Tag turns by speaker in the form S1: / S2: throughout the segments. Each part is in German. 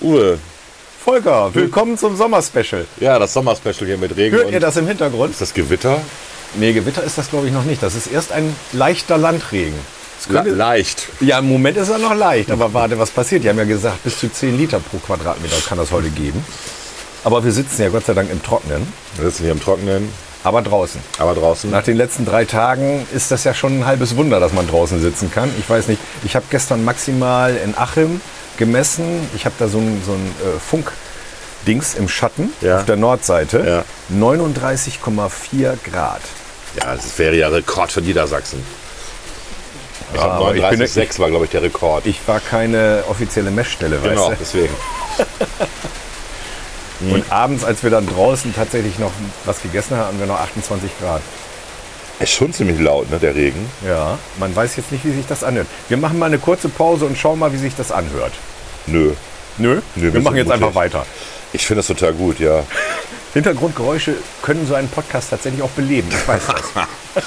S1: Uwe,
S2: Volker, willkommen zum Sommerspecial.
S1: ja, das Sommerspecial hier mit Regen
S2: Hört
S1: und
S2: ihr das im Hintergrund?
S1: ist das Gewitter?
S2: Nee, Gewitter ist das glaube ich noch nicht. Das ist erst ein leichter Landregen. Es
S1: Le
S2: könnte-
S1: leicht.
S2: ja, im Moment ist er noch leicht, aber warte, was passiert? Die haben ja gesagt, bis zu 10 Liter pro Quadratmeter kann das heute geben. Aber wir sitzen ja Gott sei Dank im Trocknen,
S1: Wir sitzen hier im Trockenen,
S2: aber draußen.
S1: aber draußen.
S2: Nach den letzten drei Tagen ist das ja schon ein halbes Wunder, dass man draußen sitzen kann. Ich weiß nicht, ich habe gestern maximal in Achim gemessen. Ich habe da so ein, so ein äh, Funkdings im Schatten
S1: Ja.
S2: auf der Nordseite.
S1: Ja.
S2: 39,4 Grad.
S1: ja, das wäre ja also Rekord für Niedersachsen. Ich glaub,
S2: aber ich bin-
S1: 39,6 war, glaube ich, der Rekord.
S2: Ich war keine offizielle Messstelle,
S1: genau,
S2: weißt
S1: deswegen.
S2: du? Und abends, als wir dann draußen tatsächlich noch was gegessen haben, hatten wir noch 28 Grad.
S1: Ist schon ziemlich laut, ne, der Regen.
S2: Ja, man weiß jetzt nicht, wie sich das anhört. Wir machen mal eine kurze Pause und schauen mal, wie sich das anhört.
S1: Nö.
S2: Nö,
S1: Nö,
S2: wir
S1: wir
S2: machen
S1: sind
S2: jetzt einfach
S1: mutig.
S2: weiter.
S1: Ich finde das total gut, ja.
S2: Hintergrundgeräusche können so einen Podcast tatsächlich auch beleben. Ich weiß das.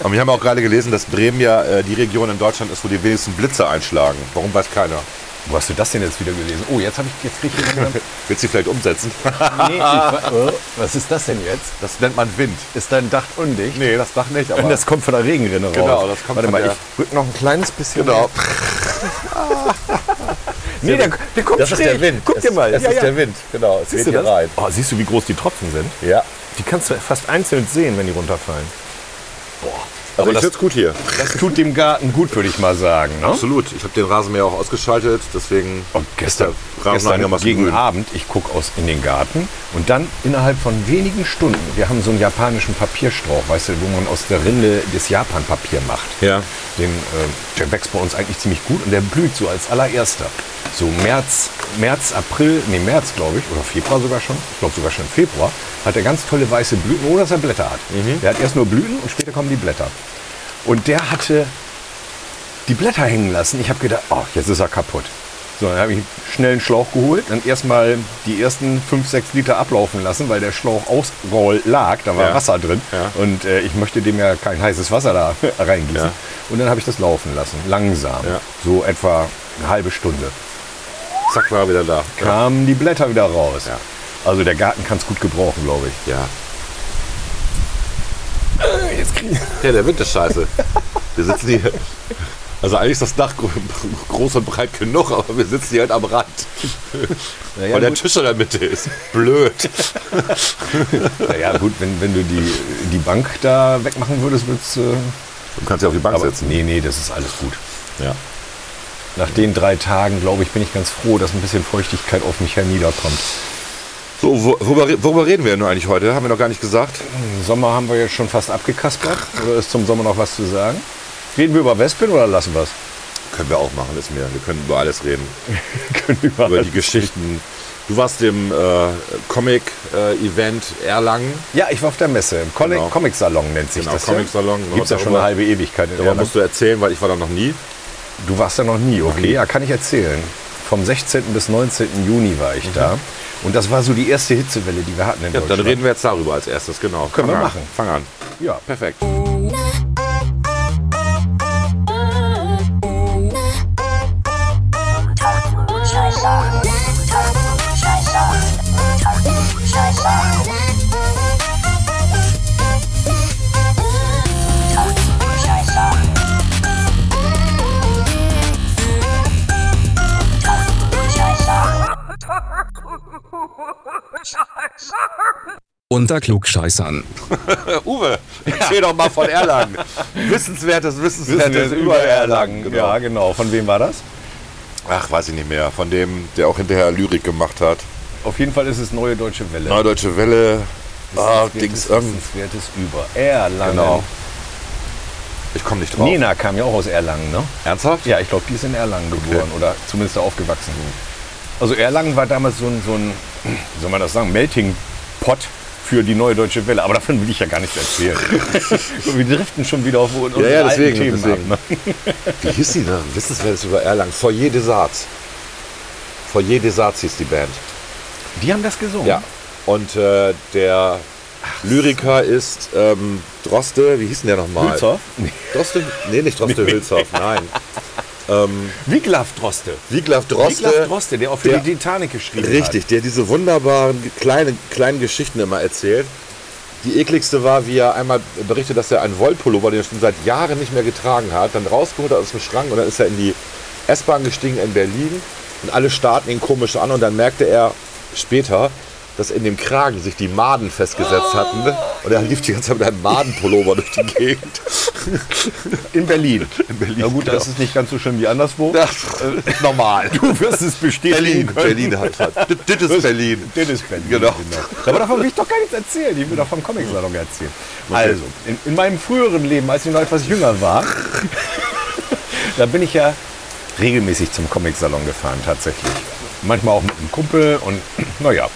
S1: Und wir haben auch gerade gelesen, dass Bremen ja äh, die Region in Deutschland ist, wo die wenigsten Blitze einschlagen. Warum weiß keiner?
S2: Wo hast du das denn jetzt wieder gelesen? Oh, jetzt habe ich jetzt richtig.
S1: Willst du die vielleicht umsetzen?
S2: nee, ich, wa- oh, was ist das denn jetzt?
S1: Das nennt man Wind.
S2: Ist dein Dach undicht?
S1: Nee, das Dach nicht, aber.
S2: Und das kommt von der Regenrinne raus.
S1: Genau, das kommt
S2: Warte
S1: von
S2: mal,
S1: der-
S2: ich rück noch ein kleines bisschen.
S1: genau.
S2: Nee, der, der kommt
S1: Das ist
S2: schräg.
S1: der Wind.
S2: Guck dir mal.
S1: Das
S2: Ja,
S1: ist
S2: ja.
S1: der Wind, genau. Es
S2: Siehst
S1: weht
S2: du,
S1: hier
S2: das?
S1: rein.
S2: Oh, siehst du, wie groß die Tropfen sind?
S1: Ja.
S2: Die kannst du fast einzeln sehen, wenn die runterfallen.
S1: Also
S2: das-
S1: ich sitze gut hier.
S2: Das tut dem Garten gut, würde ich mal sagen. Ne?
S1: Absolut. Ich habe den Rasenmäher auch ausgeschaltet, deswegen
S2: Und gestern,
S1: ist der Rasen
S2: gestern
S1: einigermaßen
S2: gegen
S1: grün.
S2: Abend, ich gucke aus in den Garten und dann innerhalb von wenigen Stunden, wir haben so einen japanischen Papierstrauch, weißt du, wo man aus der Rinde des Japan Papier macht.
S1: Ja.
S2: Den, äh, der wächst bei uns eigentlich ziemlich gut und der blüht so als allererster. So März, März, April, nee März glaube ich, oder Februar sogar schon, ich glaube sogar schon im Februar, hat er ganz tolle weiße Blüten, ohne dass er Blätter hat. Der hat erst nur Blüten und später kommen die Blätter. Und der hatte die Blätter hängen lassen. Ich habe gedacht, oh, jetzt ist er kaputt. So, dann habe ich schnell einen Schlauch geholt und erstmal die ersten 5, 6 Liter ablaufen lassen, weil der Schlauch ausgerollt lag, da war
S1: Ja.
S2: Wasser drin.
S1: Ja.
S2: Und äh, ich möchte dem ja kein heißes Wasser da reingießen.
S1: Ja.
S2: Und dann habe ich das laufen lassen, langsam,
S1: Ja.
S2: so etwa eine halbe Stunde.
S1: Zack, war er wieder da.
S2: Kamen die Blätter wieder raus.
S1: Ja.
S2: Also der Garten kann es gut gebrauchen, glaube ich.
S1: Ja. Äh,
S2: Jetzt krieg ich
S1: Ja, der Wind ist scheiße. Wir sitzen hier. Also eigentlich ist das Dach gro- groß und breit genug, aber wir sitzen hier halt am Rand.
S2: Naja,
S1: weil der
S2: gut.
S1: Tisch in der Mitte ist. Blöd.
S2: Naja, gut, wenn, wenn du die, die Bank da wegmachen würdest, würdest du.
S1: Du kannst ja auf die Bank
S2: Aber
S1: sitzen.
S2: nee, nee, das ist alles gut.
S1: Ja.
S2: Nach den drei Tagen, glaube ich, bin ich ganz froh, dass ein bisschen Feuchtigkeit auf mich herniederkommt.
S1: So, wo- worüber, re- worüber reden wir denn eigentlich heute? Haben wir noch gar nicht gesagt.
S2: Im Sommer haben wir jetzt schon fast abgekaspert. Oder ist zum Sommer noch was zu sagen? Reden wir über Wespen oder lassen wir es?
S1: Können wir auch machen, ist mir. Wir können über alles reden.
S2: Können wir
S1: über die
S2: alles-
S1: Geschichten. Du warst im äh, Comic-Event Erlangen.
S2: Ja, ich war auf der Messe. Im Comic,
S1: Genau.
S2: Comic-Salon nennt sich
S1: Genau,
S2: das. ja.
S1: Comic-Salon.
S2: Gibt's ja schon
S1: Darüber-
S2: eine halbe Ewigkeit. in
S1: Darüber
S2: Erlangen.
S1: musst du erzählen, weil ich war da noch nie.
S2: Du warst da noch nie, okay?
S1: nie.
S2: Ja, kann ich erzählen. Vom 16. bis 19. Juni war ich da. Und das war so die erste Hitzewelle, die wir hatten in
S1: Mhm. Ja,
S2: Deutschland.
S1: dann reden wir jetzt darüber als erstes, genau.
S2: Können
S1: Fang
S2: wir
S1: an.
S2: machen.
S1: Fang an.
S2: Ja.
S1: Perfekt.
S3: Unter Klugscheißern.
S1: Äh, Uwe, erzähl doch mal von Erlangen. Wissenswertes, Wissenswertes über Erlangen.
S2: Genau. Ja, genau. Von wem war das?
S1: Ach, weiß ich nicht mehr. Von dem, der auch hinterher Lyrik gemacht hat.
S2: Auf jeden Fall ist es Neue Deutsche Welle.
S1: Neue Deutsche Welle. Ah, Dings, irgend.
S2: Wissenswertes über Erlangen.
S1: Genau. Ich komme nicht drauf.
S2: Nina kam ja auch aus Erlangen, ne?
S1: Ernsthaft?
S2: Ja, ich glaube, die ist in Erlangen geboren oder zumindest da aufgewachsen. Also Erlangen war damals so ein, so ein wie soll man das sagen, Melting Pot für die neue deutsche Welle. Aber davon will ich ja gar nichts erzählen. Wir driften schon wieder auf unsere
S1: ja,
S2: alten
S1: deswegen,
S2: Themen
S1: deswegen.
S2: ab. ne?
S1: Wie hieß die denn? Wissenswertes über Erlangen. Foyer des Arts. Foyer des Arts hieß die Band.
S2: Die haben das gesungen?
S1: Ja. Und äh, der Lyriker ist ähm, Droste, wie hieß denn der nochmal?
S2: Hülshoff?
S1: Droste? Nee, nicht Droste Hülshoff, nein. Ähm,
S2: Wiglaf Droste.
S1: Wiglaf Droste.
S2: Wiglaf Droste, genau. der auch für
S1: der-
S2: die Titanic geschrieben hat.
S1: Richtig, der diese wunderbaren ge- kleinen, kleinen Geschichten immer erzählt. Die ekligste war, wie er einmal berichtet, dass er einen Wollpullover, den er schon seit Jahren nicht mehr getragen hat, dann rausgeholt hat aus dem Schrank und dann ist er in die S-Bahn gestiegen in Berlin und alle starten ihn komisch an und dann merkte er später, dass in dem Kragen sich die Maden
S2: Oh.
S1: festgesetzt hatten und er lief die ganze Zeit mit einem Madenpullover durch die Gegend.
S2: In Berlin.
S1: In Berlin, genau.
S2: Na gut, das ist nicht ganz so schlimm wie anderswo.
S1: ist Äh, normal.
S2: Du wirst es
S1: Berlin,
S2: bestätigen können.
S1: Berlin halt. Das das ist Berlin.
S2: Das ist Berlin.
S1: Genau.
S2: Aber davon will ich doch gar nichts erzählen. Ich will doch vom Comic-Salon erzählen. Also, in, in meinem früheren Leben, als ich noch etwas jünger war, da bin ich ja regelmäßig zum Comic-Salon gefahren, tatsächlich. Manchmal auch mit einem Kumpel und naja.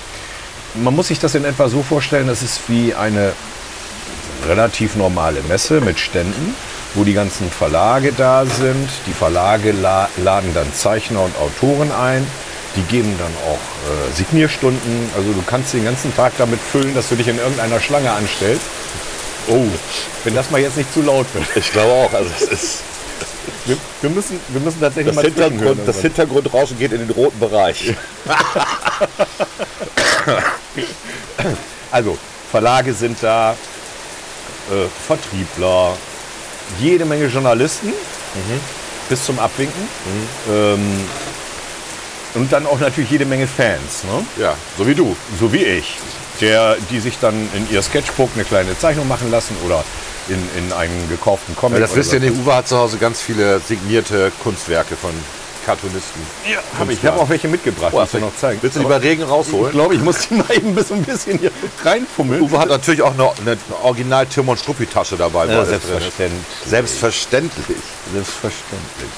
S2: Man muss sich das in etwa so vorstellen, das ist wie eine relativ normale Messe mit Ständen, wo die ganzen Verlage da sind. Die Verlage la laden dann Zeichner und Autoren ein. Die geben dann auch äh, Signierstunden. Also du kannst den ganzen Tag damit füllen, dass du dich in irgendeiner Schlange anstellst. Oh, wenn das mal jetzt nicht zu laut wird.
S1: Ich glaube auch. Also es ist
S2: Wir, wir, müssen, wir müssen tatsächlich
S1: Das,
S2: mal zwischenhören
S1: Hintergrund, das
S2: irgendwann.
S1: Hintergrundrauschen geht in den roten Bereich.
S2: Also, Verlage sind da, äh, Vertriebler, jede Menge Journalisten bis zum Abwinken. Ähm, und dann auch natürlich jede Menge Fans, ne?
S1: Ja, so wie du.
S2: so wie ich, der, die sich dann in ihr Sketchbook eine kleine Zeichnung machen lassen oder in, in einen gekauften Comic.
S1: das
S2: oder
S1: wisst ihr nicht, Uwe hat zu Hause ganz viele signierte Kunstwerke von Cartoonisten.
S2: Ja, hab ich ich habe auch welche mitgebracht, die ich dir noch zeigen.
S1: Willst du die
S2: Aber
S1: bei Regen
S2: ich
S1: rausholen?
S2: glaube, ich muss die mal eben bis ein bisschen hier reinfummeln.
S1: Uwe hat natürlich auch eine, eine original Tim und Struppi Tasche dabei. wo
S2: Ja,
S1: alles drin ist. Selbstverständlich.
S2: Selbstverständlich.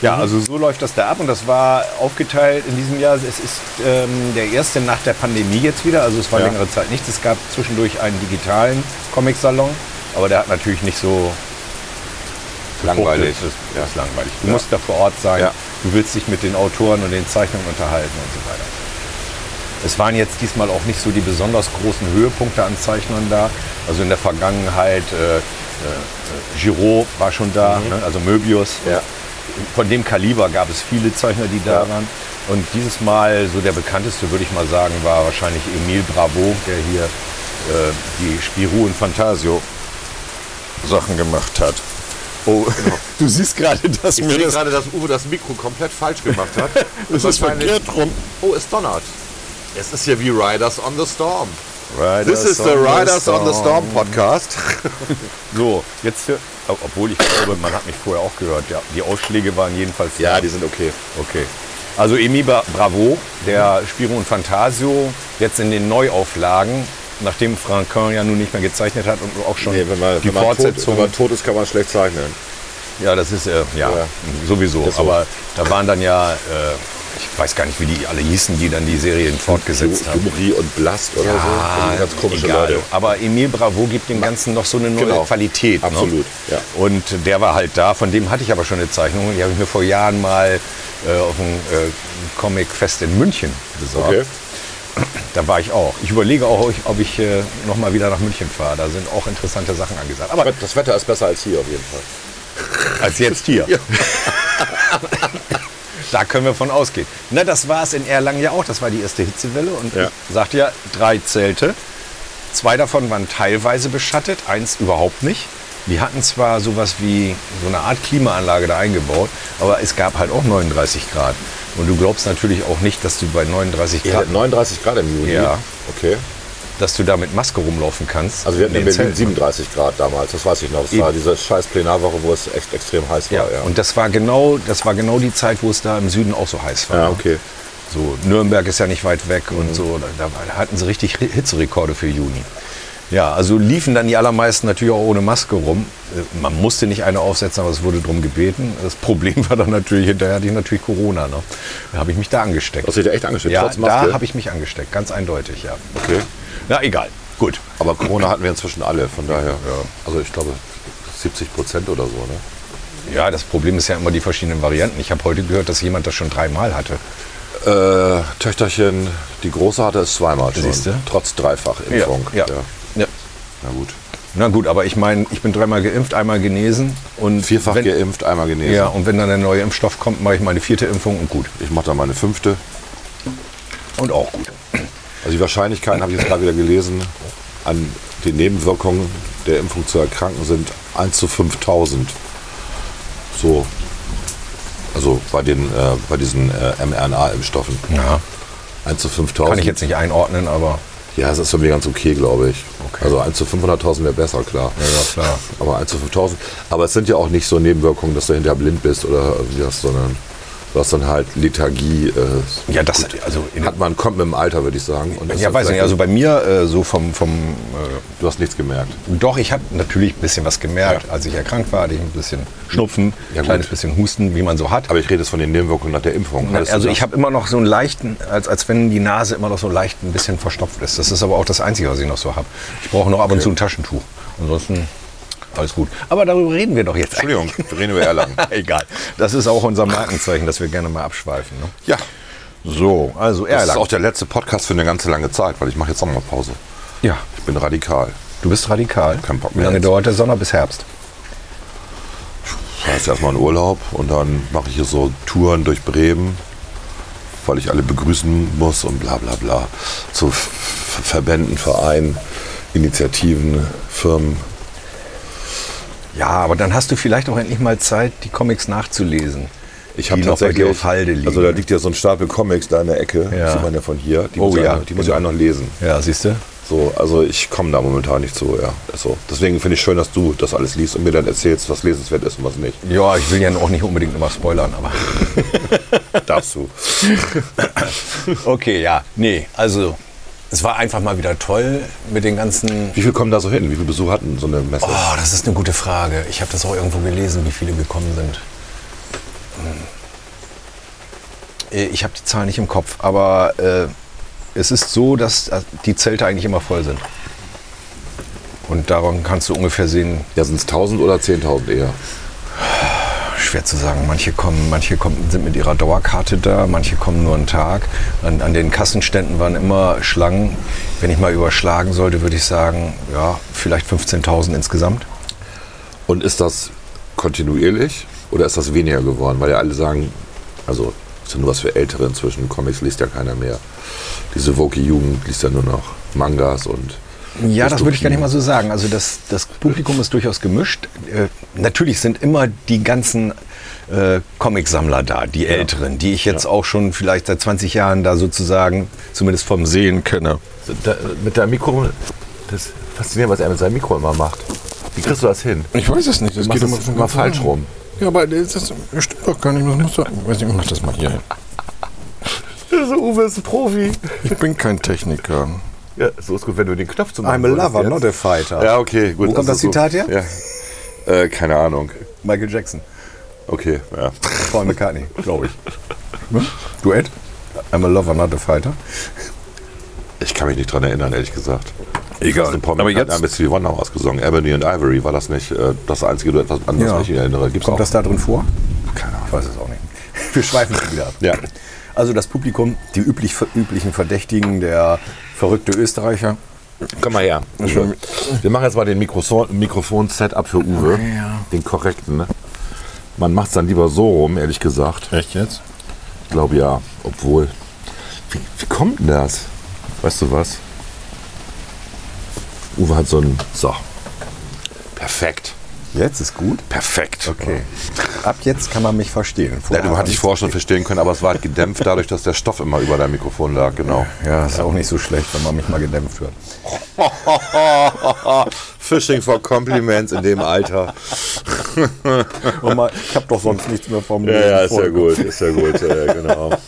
S2: Ja, also so läuft das da ab und das war aufgeteilt in diesem Jahr. Es ist ähm, der erste nach der Pandemie jetzt wieder, also es war
S1: Ja.
S2: längere Zeit nichts. Es gab zwischendurch einen digitalen Comic-Salon, aber der hat natürlich nicht so
S1: Langweilig.
S2: Das ist,
S1: Ja.
S2: ist langweilig. Du
S1: Ja.
S2: musst da vor Ort sein,
S1: Ja.
S2: du willst dich mit den Autoren und den Zeichnungen unterhalten und so weiter. Es waren jetzt diesmal auch nicht so die besonders großen Höhepunkte an Zeichnern da. Also in der Vergangenheit, äh, äh, Giraud war schon da, ne? also Möbius.
S1: Ja.
S2: Von dem Kaliber gab es viele Zeichner, die da waren. Und dieses Mal, so der bekannteste, würde ich mal sagen, war wahrscheinlich Emile Bravo, der hier äh, die Spirou und Fantasio Sachen gemacht hat. Oh, du siehst gerade, dass
S1: Ich
S2: mir
S1: sehe
S2: das,
S1: gerade, dass Uwe das Mikro komplett falsch gemacht hat.
S2: das ist
S1: Wahrscheinlich-
S2: verkehrt rum.
S1: Oh, es donnert. Es ist hier wie Riders on the Storm.
S2: Riders
S1: This is the Riders on the Storm Podcast.
S2: So, jetzt, hier- ob- obwohl ich glaube, man hat mich vorher auch gehört. Ja, die Ausschläge waren jedenfalls
S1: Ja,
S2: da.
S1: die sind okay.
S2: Okay. Also Emi Bra- Bravo, der Spiro und Fantasio, jetzt in den Neuauflagen, nachdem Franquin ja nun nicht mehr gezeichnet hat und auch schon die Fortsetzung.
S1: tot ist, kann man schlecht zeichnen.
S2: ja, das ist äh, ja,
S1: Ja.
S2: sowieso.
S1: Das so.
S2: Aber da waren dann ja, äh, ich weiß gar nicht, wie die alle hießen, die dann die Serien fortgesetzt haben.
S1: Jumri und Blast oder so. Also, Das sind ganz komische
S2: Ah, egal.
S1: Leute.
S2: Aber Emil Bravo gibt dem Ganzen noch so eine neue
S1: Genau.
S2: Qualität. Ne?
S1: Absolut, ja.
S2: Und der war halt da, von dem hatte ich aber schon eine Zeichnung. Die habe ich mir vor Jahren mal äh, auf einem äh, Comic-Fest in München besorgt.
S1: Okay.
S2: Da war ich auch. Ich überlege auch, ob ich- ob ich äh, nochmal wieder nach München fahre. Da sind auch interessante Sachen angesagt. Aber
S1: Das Wetter ist besser als hier auf jeden Fall.
S2: als jetzt hier.
S1: Ja.
S2: Da können wir von ausgehen. Na, das war es in Erlangen ja auch. Das war die erste Hitzewelle. Und
S1: Ja.
S2: ich sagte ja, drei Zelte. Zwei davon waren teilweise beschattet, eins überhaupt nicht. Die hatten zwar sowas wie so eine Art Klimaanlage da eingebaut, aber es gab halt auch 39 Grad. Und du glaubst natürlich auch nicht, dass du bei 39
S1: Ihr
S2: Grad,
S1: hattet 39 Grad im Juni.
S2: Ja.
S1: Okay.
S2: dass du da mit Maske rumlaufen kannst.
S1: Also wir hatten in Berlin
S2: Zelten.
S1: 37 Grad damals, das weiß ich noch. Das war diese scheiß Plenarwoche, wo es echt extrem heiß
S2: Ja,
S1: war. Ja,
S2: und das war genau, das war genau die Zeit, wo es da im Süden auch so heiß war.
S1: ja okay.
S2: So, Nürnberg ist ja nicht weit weg und so. Da, da hatten sie richtig Hitzerekorde für Juni. Ja, also liefen dann die allermeisten natürlich auch ohne Maske rum. Äh, Man musste nicht eine aufsetzen, aber es wurde drum gebeten. Das Problem war dann natürlich, hinterher hatte ich natürlich Corona. Ne? Da habe ich mich da angesteckt.
S1: Hast du dich da echt angesteckt,
S2: Ja,
S1: Also trotz Maske?
S2: da habe ich mich angesteckt, ganz eindeutig, ja.
S1: Okay.
S2: Na, egal. Gut.
S1: Aber Corona hatten wir inzwischen alle, von daher.
S2: Ja.
S1: Also ich glaube 70 Prozent oder so. Ne?
S2: Ja, das Problem ist ja immer die verschiedenen Varianten. Ich habe heute gehört, dass jemand das schon dreimal hatte.
S1: Äh, Töchterchen, die Große hatte es zweimal schon.
S2: Siehste?
S1: Trotz Dreifachimpfung.
S2: ja. ja.
S1: Na gut.
S2: Na gut, aber ich meine, ich bin dreimal geimpft, einmal genesen und
S1: Vierfach
S2: wenn,
S1: geimpft, einmal genesen.
S2: Ja, und wenn dann der neue Impfstoff kommt, mache ich meine vierte Impfung und gut.
S1: Ich mache da meine fünfte.
S2: Und auch gut.
S1: Also die Wahrscheinlichkeiten habe ich jetzt gerade wieder gelesen, an den Nebenwirkungen der Impfung zu erkranken sind 1 zu 5000. So. Also bei, den, äh, bei diesen äh, mRNA-Impfstoffen.
S2: Ja,
S1: 1 zu 5000.
S2: kann ich jetzt nicht einordnen, aber
S1: Ja, das ist für mich ganz okay, glaube ich.
S2: Okay.
S1: Also 1 zu 500.000 wäre besser, klar.
S2: ja, klar.
S1: Aber 1 zu 5.000. Aber es sind ja auch nicht so Nebenwirkungen, dass du hinterher blind bist oder wie das, sondern du hast dann halt Lethargie. Äh,
S2: Ja, das- also in-
S1: hat man, kommt mit dem Alter, würde ich sagen. Und das
S2: ja,
S1: ist
S2: weiß nicht, also bei mir äh, so vom, vom äh,
S1: Du hast nichts gemerkt.
S2: Doch, ich habe natürlich ein bisschen was gemerkt. Als ich erkrankt war, hatte ich ein bisschen Schnupfen,
S1: Ja,
S2: ein kleines
S1: gut.
S2: bisschen Husten, wie man so hat.
S1: Aber ich rede jetzt von den Nebenwirkungen nach der Impfung. Hattest du
S2: also
S1: das?
S2: ich habe immer noch so einen leichten, als, als wenn die Nase immer noch so leicht ein bisschen verstopft ist. Das ist aber auch das Einzige, was ich noch so habe. Ich brauche noch ab und zu ein Taschentuch. Ansonsten alles gut. Aber darüber reden wir doch jetzt.
S1: Entschuldigung, wir reden über Erlangen.
S2: Egal. Das ist auch unser Markenzeichen, dass wir gerne mal abschweifen. Ne?
S1: ja,
S2: So, also
S1: das ist
S2: Erlangen.
S1: auch der letzte Podcast für eine ganze lange Zeit, weil ich mache jetzt auch mal Pause.
S2: ja,
S1: Ich bin radikal.
S2: du bist radikal.
S1: Kein Bock
S2: Wie lange
S1: mehr.
S2: dauert der Sommer bis Herbst?
S1: Ich fahre jetzt erstmal in Urlaub und dann mache ich hier so Touren durch Bremen, weil ich alle begrüßen muss und bla bla bla. Zu F- F- Verbänden, Vereinen, Initiativen, Firmen.
S2: Ja, aber dann hast du vielleicht auch endlich mal Zeit, die Comics nachzulesen.
S1: Ich habe
S2: die noch bei
S1: tatsächlich.
S2: dir auf Halde liegen.
S1: Also da liegt ja so ein Stapel Comics da in der Ecke.
S2: Ja.
S1: Das sieht man ja genau. von hier. Die
S2: Oh
S1: muss ich
S2: ja,
S1: auch noch- Die muss ich auch noch lesen.
S2: ja, siehst du?
S1: So, also ich komme da momentan nicht zu, ja. Also deswegen finde ich schön, dass du das alles liest und mir dann erzählst, was lesenswert ist und was nicht.
S2: Ja, ich will ja auch nicht unbedingt immer spoilern, aber.
S1: Darfst du.
S2: Okay, ja. Nee, also es war einfach mal wieder toll mit den ganzen.
S1: Wie viel kommen da so hin? Wie viel Besuch hatten so eine Messe?
S2: Oh, das ist eine gute Frage. Ich habe das auch irgendwo gelesen, wie viele gekommen sind. Hm. Ich habe die Zahl nicht im Kopf, aber äh, es ist so, dass äh, die Zelte eigentlich immer voll sind. Und daran kannst du ungefähr sehen,
S1: Ja, sind es 1000 oder 10.000 eher?
S2: Schwer zu sagen. Manche kommen, manche kommen, sind mit ihrer Dauerkarte da, manche kommen nur einen Tag. An, an den Kassenständen waren immer Schlangen. Wenn ich mal überschlagen sollte, würde ich sagen, ja, vielleicht 15.000 insgesamt.
S1: Und ist das kontinuierlich oder ist das weniger geworden? Weil ja alle sagen, also ist ja nur was für Ältere inzwischen, Comics liest ja keiner mehr. Diese woke Jugend liest ja nur noch Mangas und
S2: Ja, das
S1: Dystopien.
S2: würde ich gar nicht mal so sagen. Also das, das Publikum ist durchaus gemischt. Äh, natürlich sind immer die ganzen äh, Comicsammler da, die Älteren, die ich jetzt auch schon vielleicht seit 20 Jahren da sozusagen zumindest vom Sehen kenne.
S1: mit deinem Mikro, das ist faszinierend, was er mit seinem Mikro immer macht. Wie kriegst du das hin?
S4: Ich weiß es nicht. Das
S1: machst
S4: geht immer
S1: das
S4: schon
S1: immer
S4: ganz
S1: falsch
S4: lange.
S1: rum.
S4: Ja, aber das, das stimmt doch gar nicht. Das musst du, ich weiß nicht, ich mach das mal hier hin.
S1: So, Uwe ist ein Profi.
S4: Ich bin kein Techniker.
S1: Ja, so ist gut, wenn du den Knopf zum
S2: I'm a lover, not a fighter.
S1: Ja, okay, gut.
S2: Wo kommt das
S1: ist so-
S2: Zitat her?
S1: Ja. Äh, keine Ahnung.
S2: Michael Jackson.
S1: Okay, ja.
S2: Paul McCartney, glaube ich.
S4: Hm?
S2: Duett? I'm a lover, not a fighter.
S1: Ich kann mich nicht dran erinnern, ehrlich gesagt.
S4: Egal.
S1: Das ist ein Paul
S4: Aber
S1: McCartney
S4: jetzt-
S1: hat mit Stevie Wonder ausgesungen. Ebony and Ivory war das nicht äh, das einzige Duett, was an das
S2: Ja.
S1: ich mich erinnere. Gibt's auch?
S2: Kommt das da drin vor?
S1: Keine Ahnung.
S2: Ich weiß es auch nicht. Wir schweifen schon wieder ab.
S1: Ja.
S2: Also das Publikum, die üblich, üblichen Verdächtigen, der verrückte Österreicher.
S1: Komm mal her. Wir machen jetzt mal den Mikrofon- Mikrofon-Setup für Uwe. Den korrekten. ne? Man macht es dann lieber so rum, ehrlich gesagt.
S4: Echt jetzt?
S1: Ich glaube ja, obwohl. Wie, wie kommt denn das? Weißt du was? Uwe hat so einen. So. Perfekt.
S2: Jetzt ist gut.
S1: Perfekt.
S2: Okay. Ab jetzt kann man mich verstehen.
S1: Ja,
S2: Vorher
S1: du hatte ich
S2: nicht.
S1: vorher schon verstehen können, aber es war halt gedämpft dadurch, dass der Stoff immer über deinem Mikrofon lag, genau.
S2: Ja, ist auch nicht so schlecht, wenn man mich mal gedämpft wird.
S1: Fishing for Compliments in dem Alter.
S2: Und mal, ich habe doch sonst nichts mehr vom
S1: Ja,
S2: Leben
S1: ja, ist ja
S2: vorgenommen.
S1: gut, ist ja gut, ja, genau.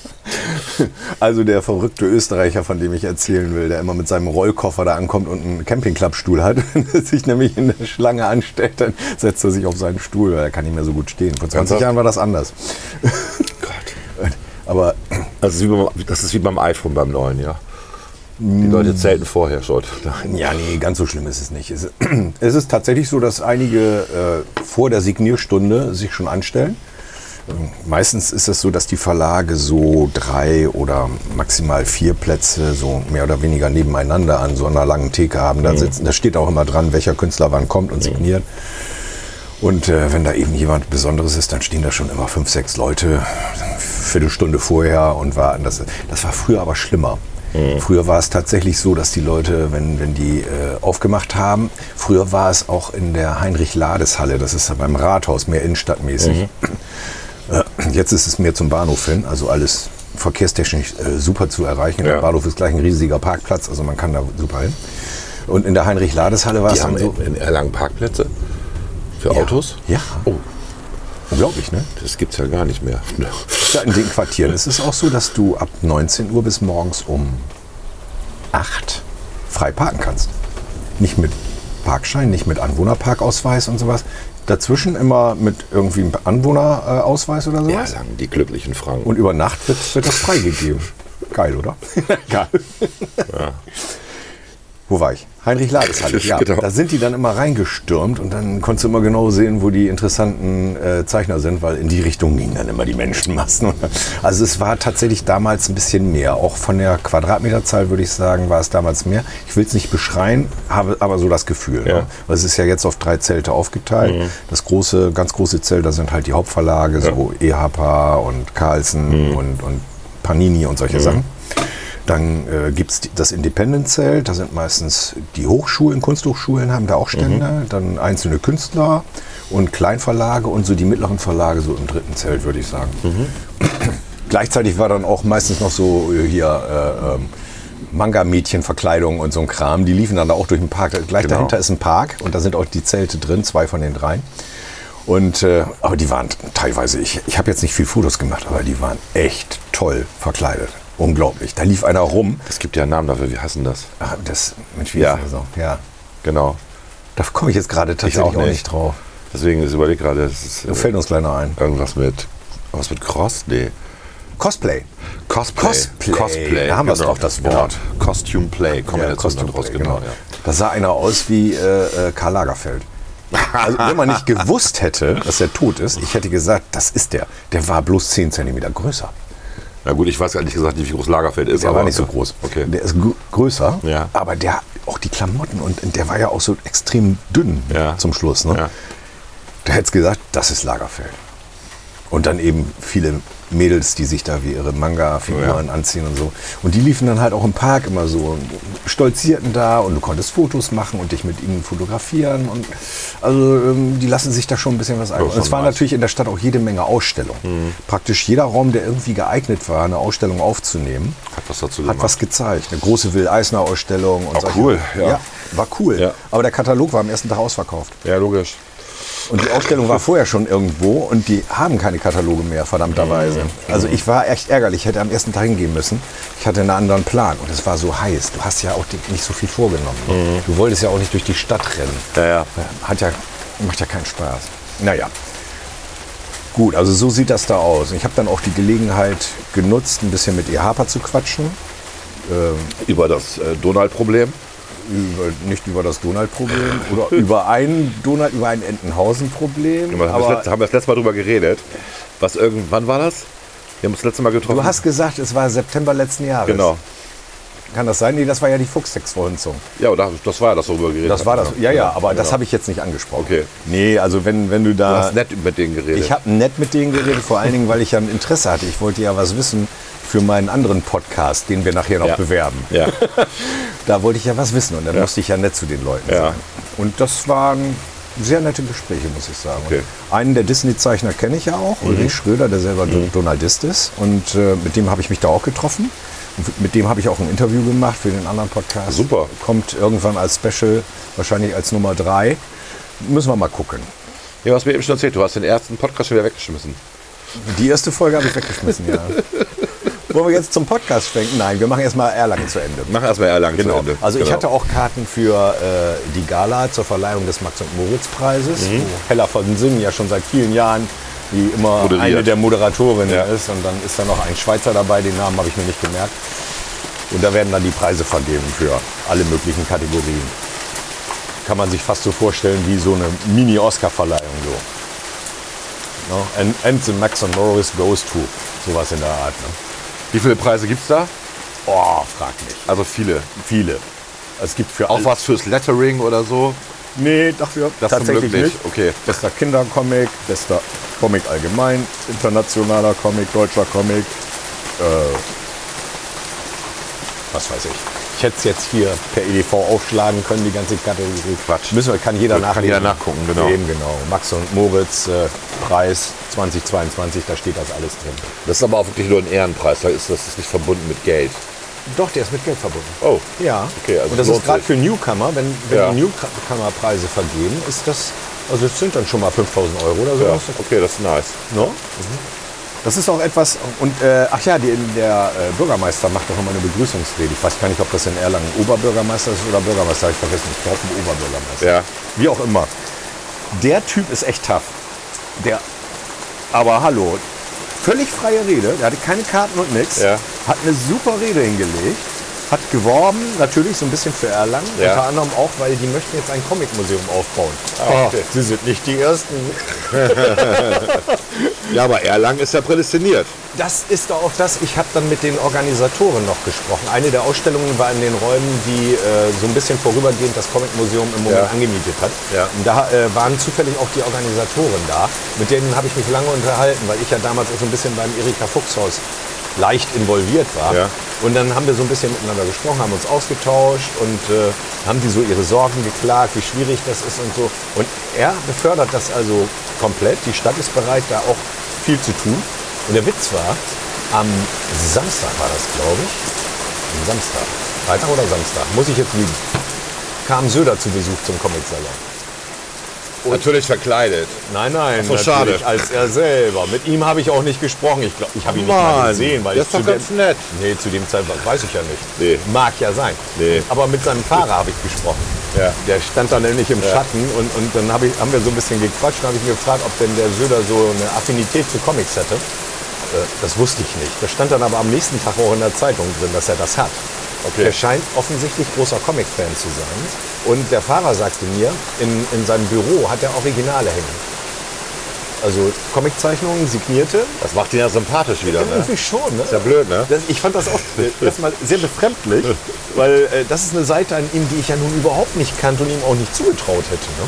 S2: Also der verrückte Österreicher, von dem ich erzählen will, der immer mit seinem Rollkoffer da ankommt und einen Campingklappstuhl hat, wenn er sich nämlich in der Schlange anstellt, dann setzt er sich auf seinen Stuhl, weil er kann nicht mehr so gut stehen. Vor 20
S1: Ernsthaft?
S2: Jahren war das anders. Aber
S1: Also wie beim, das ist wie beim iPhone beim neuen, ja. Die Leute zelten vorher schon. Nein.
S2: ja, nee, ganz so schlimm ist es nicht. Es, es ist tatsächlich so, dass einige äh, vor der Signierstunde sich schon anstellen. Meistens ist es so, dass die Verlage so drei oder maximal vier Plätze so mehr oder weniger nebeneinander an so einer langen Theke haben. Da, sitzen, da steht auch immer dran, welcher Künstler wann kommt und signiert. Und äh, wenn da eben jemand Besonderes ist, dann stehen da schon immer fünf, sechs Leute Viertelstunde vorher und warten. Das, das war früher aber schlimmer.
S1: Mhm.
S2: Früher war es tatsächlich so, dass die Leute, wenn, wenn die äh, aufgemacht haben, früher war es auch in der Heinrich-Lades-Halle, das ist ja beim Rathaus, mehr innenstadtmäßig.
S1: Mhm.
S2: Äh, Jetzt ist es mehr zum Bahnhof hin, also alles verkehrstechnisch äh, super zu erreichen. Der
S1: Ja.
S2: Bahnhof ist gleich ein riesiger Parkplatz, also man kann da super hin. Und in der Heinrich-Lades-Halle war es
S1: Die
S2: dann
S1: haben
S2: so.
S1: in, in Erlangen Parkplätze für Autos?
S2: Ja.
S1: Oh,
S2: Unglaublich, ne?
S1: das gibt's ja gar nicht mehr.
S2: Ja, in den Quartieren ist es auch so, dass du ab 19 Uhr bis morgens um 8 frei parken kannst. Nicht mit Parkschein, nicht mit Anwohnerparkausweis und sowas. Dazwischen immer mit irgendwie einem Anwohnerausweis oder
S1: Ja,
S2: sowas.
S1: sagen die glücklichen Franken.
S2: Und über Nacht wird, wird das freigegeben. Geil, oder? Geil. Wo war ich? Heinrich Ladeshalle. Ja,
S1: Genau.
S2: Da sind die dann immer reingestürmt und dann konntest du immer genau sehen, wo die interessanten äh, Zeichner sind, weil in die Richtung gingen dann immer die Menschenmassen. Und- Also es war tatsächlich damals ein bisschen mehr. Auch von der Quadratmeterzahl würde ich sagen, war es damals mehr. Ich will es nicht beschreien, habe aber so das Gefühl.
S1: Ja.
S2: Ne? Weil es ist ja jetzt auf drei Zelte aufgeteilt. Das große, ganz große Zelt, da sind halt die Hauptverlage, so E EHPA und Carlsen und, und Panini und solche Sachen. Dann äh, gibt es das Independent-Zelt, da sind meistens die Hochschulen, Kunsthochschulen haben da auch Stände, dann einzelne Künstler und Kleinverlage und so die mittleren Verlage so im dritten Zelt, würde ich sagen. Gleichzeitig war dann auch meistens noch so äh, hier äh, ähm, Manga-Mädchen-Verkleidung und so ein Kram. Die liefen dann da auch durch den Park. Gleich
S1: Genau.
S2: dahinter ist ein Park und da sind auch die Zelte drin, zwei von den dreien. Und, äh, aber die waren teilweise, ich, ich habe jetzt nicht viel Fotos gemacht, aber die waren echt toll verkleidet. Unglaublich. Da lief einer rum.
S1: Es gibt ja einen Namen dafür, wir hassen das.
S2: Ah, Das, Mensch, wie
S1: Ja.
S2: ist das so? Ja.
S1: Genau.
S2: Da komme ich jetzt gerade tatsächlich
S1: auch
S2: auch,
S1: nicht.
S2: nicht. drauf.
S1: Deswegen ist überlegt gerade, es ist äh,
S2: Da fällt uns kleiner ein.
S1: irgendwas mit. Was mit Cross? Nee.
S2: Cosplay.
S1: Cosplay.
S2: Cosplay.
S1: Cosplay.
S2: Da haben wir's doch, das Wort.
S1: Genau. Costume Play. Kommen wir jetzt
S2: Costume
S1: Costume raus,
S2: Play,
S1: genau. Ja.
S2: Da sah einer aus wie äh, äh, Karl Lagerfeld. Also, wenn man nicht gewusst hätte, dass er tot ist, ich hätte gesagt, das ist der. Der war bloß 10 cm größer.
S1: Na gut, ich weiß ehrlich gesagt nicht, wie groß Lagerfeld ist.
S2: Der
S1: aber
S2: war nicht so groß.
S1: Okay.
S2: Der ist gr- größer,
S1: Ja.
S2: aber der auch die Klamotten und und der war ja auch so extrem dünn
S1: Ja.
S2: zum Schluss. Ne?
S1: Ja.
S2: Da hätte gesagt, das ist Lagerfeld. Und dann eben viele Mädels, die sich da wie ihre Manga-Figuren anziehen und so. Und die liefen dann halt auch im Park immer so und stolzierten da und du konntest Fotos machen und dich mit ihnen fotografieren. Und also ähm, die lassen sich da schon ein bisschen was ein. Und
S1: schon Mhm.
S2: es war
S1: nice.
S2: natürlich in der Stadt auch jede Menge Ausstellungen. Praktisch jeder Raum, der irgendwie geeignet war, eine Ausstellung aufzunehmen,
S1: Hat was dazu
S2: hat
S1: gemacht.
S2: was gezeigt. Eine große Will-Eisner-Ausstellung. und
S1: Oh,
S2: solche-
S1: cool, ja.
S2: Ja. war cool.
S1: Ja.
S2: Aber der Katalog war am ersten Tag ausverkauft.
S1: ja, logisch.
S2: Und die Ausstellung war vorher schon irgendwo und die haben keine Kataloge mehr, verdammterweise.
S1: Mhm.
S2: Also ich war echt ärgerlich, ich hätte am ersten Tag hingehen müssen. Ich hatte einen anderen Plan und es war so heiß. Du hast ja auch die- nicht so viel vorgenommen. ne? Du wolltest ja auch nicht durch die Stadt rennen.
S1: Mhm. Ja, ja.
S2: Hat ja, macht ja keinen Spaß. Naja. Gut, also so sieht das da aus. Ich habe dann auch die Gelegenheit genutzt, ein bisschen mit EHPA zu quatschen.
S1: Über das äh, Donald-Problem.
S2: Über, nicht über das Donald-Problem oder über ein Donald, über ein Entenhausen-Problem.
S1: Wir haben, das
S2: aber-
S1: letzte, haben wir das letzte Mal drüber geredet. Was irgendwann war das? Wir haben uns das letzte Mal getroffen.
S2: Du hast gesagt, es war September letzten Jahres.
S1: Genau.
S2: Kann das sein? Nee, das war ja die Fuchstextverhunzung.
S1: Ja, und da- das war ja das, worüber wir geredet
S2: Das war das.
S1: haben.
S2: Ja, ja, aber das
S1: Genau.
S2: habe ich jetzt nicht angesprochen.
S1: Okay.
S2: Nee, also wenn, wenn du da.
S1: Du hast nett mit denen geredet.
S2: Ich habe nett mit denen geredet, vor allen Dingen, weil ich ja ein Interesse hatte. Ich wollte ja was wissen für meinen anderen Podcast, den wir nachher noch
S1: Ja.
S2: bewerben.
S1: ja.
S2: Da wollte ich ja was wissen und dann musste ich ja nett zu den Leuten
S1: Ja.
S2: sein. Und das waren sehr nette Gespräche, muss ich sagen.
S1: Okay. Mhm.
S2: Und Einen der Disney-Zeichner kenne ich ja auch, Ulrich Schröder, der selber Do- Donaldist ist. Und äh, mit dem habe ich mich da auch getroffen. Und mit dem habe ich auch ein Interview gemacht für den anderen Podcast.
S1: Super.
S2: Kommt irgendwann als Special, wahrscheinlich als Nummer drei. Müssen wir mal gucken.
S1: Ja, was mir eben schon erzählt, du hast den ersten Podcast schon wieder weggeschmissen.
S2: Die erste Folge habe ich weggeschmissen, ja. Wollen wir jetzt zum Podcast schwenken? Nein, wir machen erstmal Erlangen zu Ende.
S1: Mach erstmal Erlangen
S2: Genau.
S1: zu Ende.
S2: Also ich
S1: Genau.
S2: hatte auch Karten für äh, die Gala zur Verleihung des Max und Moritz Preises,
S1: Mhm.
S2: wo Hella von Sinnen ja schon seit vielen Jahren die immer
S1: Moderiert.
S2: eine der Moderatorinnen ist und dann ist da noch ein Schweizer dabei, den Namen habe ich mir nicht gemerkt. Und da werden dann die Preise vergeben für alle möglichen Kategorien. Kann man sich fast so vorstellen wie so eine Mini-Oscar-Verleihung so. Ne? And, and the Maxon Norris goes to. Sowas in der Art. Ne?
S1: Wie viele Preise gibt's da?
S2: Oh, frag nicht.
S1: Also viele.
S2: Viele. Es gibt für
S1: Auch was fürs Lettering oder so?
S2: Nee, dafür
S1: Das zum
S2: tatsächlich
S1: Glück
S2: nicht.
S1: nicht. Okay.
S2: Bester Kindercomic, bester Comic allgemein, internationaler Comic, deutscher Comic. Äh, was weiß ich. Ich hätte es jetzt hier per EDV aufschlagen können, die ganze Kategorie.
S1: Quatsch.
S2: Müssen wir, kann jeder
S1: Kann
S2: nachlesen.
S1: jeder nachgucken, genau.
S2: Eben, genau. Max und Moritz, äh, Preis 2022, da steht das alles drin.
S1: Das ist aber auch wirklich nur ein Ehrenpreis, da ist das ist nicht verbunden mit Geld.
S2: Doch, der ist mit Geld verbunden.
S1: Oh.
S2: Ja,
S1: Okay, also
S2: und das
S1: lohnt
S2: ist gerade
S1: sich.
S2: für Newcomer, wenn, wenn
S1: Ja.
S2: die Newcomer-Preise vergeben, ist das, also das sind dann schon mal 5000 Euro oder
S1: Ja,
S2: sowas.
S1: okay, das ist nice.
S2: Ne? Das ist auch etwas, und äh, ach ja, die, der äh, Bürgermeister macht doch immer eine Begrüßungsrede. Ich weiß gar nicht, ob das in Erlangen Oberbürgermeister ist oder Bürgermeister, hab ich vergessen. Ich glaube, ein Oberbürgermeister.
S1: Ja.
S2: Wie auch immer. Der Typ ist echt tough. Der, aber hallo, völlig freie Rede, der hatte keine Karten und nix,
S1: Ja.
S2: hat eine super Rede hingelegt, hat geworben, natürlich so ein bisschen für Erlangen,
S1: Ja.
S2: unter anderem auch, weil die möchten jetzt ein Comicmuseum aufbauen.
S1: Ah, okay.
S2: sie sind nicht die Ersten.
S1: Ja, aber Erlangen ist ja prädestiniert.
S2: Das ist doch auch das, ich habe dann mit den Organisatoren noch gesprochen. Eine der Ausstellungen war in den Räumen, die äh, so ein bisschen vorübergehend das Comic-Museum im Moment
S1: Ja.
S2: angemietet hat.
S1: Ja.
S2: Und da äh, waren zufällig auch die Organisatoren da. Mit denen habe ich mich lange unterhalten, weil ich ja damals auch so ein bisschen beim Erika Fuchshaus leicht involviert war.
S1: Ja.
S2: Und dann haben wir so ein bisschen miteinander gesprochen, haben uns ausgetauscht und äh, haben die so ihre Sorgen geklagt, wie schwierig das ist und so. Und er befördert das also komplett. Die Stadt ist bereit, da auch viel zu tun. Und der Witz war, am Samstag war das, glaube ich. Am Samstag. Freitag oder Samstag? Muss ich jetzt lügen. Kam Söder zu Besuch zum Comic-Salon.
S1: Natürlich verkleidet.
S2: Nein, nein,
S1: so,
S2: natürlich
S1: schade.
S2: als er selber. Mit ihm habe ich auch nicht gesprochen. Ich glaube, ich habe ihn nicht mal
S1: Mann,
S2: gesehen, weil
S1: das
S2: ich
S1: ist doch
S2: zu
S1: ganz
S2: dem,
S1: nett.
S2: Nee, zu dem Zeitpunkt weiß ich ja nicht.
S1: Nee.
S2: Mag ja sein.
S1: Nee.
S2: Aber mit seinem Fahrer habe ich gesprochen.
S1: Ja.
S2: Der stand da nämlich im Schatten und, und dann habe ich, haben wir so ein bisschen gequatscht und habe ich ihn gefragt, ob denn der Söder so eine Affinität zu Comics hätte. Äh, Das wusste ich nicht. Das stand dann aber am nächsten Tag auch in der Zeitung drin, dass er das hat.
S1: Okay.
S2: Er scheint offensichtlich großer Comic-Fan zu sein. Und der Fahrer sagte mir, in, in seinem Büro hat er Originale hängen. Also Comiczeichnungen, signierte.
S1: Das macht ihn ja sympathisch wieder, ne?
S2: Irgendwie schon, ne?
S1: Ist ja blöd, ne?
S2: Das, ich fand das auch äh, erstmal sehr befremdlich, weil äh, das ist eine Seite an ihm, die ich ja nun überhaupt nicht kannte und ihm auch nicht zugetraut hätte. Ne?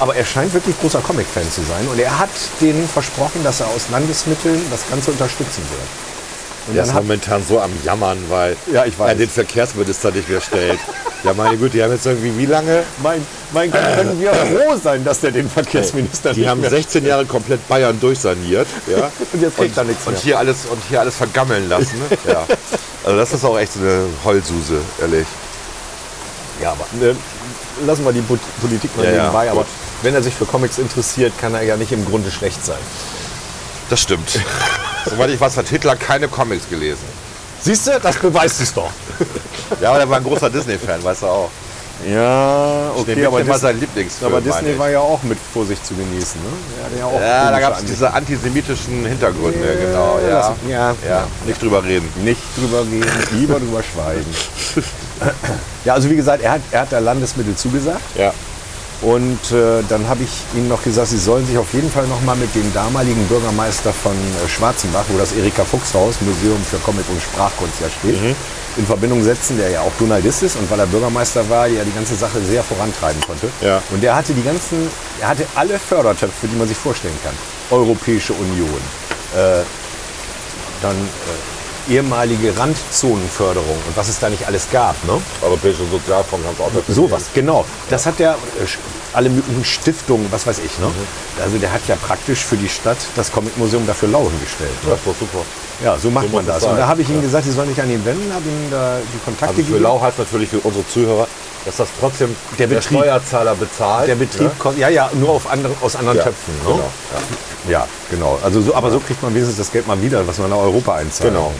S2: Aber er scheint wirklich großer Comic-Fan zu sein und er hat denen versprochen, dass er aus Landesmitteln das Ganze unterstützen wird.
S1: Der ist
S2: dann hat-
S1: momentan so am Jammern, weil
S2: Ja, ich weiß.
S1: er den Verkehrsminister nicht mehr stellt. ja, meine Güte, die haben jetzt irgendwie wie lange?
S2: Äh, Mein, mein Gott, können wir froh sein, dass der den Verkehrsminister
S1: Die haben 16 Jahre komplett Bayern durchsaniert. Ja?
S2: Und jetzt kriegt er nichts
S1: und
S2: mehr.
S1: Hier alles, und hier alles vergammeln lassen. ne? ja. Also das ist auch echt so eine Heulsuse, ehrlich.
S2: Ja, aber ne, lassen wir die Put- Politik mal
S1: Ja, ja,
S2: nebenbei. aber
S1: gut.
S2: wenn er sich für Comics interessiert, kann er ja nicht im Grunde schlecht sein.
S1: Das stimmt. Soweit ich weiß, hat Hitler keine Comics gelesen.
S2: Siehst du, das beweist es doch.
S1: Ja, aber der war ein großer Disney-Fan, weißt du auch.
S2: Ja,
S1: Der okay, aber war sein Lieblingsfilm.
S2: aber Disney
S1: meine
S2: war ja auch mit Vorsicht zu genießen. Ne? Er hatte Ja, auch
S1: ich. ja, da gab
S2: komische
S1: es
S2: Ansichten.
S1: diese antisemitischen Hintergründe, genau. Ja.
S2: lass-
S1: Ja.
S2: ja.
S1: nicht drüber reden.
S2: Nicht drüber reden, lieber drüber schweigen. ja, also wie gesagt, er hat, er hat da Landesmittel zugesagt.
S1: Ja.
S2: Und äh, dann habe ich ihnen noch gesagt, sie sollen sich auf jeden Fall noch mal mit dem damaligen Bürgermeister von äh, Schwarzenbach, wo das Erika Fuchs Haus, Museum für Comic und Sprachkunst ja steht, in Verbindung setzen, der ja auch Journalist ist und weil er Bürgermeister war, ja die ganze Sache sehr vorantreiben konnte.
S1: Ja.
S2: Und der hatte die ganzen, er hatte alle Fördertöpfe, die man sich vorstellen kann. Europäische Union, äh, dann äh, ehemalige Randzonenförderung und was es da nicht alles gab, ne?
S1: Europäische Sozialfonds ganz auch dafür.
S2: Sowas, genau. Das hat ja äh, sch- alle möglichen Stiftungen, was weiß ich. Ne?
S1: Mhm.
S2: Also der hat ja praktisch für die Stadt das Comic-Museum dafür Lauren gestellt. Ne?
S1: Das war super.
S2: Ja, so macht
S1: so
S2: man
S1: muss es
S2: das. Und
S1: sein,
S2: da habe ich ihm gesagt, sie sollen nicht an ihn wenden, habe ihm da die Kontakte
S1: Also für
S2: gegeben.
S1: Lau heißt natürlich für unsere Zuhörer, dass das trotzdem
S2: Der Betrieb-
S1: Steuerzahler bezahlt.
S2: Der Betrieb
S1: ne?
S2: kostet, ja, ja, nur auf andere, aus anderen
S1: Ja,
S2: Töpfen. Ne?
S1: genau,
S2: Ja, genau. Also so, aber so kriegt man wenigstens das Geld mal wieder, was man nach Europa einzahlt.
S1: Genau.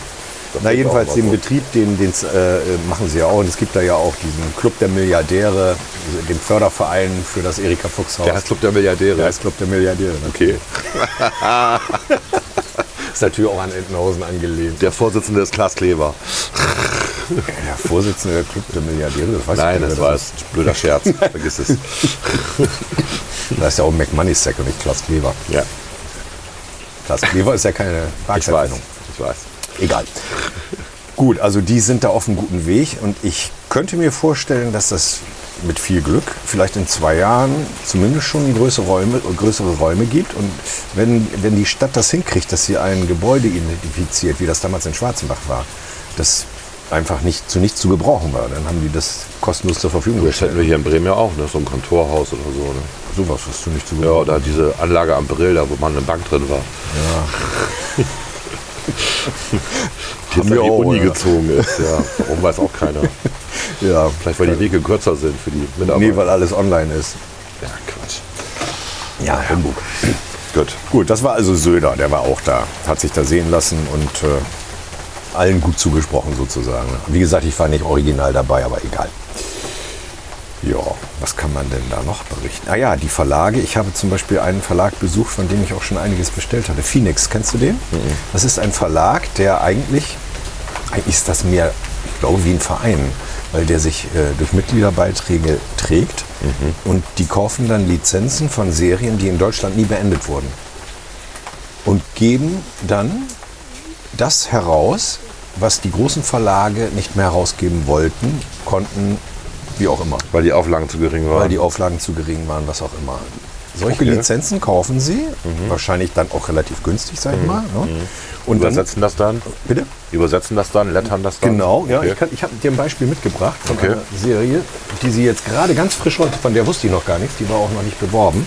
S1: Das
S2: Na
S1: ist
S2: jedenfalls
S1: auch
S2: den
S1: was.
S2: Betrieb, den, den äh, äh, machen sie ja auch. Und es gibt da ja auch diesen Club der Milliardäre, also den Förderverein für das Erika Fuchs Haus.
S1: Der heißt Club der Milliardäre.
S2: Der ist Club der Milliardäre.
S1: okay.
S2: Ist natürlich auch an Entenhausen angelehnt.
S1: Der Vorsitzende ist Klaas Kleber.
S2: Der Vorsitzende der Club der Milliardäre, das weiß
S1: Nein,
S2: ich
S1: das
S2: nicht.
S1: war ein blöder Scherz. Vergiss es.
S2: Da ist ja auch McMoneysack und nicht Klaas Kleber.
S1: Ja.
S2: Krass, Kleber ist ja keine
S1: Ich weiß,
S2: Parkverbrennung.
S1: ich weiß.
S2: Egal. Gut, also die sind da auf einem guten Weg und ich könnte mir vorstellen, dass das mit viel Glück vielleicht in zwei Jahren zumindest schon größere Räume, größere Räume gibt. Und wenn, wenn die Stadt das hinkriegt, dass sie ein Gebäude identifiziert, wie das damals in Schwarzenbach war, das einfach nicht zu nichts zu gebrauchen war, dann haben die das kostenlos zur Verfügung
S1: Das
S2: gestellt.
S1: hätten wir hier in Bremen ja auch, ne? so ein Kontorhaus oder so. Ne?
S2: Sowas ist zu nicht zu
S1: Ja,
S2: gebrauchen.
S1: oder diese Anlage am Brill, da wo mal eine Bank drin war. Die
S2: Haben
S1: jetzt an
S2: wir
S1: die
S2: auch,
S1: Uni
S2: ja.
S1: gezogen ist. Ja, warum weiß auch keiner.
S2: Ja,
S1: Vielleicht, weil die Wege kürzer sind für die Mitarbeiter.
S2: nee, weil alles online ist.
S1: ja, Quatsch.
S2: Ja, Hamburg.
S1: Gut.
S2: Gut, das war also Söder, der war auch da, hat sich da sehen lassen und äh, allen gut zugesprochen sozusagen. Wie gesagt, ich war nicht original dabei, aber egal. Ja, was kann man denn da noch berichten? Ah ja, die Verlage. Ich habe zum Beispiel einen Verlag besucht, von dem ich auch schon einiges bestellt hatte. Phoenix, kennst du den? Das ist ein Verlag, der eigentlich, eigentlich ist das mehr, ich glaube, wie ein Verein, weil der sich äh, durch Mitgliederbeiträge trägt und die kaufen dann Lizenzen von Serien, die in Deutschland nie beendet wurden und geben dann das heraus, was die großen Verlage nicht mehr herausgeben wollten, konnten, wie auch immer,
S1: Weil die Auflagen zu gering waren.
S2: weil die Auflagen zu gering waren, was auch immer. Solche
S1: Okay.
S2: Lizenzen kaufen sie, wahrscheinlich dann auch relativ günstig, sag ich mal. Ne? Und dann,
S1: Übersetzen das dann?
S2: bitte?
S1: Übersetzen das dann, lettern das dann?
S2: Genau, ja,
S1: Okay.
S2: ich, kann- ich habe dir ein Beispiel mitgebracht von
S1: Okay.
S2: einer Serie, die sie jetzt gerade ganz frisch, und von der wusste ich noch gar nichts, die war auch noch nicht beworben.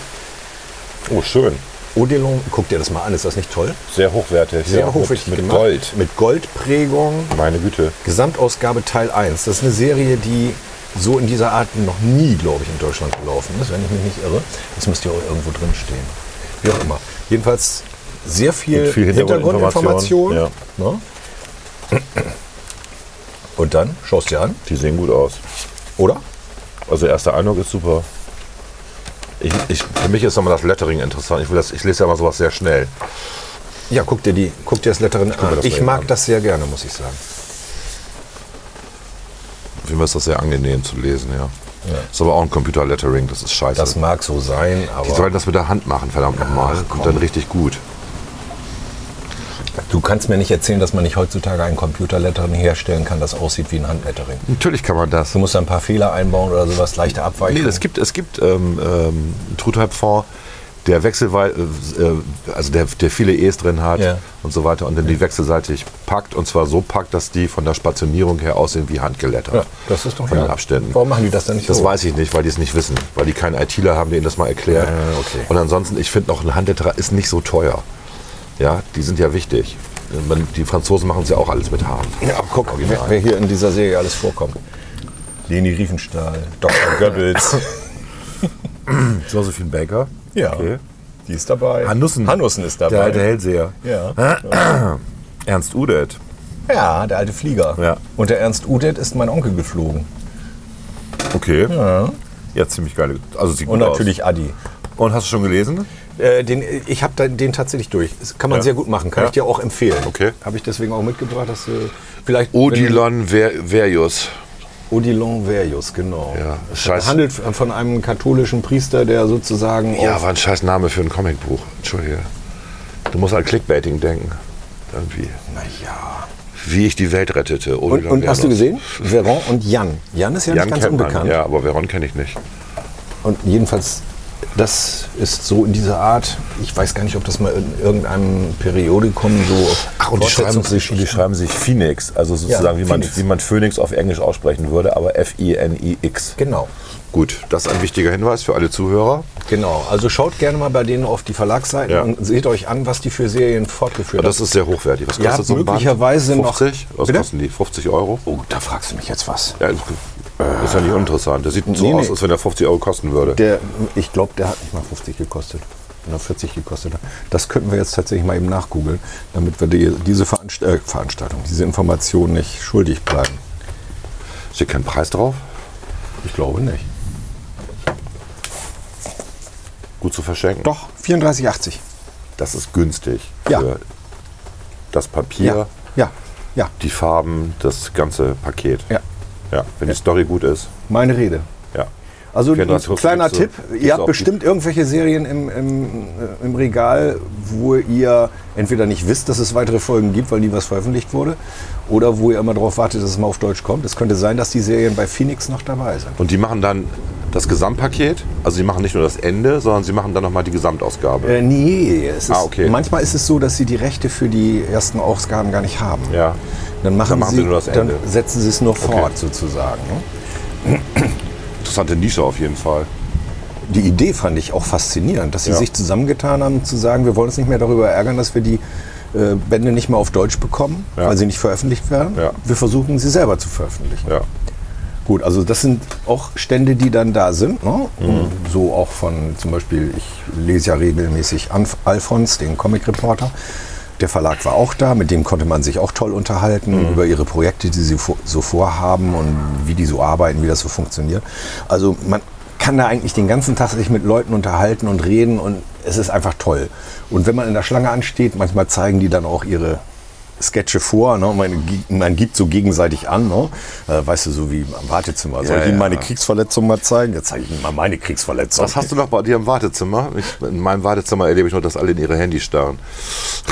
S1: oh, schön.
S2: Odelon, guck dir das mal an, ist das nicht toll?
S1: Sehr hochwertig.
S2: Sehr
S1: ja,
S2: hochwertig
S1: Mit, mit
S2: gemacht,
S1: Gold.
S2: Mit Goldprägung.
S1: Meine Güte.
S2: Gesamtausgabe Teil 1. Das ist eine Serie, die so in dieser Art noch nie, glaube ich, in Deutschland gelaufen ist, wenn ich mich nicht irre. Das müsste ja auch irgendwo drin stehen. Wie auch immer. Jedenfalls sehr viel,
S1: Mit viel Hintergrundinformation,
S2: Hintergrundinformation. Ne? Und dann schaust dir an,
S1: Die sehen gut aus.
S2: oder?
S1: Also erster Eindruck ist super. Ich, ich, für mich ist nochmal das Lettering interessant. Ich, will das, ich lese ja immer sowas sehr schnell.
S2: Ja, guck dir, die, guck dir das Letteren
S1: mir
S2: an.
S1: das mal
S2: Ich
S1: eben
S2: mag
S1: an.
S2: das sehr gerne, muss ich sagen.
S1: Für mich ist das sehr angenehm zu lesen, ja. Ist aber auch ein Computer-Lettering, das ist scheiße.
S2: Das mag so sein,
S1: Die
S2: aber
S1: sollen das mit der Hand machen, verdammt nochmal.
S2: komm.
S1: Und dann richtig gut.
S2: du kannst mir nicht erzählen, dass man nicht heutzutage einen Computerlettering herstellen kann, das aussieht wie ein Handlettering.
S1: Natürlich kann man das.
S2: Du musst da ein paar Fehler einbauen oder sowas, leichte Abweichungen.
S1: Nee, es gibt, es gibt ähm, ähm, einen Truthahn-Fonds, der wechselweise, äh, also der, der viele E's drin hat
S2: Ja.
S1: und so weiter und dann die wechselseitig packt und zwar so packt, dass die von der Spationierung her aussehen wie handgelettert.
S2: Ja, das ist doch
S1: Von
S2: ja.
S1: den Abständen.
S2: Warum machen die das dann nicht
S1: Das
S2: so?
S1: weiß ich nicht, weil die es nicht wissen, weil die keinen ITler haben, der ihnen das mal erklärt.
S2: Ah, okay.
S1: Und ansonsten, ich finde auch ein Handletterer ist nicht so teuer. Ja, die sind ja wichtig. Man- Die Franzosen machen es ja auch alles mit Haaren.
S2: ja, guck, wer, wer hier in dieser Serie alles vorkommt. Leni Riefenstahl, Dr. Goebbels.
S1: Josephine Baker.
S2: ja, die ist dabei.
S1: Hannussen.
S2: Hannussen ist dabei.
S1: Der alte Hellseher.
S2: ja.
S1: Ernst Udet.
S2: ja, der alte Flieger.
S1: Ja.
S2: Und der Ernst Udet ist mein Onkel geflogen.
S1: Okay. Ja. ziemlich geile. Also sieht
S2: Und
S1: gut
S2: natürlich Adi.
S1: aus. Und hast du schon gelesen?
S2: Äh, den, ich habe den tatsächlich durch. Das kann man
S1: Ja.
S2: sehr gut machen, kann
S1: Ja.
S2: ich dir auch empfehlen.
S1: Okay.
S2: Habe ich deswegen auch mitgebracht, dass du vielleicht...
S1: Odilon Ver Verius.
S2: Odilon Verius, genau.
S1: Ja,
S2: Es
S1: scheiß-
S2: handelt von einem katholischen Priester, der sozusagen
S1: Ja,
S2: auf,
S1: war ein scheiß Name für ein Comicbuch. Entschuldige. Du musst an Clickbaiting denken. Irgendwie.
S2: na ja.
S1: Wie ich die Welt rettete.
S2: Und,
S1: Odilon
S2: und hast du
S1: Verius.
S2: gesehen? Veron und Jan. Jan ist ja
S1: Jan
S2: nicht ganz
S1: kennt man.
S2: unbekannt.
S1: Ja, aber Veron kenne ich nicht.
S2: Und jedenfalls, das ist so in dieser Art. Ich weiß gar nicht, ob das mal in irgendeinem Periodikum so. Fortsetzungsgeschichten-
S1: sich Phoenix, also
S2: Ja, Phoenix.
S1: Phoenix auf Englisch aussprechen würde, aber F-I-N-I-X.
S2: Genau.
S1: Gut, das ist ein wichtiger Hinweis für alle Zuhörer.
S2: Genau, also schaut gerne mal bei denen auf die Verlagsseiten
S1: Ja.
S2: und seht euch an, was die für Serien fortgeführt
S1: Aber das ist sehr hochwertig. Was
S2: Ihr habt möglicherweise noch-
S1: 50? Was
S2: Bitte?
S1: kosten die? 50 Euro?
S2: Oh, da fragst du mich jetzt was.
S1: Ja, ist ja nicht uninteressant. Der sieht so
S2: Nee,
S1: aus,
S2: nee.
S1: als wenn er 50 Euro kosten würde.
S2: Der, ich glaube, der hat nicht mal 50 gekostet. Oder 40 gekostet. hat. Das könnten wir jetzt tatsächlich mal eben nachgoogeln, damit wir die, diese Veranst äh, Veranstaltung, diese Information nicht schuldig bleiben.
S1: Steht kein Preis drauf?
S2: Ich glaube nicht.
S1: Gut zu verschenken.
S2: Doch, 34,80.
S1: Das ist günstig.
S2: Ja.
S1: Für das Papier,
S2: ja, ja,
S1: die Farben, das ganze Paket.
S2: ja.
S1: Ja, wenn die Story gut ist.
S2: Meine Rede.
S1: Ja.
S2: Also
S1: Ja, das
S2: ein kleiner
S1: gibt's so-
S2: Tipp,
S1: äh, gibt's
S2: ihr
S1: auch
S2: habt bestimmt irgendwelche Serien im, im, äh, im Regal, wo ihr entweder nicht wisst, dass es weitere Folgen gibt, weil nie was veröffentlicht wurde, oder wo ihr immer darauf wartet, dass es mal auf Deutsch kommt. Es könnte sein, dass die Serien bei Phoenix noch dabei sind.
S1: Und die machen dann das Gesamtpaket. Also sie machen nicht nur das Ende, sondern sie machen dann nochmal die Gesamtausgabe.
S2: Äh, nee, es ist,
S1: Ah, okay.
S2: manchmal ist es so, dass sie die Rechte für die ersten Ausgaben gar nicht haben.
S1: Ja.
S2: Dann machen,
S1: Dann machen
S2: sie,
S1: sie nur das
S2: dann
S1: Ende.
S2: setzen sie es nur fort sozusagen. Ne?
S1: Interessante Nische auf jeden Fall.
S2: Die Idee fand ich auch faszinierend, dass sie
S1: Ja.
S2: sich zusammengetan haben, zu sagen, wir wollen uns nicht mehr darüber ärgern, dass wir die äh, Bände nicht mehr auf Deutsch bekommen,
S1: Ja.
S2: weil sie nicht veröffentlicht werden.
S1: Ja.
S2: Wir versuchen, sie selber zu veröffentlichen.
S1: Ja.
S2: Gut, also das sind auch Stände, die dann da sind. Ne? So auch von zum Beispiel, ich lese ja regelmäßig Anf Alfons, den Comic-Reporter. Der Verlag war auch da, mit dem konnte man sich auch toll unterhalten über ihre Projekte, die sie vo- so vorhaben und wie die so arbeiten, wie das so funktioniert. Also man kann da eigentlich den ganzen Tag sich mit Leuten unterhalten und reden und es ist einfach toll. Und wenn man in der Schlange ansteht, manchmal zeigen die dann auch ihre Sketche vor, ne? man, gi- man gibt so gegenseitig an, ne? äh, weißt du, so wie am Wartezimmer. Soll
S1: Ja,
S2: ich ihm
S1: ja.
S2: meine Kriegsverletzung mal zeigen? Jetzt zeige ich ihm mal meine Kriegsverletzung.
S1: Was hast du noch bei dir im Wartezimmer? Ich, in meinem Wartezimmer erlebe ich nur, dass alle in ihre Handys starren.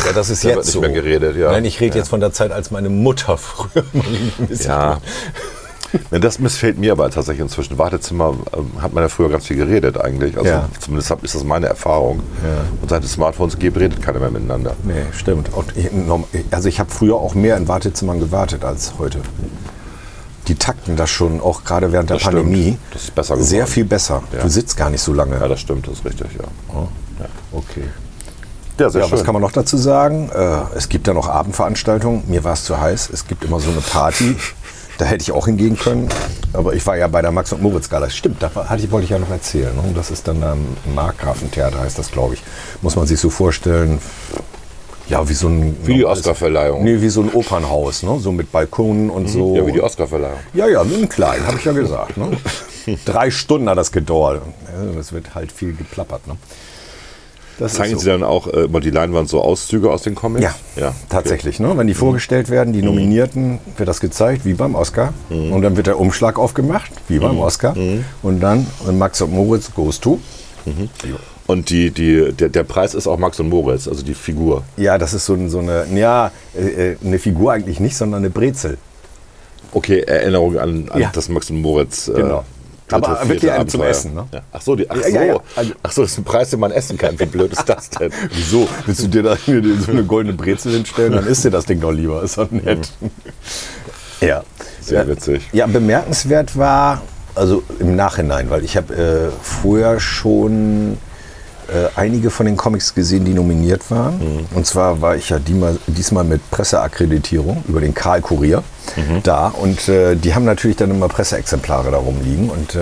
S2: Ja, das ist
S1: Da wird nicht mehr geredet, ja.
S2: Nein, ich rede jetzt von der Zeit, als meine Mutter früher mal ein bisschen-
S1: Ja. Ja, Das missfällt mir aber tatsächlich inzwischen. Wartezimmer ähm, hat man ja früher ganz viel geredet eigentlich. Also
S2: Ja.
S1: zumindest hab, ist das meine Erfahrung. Und seit es Smartphones gibt, redet keiner mehr miteinander.
S2: Nee, stimmt. Und ich, norm- also ich habe früher auch mehr in Wartezimmern gewartet als heute. Die takten das schon, auch gerade während der
S1: Das stimmt.
S2: Pandemie.
S1: Das ist besser
S2: Sehr
S1: geworden.
S2: viel besser.
S1: Ja.
S2: Du sitzt gar nicht so lange.
S1: Ja, das stimmt, das ist richtig, ja.
S2: okay.
S1: Ja, sehr
S2: Ja, was
S1: schön.
S2: kann man noch dazu sagen? Äh, es gibt ja noch Abendveranstaltungen. Mir war es zu heiß. Es gibt immer so eine Party. Da hätte ich auch hingehen können. Aber ich war ja bei der Max- und Moritz-Gala. Stimmt, da hatte ich, wollte ich ja noch erzählen. ne? Das ist dann am Markgrafentheater, heißt das, glaube ich. Muss man sich so vorstellen. Ja, wie so ein...
S1: Wie die Oscarverleihung. Mhm.
S2: Nee, wie so ein Opernhaus, ne? So mit Balkonen und so.
S1: ja, wie die Oscarverleihung.
S2: Ja, ja, mit einem kleinen, habe ich ja gesagt. Ne? Drei Stunden hat das gedauert. Ja, Das wird halt viel geplappert. Ne? Das ist
S1: Zeigen
S2: so.
S1: Sie dann auch äh, über die Leinwand so Auszüge aus den Comics?
S2: Ja,
S1: ja.
S2: tatsächlich. Ne? Wenn die vorgestellt werden, die Nominierten, wird das gezeigt, wie beim Oscar. Und dann wird der Umschlag aufgemacht, wie beim Oscar. Und dann und Max und Moritz goes to.
S1: Und die, die, der, der Preis ist auch Max und Moritz, also die Figur.
S2: Ja, das ist so, ein- so eine, ja, äh, äh, eine Figur eigentlich nicht, sondern eine Brezel.
S1: Okay, Erinnerung an, an
S2: Ja.
S1: das Max und Moritz. Äh,
S2: Genau.
S1: dritte,
S2: Aber
S1: vierte
S2: wirklich eine zum
S1: Abenteuer.
S2: Essen, ne?
S1: Ja. Ach so, die, ach,
S2: Ja,
S1: so.
S2: ja, ja. Also-
S1: ach so, das ist ein Preis, den man essen kann. Wie blöd ist das denn?
S2: Wieso? Willst du dir da so eine goldene Brezel hinstellen? Mhm. Dann isst dir das Ding doch lieber. Ist doch nett. Ja.
S1: Sehr
S2: ja,
S1: witzig.
S2: Ja, bemerkenswert war, also im Nachhinein, weil ich habe äh, vorher schon äh, einige von den Comics gesehen, die nominiert waren.
S1: Mhm.
S2: Und zwar war ich ja diesmal, diesmal mit Presseakkreditierung über den Karl Kurier
S1: Mhm.
S2: da. Und äh, die haben natürlich dann immer Presseexemplare da rumliegen. Und äh,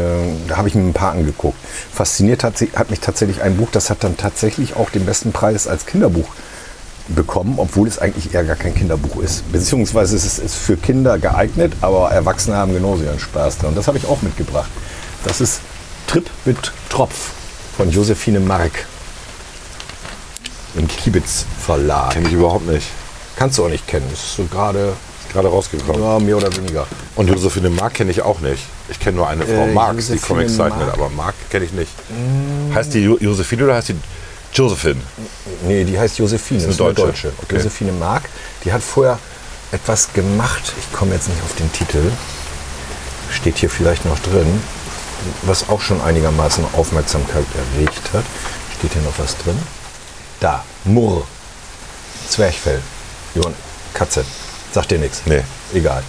S2: da habe ich mir ein paar angeguckt. Fasziniert hat, sie, hat mich tatsächlich ein Buch, das hat dann tatsächlich auch den besten Preis als Kinderbuch bekommen, obwohl es eigentlich eher gar kein Kinderbuch ist. Beziehungsweise es ist, ist für Kinder geeignet, aber Erwachsene haben genauso ihren Spaß dran. Und das habe ich auch mitgebracht. Das ist Trip mit Tropf von Josephine Mark im Kiebitz Verlag.
S1: Kenne ich überhaupt nicht.
S2: Kannst du auch nicht kennen. Ist so gerade
S1: Ist gerade rausgekommen.
S2: ja, mehr oder weniger.
S1: Und Josephine Mark kenne ich auch nicht. Ich kenne nur eine Frau
S2: Äh,
S1: Marx, die
S2: Josephine
S1: Comics zeichnet,
S2: Mark.
S1: aber Mark kenne ich nicht. Heißt die jo Josephine oder heißt die Josephine?
S2: Nee, die heißt Josephine.
S1: eine
S2: Ist eine
S1: Deutsche.
S2: Deutsche.
S1: Okay.
S2: Josephine Mark. Die hat vorher etwas gemacht. Ich komme jetzt nicht auf den Titel. Steht hier vielleicht noch drin. Was auch schon einigermaßen Aufmerksamkeit erregt hat. Steht hier noch was drin? Da. Murr. Zwerchfell. Johann. Katze. Sagt dir nichts.
S1: Nee.
S2: Egal.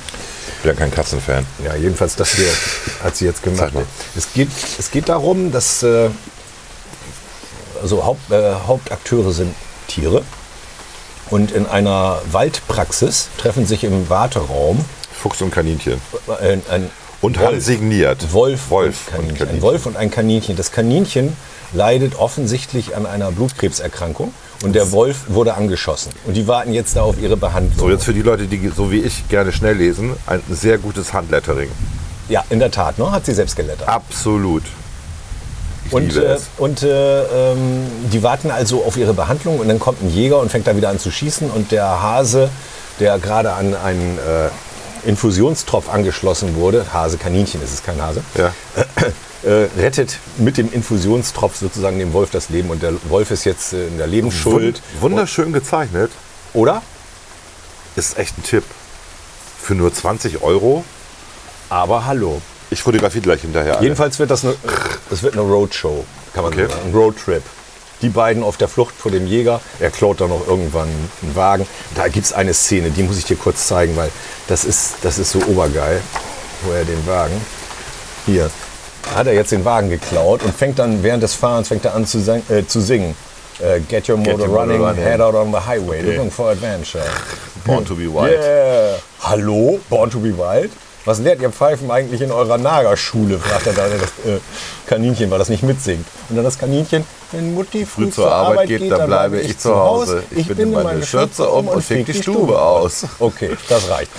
S1: Ich bin ja kein Katzenfan.
S2: Ja, jedenfalls das hier hat sie jetzt gemacht.
S1: Sag mal.
S2: Es geht, es geht darum, dass äh, also Haupt, äh, Hauptakteure sind Tiere. Und in einer Waldpraxis treffen sich im Warteraum
S1: Fuchs und Kaninchen.
S2: ein, ein
S1: Und
S2: Wolf.
S1: hat signiert.
S2: Wolf,
S1: Wolf
S2: und Kaninchen.
S1: und Kaninchen.
S2: Ein Wolf und ein Kaninchen. Das Kaninchen leidet offensichtlich an einer Blutkrebserkrankung und der Wolf wurde angeschossen. Und die warten jetzt da auf ihre Behandlung.
S1: So, jetzt für die Leute, die so wie ich gerne schnell lesen, ein sehr gutes Handlettering.
S2: ja, in der Tat, ne? hat sie selbst gelettert.
S1: Absolut. Ich
S2: Und,
S1: liebe
S2: äh,
S1: es.
S2: und äh, ähm, die warten also auf ihre Behandlung und dann kommt ein Jäger und fängt da wieder an zu schießen und der Hase, der gerade an einen äh, Infusionstropf angeschlossen wurde, Hase, Kaninchen ist es kein Hase,
S1: Ja.
S2: äh, rettet mit dem Infusionstropf sozusagen dem Wolf das Leben. Und der Wolf ist jetzt äh, in der Lebensschuld.
S1: Wunderschön gezeichnet.
S2: Oder?
S1: Ist echt ein Tipp. Für nur 20 Euro.
S2: Aber hallo.
S1: Ich fotografiere gleich hinterher. alle.
S2: Jedenfalls wird das eine, das wird eine Roadshow, kann man
S1: Okay.
S2: sagen, ein Roadtrip. Die beiden auf der Flucht vor dem Jäger, er klaut dann noch irgendwann einen Wagen. Da gibt es eine Szene, die muss ich dir kurz zeigen, weil das ist, das ist so obergeil, wo er den Wagen, hier, hat er jetzt den Wagen geklaut und fängt dann während des Fahrens fängt er an zu, sang, äh, zu singen. Äh, get your motor
S1: your motor
S2: running,
S1: running.
S2: head out on the highway,
S1: Okay.
S2: looking for adventure.
S1: Born to be wild.
S2: Yeah. Hallo, Born to be Wild? Was lernt ihr Pfeifen eigentlich in eurer Nagerschule? fragt er dann das äh, Kaninchen, weil das nicht mitsingt. Und dann das Kaninchen, wenn Mutti früh, zur Arbeit, geht, dann bleibe ich zu Hause. Ich binde meine Schürze um und fick die Stube aus. Okay, das reicht.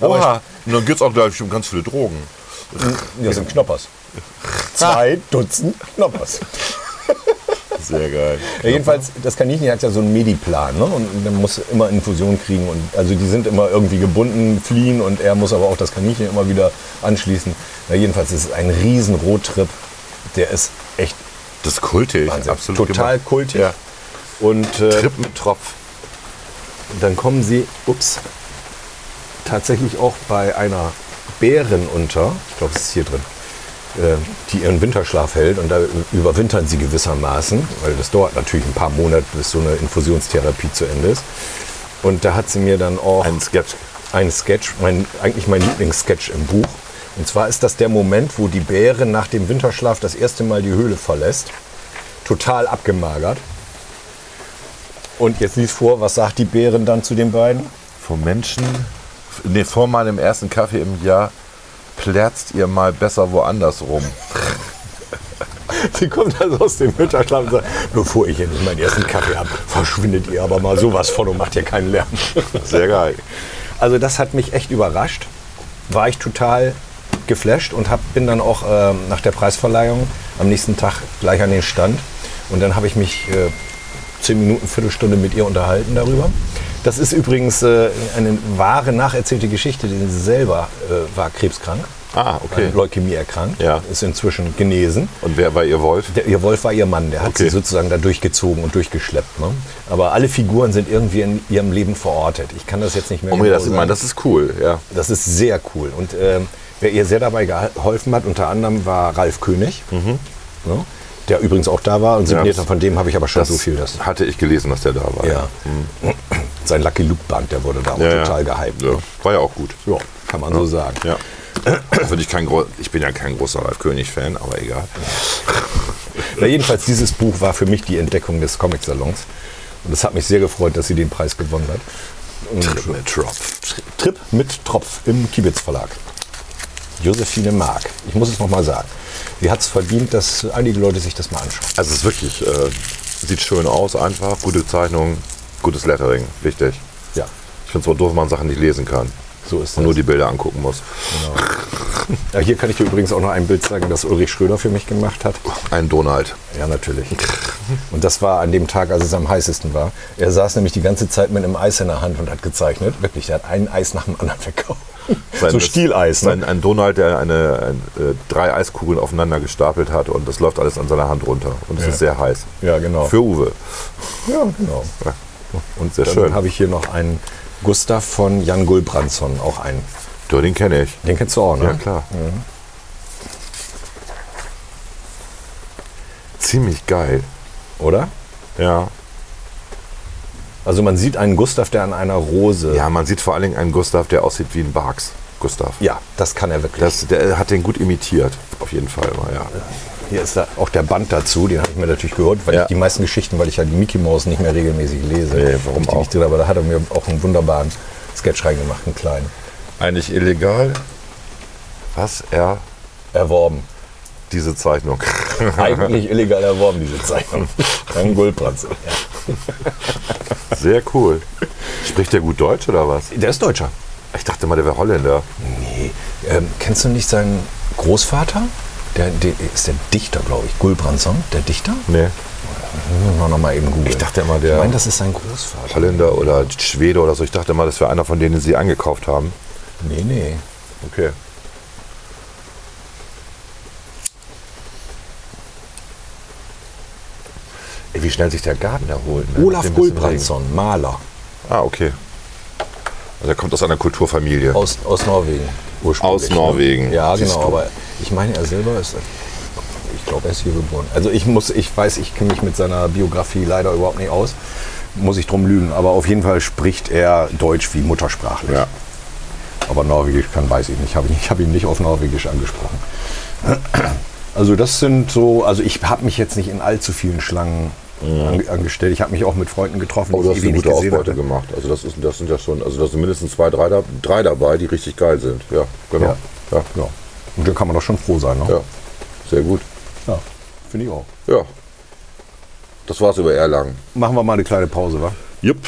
S2: Aber
S1: Oha. Und dann gibt es auch gleich schon ganz viele Drogen.
S2: das sind Knoppers. Zwei Dutzend Knoppers.
S1: Sehr geil.
S2: Ja, jedenfalls, das Kaninchen hat ja so einen Mediplan ne? und dann muss immer Infusion kriegen. Und, also die sind immer irgendwie gebunden, fliehen und er muss aber auch das Kaninchen immer wieder anschließen. Na, jedenfalls ist es ein riesen Roadtrip. Der ist echt
S1: Das ist kultig.
S2: Wahnsinn.
S1: Absolut
S2: total
S1: gemacht.
S2: kultig.
S1: Ja.
S2: Und äh,
S1: Trip mit Tropf.
S2: dann kommen sie, ups, tatsächlich auch bei einer Bärin unter. Ich glaube, es ist hier drin. äh, die ihren Winterschlaf hält und da überwintern sie gewissermaßen, weil das dauert natürlich ein paar Monate, bis so eine Infusionstherapie zu Ende ist. Und da hat sie mir dann auch
S1: Ein Sketch.
S2: einen Sketch, mein, eigentlich mein Lieblingssketch im Buch. Und zwar ist das der Moment, wo die Bäre nach dem Winterschlaf das erste Mal die Höhle verlässt. Total abgemagert. Und jetzt lies vor, was sagt die Bärin dann zu den beiden?
S1: Vom Menschen, nee, vor meinem ersten Kaffee im Jahr, plärzt ihr mal besser woanders rum.
S2: Sie kommt also aus dem Winterschlaf und sagt, bevor ich hier nicht meinen ersten Kaffee habe, verschwindet ihr aber mal sowas von und macht hier keinen Lärm.
S1: Sehr geil.
S2: Also das hat mich echt überrascht. War ich total geflasht und hab, bin dann auch ähm, nach der Preisverleihung am nächsten Tag gleich an den Stand. Und dann habe ich mich äh, zehn Minuten, Viertelstunde mit ihr unterhalten darüber. Das ist übrigens äh, eine wahre nacherzählte Geschichte, denn sie selber äh, war krebskrank,
S1: Ah, okay.
S2: an Leukämie erkrankt,
S1: Ja.
S2: ist inzwischen genesen.
S1: Und wer war ihr Wolf?
S2: Der, ihr Wolf war ihr Mann, der hat
S1: Okay.
S2: sie sozusagen da durchgezogen und durchgeschleppt. Ne? Aber alle Figuren sind irgendwie in ihrem Leben verortet. Ich kann das jetzt nicht mehr genau
S1: Oh, mir das, ich
S2: sagen.
S1: meine, das ist cool, ja.
S2: Das ist sehr cool. Und ähm, wer ihr sehr dabei geholfen hat, unter anderem war Ralf König, ne? der übrigens auch da war. Und
S1: Mhm. Ja,
S2: signiert hat. von dem habe ich aber schon
S1: Das
S2: so viel. Das,
S1: hatte ich gelesen, dass der da war.
S2: ja. Sein Lucky Luke Band, der wurde da auch
S1: Ja,
S2: total
S1: ja.
S2: gehypt.
S1: Ja, war ja auch gut.
S2: Ja, kann man so sagen.
S1: Ja. Auch wenn ich, kein gro- ich bin ja kein großer Ralf König-Fan, aber egal.
S2: Na, jedenfalls, dieses Buch war für mich die Entdeckung des Comic-Salons. Und es hat mich sehr gefreut, dass sie den Preis gewonnen hat.
S1: Trip mit Tropf.
S2: Trip mit Tropf im Kibitz Verlag. Josephine Mark. Ich muss es nochmal sagen. Sie hat es verdient, dass einige Leute sich das mal anschauen.
S1: Also es ist wirklich, äh, sieht schön aus einfach, gute Zeichnung, gutes Lettering, wichtig.
S2: Ja,
S1: Ich finde es mal doof, wenn man Sachen nicht lesen kann
S2: so ist
S1: und nur
S2: das.
S1: die Bilder angucken muss.
S2: Ja, hier kann ich dir übrigens auch noch ein Bild zeigen, das Ulrich Schröder für mich gemacht hat.
S1: Ein Donald.
S2: Ja, natürlich. Und das war an dem Tag, als es am heißesten war. Er saß nämlich die ganze Zeit mit einem Eis in der Hand und hat gezeichnet. Wirklich, er hat ein Eis nach dem anderen verkauft. so Stieleis,
S1: Ein,
S2: ne?
S1: ein Donald, der eine, ein, äh, drei Eiskugeln aufeinander gestapelt hat und das läuft alles an seiner Hand runter. Und es ist sehr heiß.
S2: Ja, genau.
S1: Für Uwe.
S2: ja, genau.
S1: Ja. Und sehr
S2: Dann
S1: schön.
S2: habe ich hier noch einen Gustav von Jan Gulbrandsson, auch einen.
S1: Ja, den kenne ich.
S2: Den kennst du auch, ne?
S1: Ja, klar. Ziemlich geil.
S2: Oder?
S1: Ja.
S2: Also man sieht einen Gustav, der an einer Rose...
S1: Ja, man sieht vor allen Dingen einen Gustav, der aussieht wie ein Barks. Gustav.
S2: Ja, das kann er wirklich.
S1: Das, der hat den gut imitiert. Auf jeden Fall mal, ja.
S2: Hier ist da auch der Band dazu, den habe ich mir natürlich gehört, weil
S1: Ja.
S2: ich die meisten Geschichten, weil ich ja die Mickey Mouse nicht mehr regelmäßig lese.
S1: Nee, warum
S2: hab ich die
S1: auch?
S2: Nicht drin, aber da hat er mir auch einen wunderbaren Sketch reingemacht, einen kleinen.
S1: Eigentlich illegal, was er
S2: Erworben.
S1: diese Zeichnung.
S2: Eigentlich illegal erworben, diese Zeichnung. Ein Goldbrands.
S1: Sehr cool. Spricht der gut Deutsch oder was?
S2: Der ist Deutscher.
S1: Ich dachte mal, der wäre Holländer.
S2: Nee. Ähm, kennst du nicht seinen Großvater? Der, der ist der Dichter, glaube ich. Gulbrandsson, der Dichter?
S1: Nee.
S2: Müssen wir nochmal eben googeln.
S1: Ich dachte immer,
S2: ich
S1: der
S2: meine, das ist sein Großvater.
S1: Holländer oder Schwede oder so, ich dachte immer, das wäre einer von denen, die sie angekauft haben.
S2: Nee, nee.
S1: Okay. Ey, wie schnell sich der Garten erholt. ne?
S2: Olaf
S1: Mit dem bisschen
S2: Gulbrandsson, Maler
S1: Regen. Ah, okay. Also er kommt aus einer Kulturfamilie.
S2: aus, aus Norwegen. Ursprünglich. ne?
S1: Aus Norwegen,
S2: Ja,
S1: siehst
S2: genau.
S1: du.
S2: Aber ich meine, er selber ist. Ich glaube, er ist hier geboren. Also ich muss, ich weiß, ich kenne mich mit seiner Biografie leider überhaupt nicht aus. Muss ich drum lügen. Aber auf jeden Fall spricht er Deutsch wie muttersprachlich.
S1: Ja.
S2: Aber Norwegisch kann, weiß ich nicht. Hab ich ich habe ihn nicht auf Norwegisch angesprochen. Also das sind so, also ich habe mich jetzt nicht in allzu vielen Schlangen ange- angestellt. Ich habe mich auch mit Freunden getroffen,
S1: Aber Oh, du hast
S2: ewig
S1: eine
S2: nicht
S1: gute
S2: gesehen
S1: Ausbeute
S2: hatte.
S1: gemacht. Also das, ist, das sind ja schon, also da sind mindestens zwei, drei, da, drei dabei, die richtig geil sind. Ja, genau.
S2: Ja.
S1: Ja,
S2: Ja. Und da kann man doch schon froh sein. Ne?
S1: ja. sehr gut.
S2: ja. Finde ich auch.
S1: Ja. Das war's über Erlangen.
S2: Machen wir mal eine kleine Pause, wa?
S1: Jupp.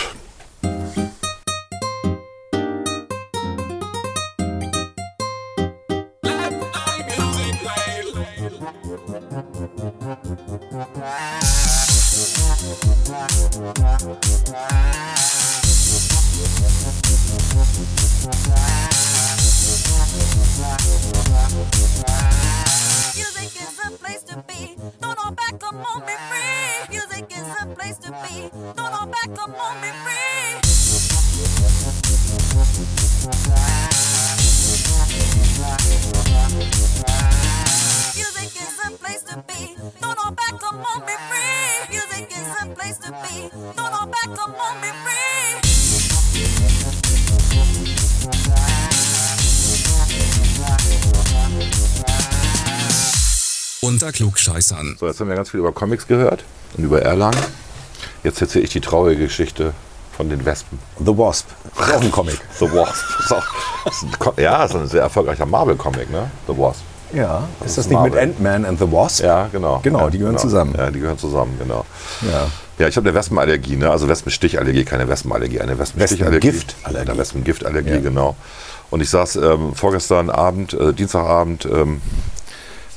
S5: Music is a place to be. Don't hold back, come on, be free. Music is a place to be. Don't hold back, come on, be free. Music is a place to be. Don't hold back, come on, be free. Music is a place to be. Don't hold back, come on, be free.
S3: Unter Klugscheißern.
S1: So, jetzt haben wir ganz viel über Comics gehört und über Erlangen. Jetzt erzähle ich die traurige Geschichte von den Wespen.
S2: The Wasp. Ist auch ein Comic.
S1: The Wasp. Ist auch, ist ein, Co- ja, ist ein sehr erfolgreicher Marvel-Comic, ne? The Wasp.
S2: Ja. Ist das
S1: ist
S2: nicht mit
S1: Marvel.
S2: Ant-Man and the Wasp?
S1: Ja, genau.
S2: Genau,
S1: ja,
S2: die gehören zusammen.
S1: Ja, die gehören zusammen, genau.
S2: Ja.
S1: Ja, ich habe eine Wespenallergie, ne? also Wespenstichallergie, keine Wespenallergie, eine Wespenstichallergie.
S2: Wespengiftallergie.
S1: Eine Wespengiftallergie,
S2: Ja.
S1: genau. Und ich saß ähm, vorgestern Abend, äh, Dienstagabend, ähm,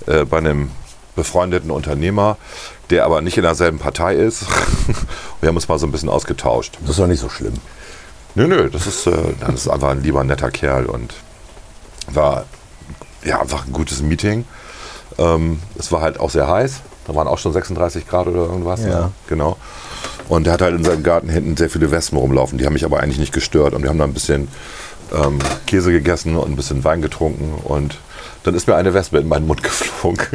S1: äh, bei einem befreundeten Unternehmer, der aber nicht in derselben Partei ist. Wir haben uns mal so ein bisschen ausgetauscht.
S2: Das ist doch nicht so schlimm.
S1: Nö, nö, das ist, äh, das ist einfach ein lieber, netter Kerl und war ja einfach ein gutes Meeting. Ähm, es war halt auch sehr heiß. Da waren auch schon 36 Grad oder irgendwas. ne?
S2: Ja.
S1: Genau. Und er hat halt in seinem Garten hinten sehr viele Wespen rumlaufen. Die haben mich aber eigentlich nicht gestört. Und wir haben da ein bisschen ähm, Käse gegessen und ein bisschen Wein getrunken. Und dann ist mir eine Wespe in meinen Mund geflogen.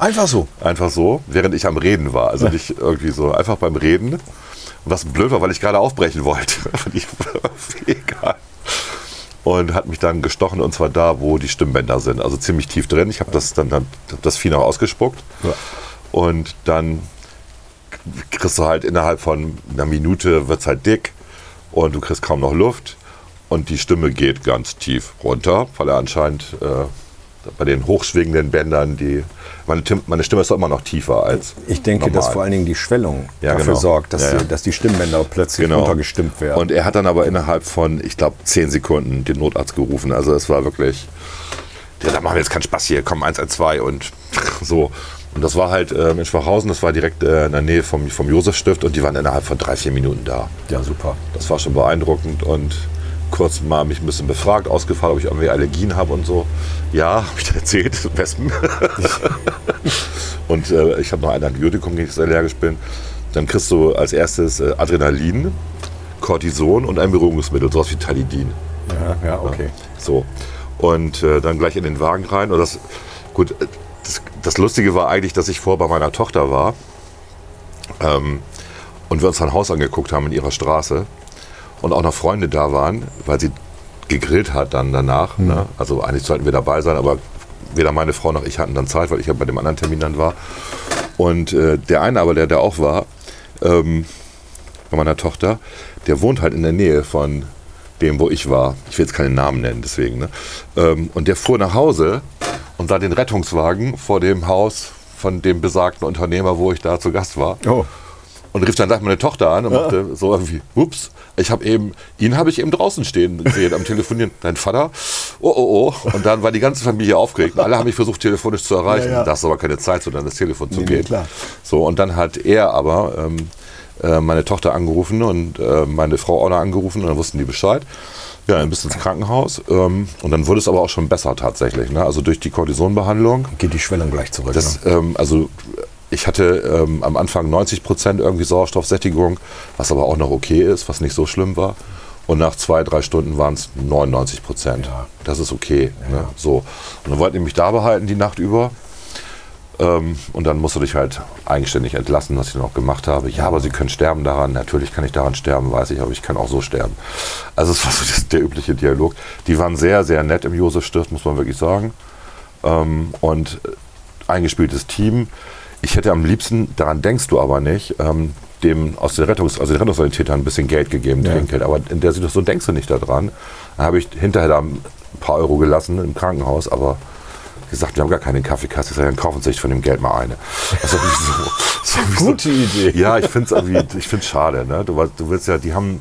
S2: Einfach so.
S1: Einfach so, während ich am Reden war. Also nicht irgendwie so, einfach beim Reden. Und was blöd war, weil ich gerade aufbrechen wollte. Und ich egal. Und hat mich dann gestochen und zwar da, wo die Stimmbänder sind. Also ziemlich tief drin. Ich habe das dann dann- hab das Vieh noch ausgespuckt.
S2: Ja.
S1: Und dann kriegst du halt innerhalb von einer Minute wird es halt dick und du kriegst kaum noch Luft und die Stimme geht ganz tief runter, weil er anscheinend äh, bei den hochschwingenden Bändern die meine, Tim- meine Stimme ist doch immer noch tiefer als
S2: Ich denke,
S1: normal.
S2: dass vor allen Dingen die Schwellung
S1: Ja,
S2: dafür
S1: genau.
S2: sorgt, dass,
S1: Ja, ja.
S2: Die, dass die Stimmbänder plötzlich
S1: genau.
S2: runtergestimmt werden.
S1: Und er hat dann aber innerhalb von, ich glaube, zehn Sekunden den Notarzt gerufen. Also es war wirklich, ja, da machen wir jetzt keinen Spaß hier, komm 112 und so. Und das war halt ähm, in Schwachhausen, das war direkt äh, in der Nähe vom, vom Josefstift und die waren innerhalb von drei, vier Minuten da.
S2: ja, super.
S1: Das war schon beeindruckend und kurz mal mich ein bisschen befragt, ausgefragt, ob ich irgendwie Allergien habe und so. Ja, habe ich da erzählt, Wespen. und äh, ich habe noch ein Antibiotikum, gegen das ich allergisch bin. Dann kriegst du als erstes äh, Adrenalin, Cortison und ein Beruhigungsmittel, sowas wie Talidin.
S2: Ja, ja okay.
S1: So. Und äh, dann gleich in den Wagen rein. Und das, gut, äh, das, das Lustige war eigentlich, dass ich vorher bei meiner Tochter war ähm, und wir uns ein Haus angeguckt haben in ihrer Straße und auch noch Freunde da waren, weil sie gegrillt hat dann danach. Ne? Also eigentlich sollten wir dabei sein, aber weder meine Frau noch ich hatten dann Zeit, weil ich ja bei dem anderen Termin dann war. Und äh, der eine aber, der da auch war, ähm, bei meiner Tochter, der wohnt halt in der Nähe von dem, wo ich war. Ich will jetzt keinen Namen nennen, deswegen. Ne? Ähm, und der fuhr nach Hause und sah den Rettungswagen vor dem Haus von dem besagten Unternehmer, wo ich da zu Gast war.
S2: Oh.
S1: und rief dann gleich meine Tochter an und machte so irgendwie, ups, ich habe eben, ihn habe ich eben draußen stehen gesehen am Telefonieren, dein Vater, oh, oh, oh. Und dann war die ganze Familie aufgeregt. Und alle haben mich versucht, telefonisch zu erreichen.
S2: Ja, ja.
S1: Da hast du aber keine Zeit, sondern das Telefon zu
S2: Nee, nee,
S1: gehen.
S2: klar.
S1: So, und dann hat er aber ähm, äh, meine Tochter angerufen und äh, meine Frau auch noch angerufen und dann wussten die Bescheid. Ja, dann bist du ins Krankenhaus ähm, und dann wurde es aber auch schon besser tatsächlich. Ne? Also durch die Kortisonbehandlung.
S2: Geht die Schwellung gleich zurück. ne?
S1: Das, ähm, also ich hatte ähm, am Anfang 90 Prozent irgendwie Sauerstoffsättigung, was aber auch noch okay ist, was nicht so schlimm war. Und nach zwei, drei Stunden waren es 99 Prozent.
S2: Ja.
S1: Das ist okay. Ne? So. Und dann wollten die mich da behalten die Nacht über. Ähm, und dann musst du dich halt eigenständig entlassen, was ich dann auch gemacht habe. Ja, aber sie können sterben daran. Natürlich kann ich daran sterben, weiß ich, aber ich kann auch so sterben. Also es war so das, der übliche Dialog. Die waren sehr, sehr nett im Josef-Stift, muss man wirklich sagen. Ähm, und äh, eingespieltes Team. Ich hätte am liebsten, daran denkst du aber nicht, ähm, dem aus den Rettungs-, also den Rettungssanitätern ein bisschen Geld gegeben, Trinkgeld. Aber in der Situation denkst du nicht daran. Da habe ich hinterher da ein paar Euro gelassen im Krankenhaus, aber gesagt, wir haben gar keine Kaffeekasse. Ich sage, dann kaufen Sie sich von dem Geld mal eine. Das ist irgendwie so, das ist irgendwie
S2: Gute Idee.
S1: Ja, ich finde es irgendwie, ich finde es schade. Ne? Du, weißt- du willst ja, die haben,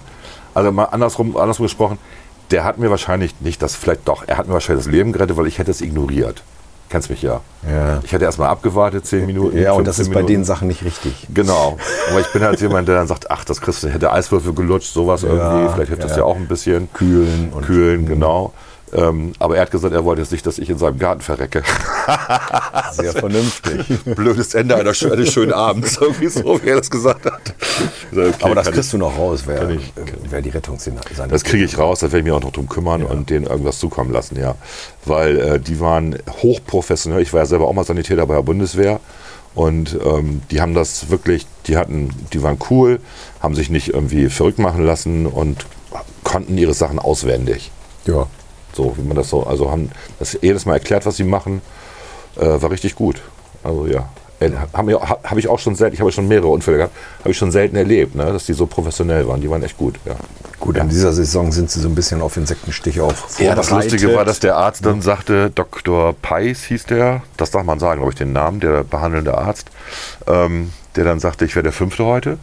S1: also mal andersrum, andersrum gesprochen, der hat mir wahrscheinlich nicht das, vielleicht doch, er hat mir wahrscheinlich das Leben gerettet, weil ich hätte es ignoriert. Kennst mich ja.
S2: Ja.
S1: Ich hätte erstmal abgewartet, zehn Minuten.
S2: ja, und das ist
S1: 15
S2: bei den
S1: Minuten.
S2: Sachen nicht richtig.
S1: Genau. Aber ich bin halt jemand, der dann sagt, ach, das kriegst du, hätte Eiswürfel gelutscht, sowas irgendwie. Vielleicht hilft das
S2: ja.
S1: ja auch ein bisschen.
S2: Kühlen und- mhm.
S1: Kühlen, genau. Ähm, aber er hat gesagt, er wollte jetzt nicht, dass ich in seinem Garten verrecke.
S2: Sehr vernünftig.
S1: Blödes Ende einer schö- eines schönen Abends, irgendwie so, wie er das gesagt hat. Ich sag, okay,
S2: Aber das
S1: kann
S2: kriegst du noch raus, wer,
S1: Kann ich.
S2: wer die Rettungssanitäter
S1: Das kriege ich raus, da werde ich mich auch noch drum kümmern und denen irgendwas zukommen lassen, ja. Weil äh, die waren hochprofessionell. Ich war ja selber auch mal Sanitäter bei der Bundeswehr. Und ähm, die haben das wirklich, die hatten, die waren cool, haben sich nicht irgendwie verrückt machen lassen und konnten ihre Sachen auswendig.
S2: Ja.
S1: So, wie man das so, also haben das jedes Mal erklärt, was sie machen. Äh, war richtig gut. Also ja. Äh, Habe hab, hab ich auch schon selten, ich habe schon mehrere Unfälle gehabt, habe ich schon selten erlebt, ne, dass die so professionell waren. Die waren echt gut, ja.
S2: Gut, in dieser Saison sind sie so ein bisschen auf Insektenstich auf.
S1: Ja, das
S2: vorbereitet.
S1: Lustige war, dass der Arzt dann sagte, Dr. Peis hieß der, das darf man sagen, glaube ich, den Namen, der behandelnde Arzt, ähm, der dann sagte, ich wäre der Fünfte heute,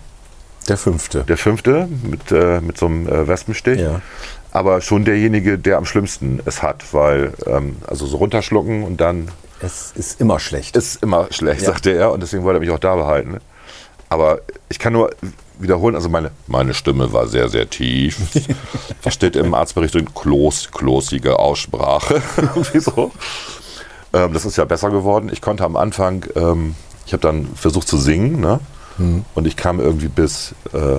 S2: der fünfte.
S1: der Fünfte mit, äh, mit so einem äh, Wespenstich,
S2: Ja.
S1: aber schon derjenige, der am schlimmsten es hat, weil, ähm, also so runterschlucken und dann
S2: es ist immer schlecht.
S1: ist immer schlecht,
S2: Ja.
S1: sagte er. Und deswegen wollte er mich auch da behalten. Aber ich kann nur wiederholen, also meine, meine Stimme war sehr, sehr tief. Was steht im Arztbericht drin? Klos, klosige Aussprache. Wieso? Ähm, das ist ja besser geworden. Ich konnte am Anfang, ähm, ich habe dann versucht zu singen, ne?
S2: Hm.
S1: Und ich kam irgendwie bis, äh,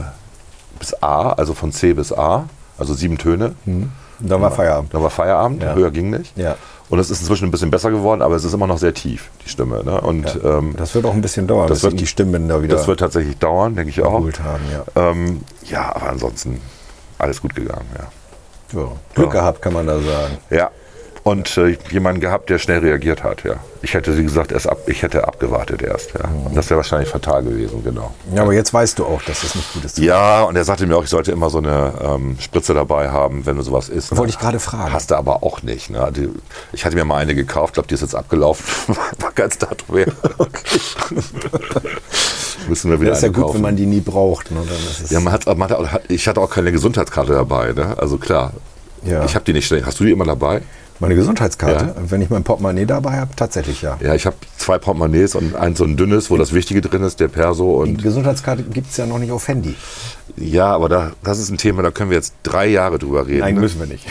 S1: bis A, also von C bis A, also sieben Töne.
S2: Hm. Dann war Feierabend.
S1: Da war Feierabend,
S2: Ja.
S1: höher ging nicht.
S2: Ja.
S1: Und es ist inzwischen ein bisschen besser geworden, aber es ist immer noch sehr tief, die Stimme. Ne? Und ähm,
S2: Das wird auch ein bisschen dauern,
S1: das
S2: bis
S1: wird-
S2: sich die Stimmbänder wieder
S1: das wird tatsächlich dauern, denke ich auch.
S2: erholt haben. Ja.
S1: Ähm, ja, aber ansonsten alles gut gegangen, ja.
S2: Ja. Glück gehabt, kann man da sagen.
S1: Ja. Und äh, jemanden gehabt, der schnell reagiert hat, ja. Ich hätte, wie gesagt, erst ab, ich hätte abgewartet erst, ja.
S2: Mhm.
S1: Das wäre wahrscheinlich fatal gewesen, genau.
S2: Ja, aber jetzt weißt du auch, dass das nicht gut ist.
S1: Ja, und er sagte mir auch, ich sollte immer so eine ähm, Spritze dabei haben, wenn du sowas isst. ne?
S2: Wollte ich gerade fragen.
S1: Hast du aber auch nicht. Ne? Die, ich hatte mir mal eine gekauft, glaube, die ist jetzt abgelaufen. War ganz darum her. Müssen wir wieder
S2: Das ist ja
S1: eine
S2: gut,
S1: kaufen.
S2: wenn man die nie braucht. Ne? Dann ist es
S1: Ja, man hat, man hat, auch- hat, ich hatte auch keine Gesundheitskarte dabei. Ne? Also klar,
S2: Ja.
S1: ich habe die nicht schnell. Hast du die immer dabei?
S2: Meine Gesundheitskarte,
S1: Ja.
S2: wenn ich mein Portemonnaie dabei habe, tatsächlich ja.
S1: Ja, ich habe zwei Portemonnaies und ein so ein dünnes, wo das Wichtige drin ist, der Perso.
S2: Die
S1: Und
S2: Gesundheitskarte gibt es ja noch nicht auf Handy.
S1: ja, aber da, das ist ein Thema, da können wir jetzt drei Jahre drüber reden. ne?
S2: wir nicht.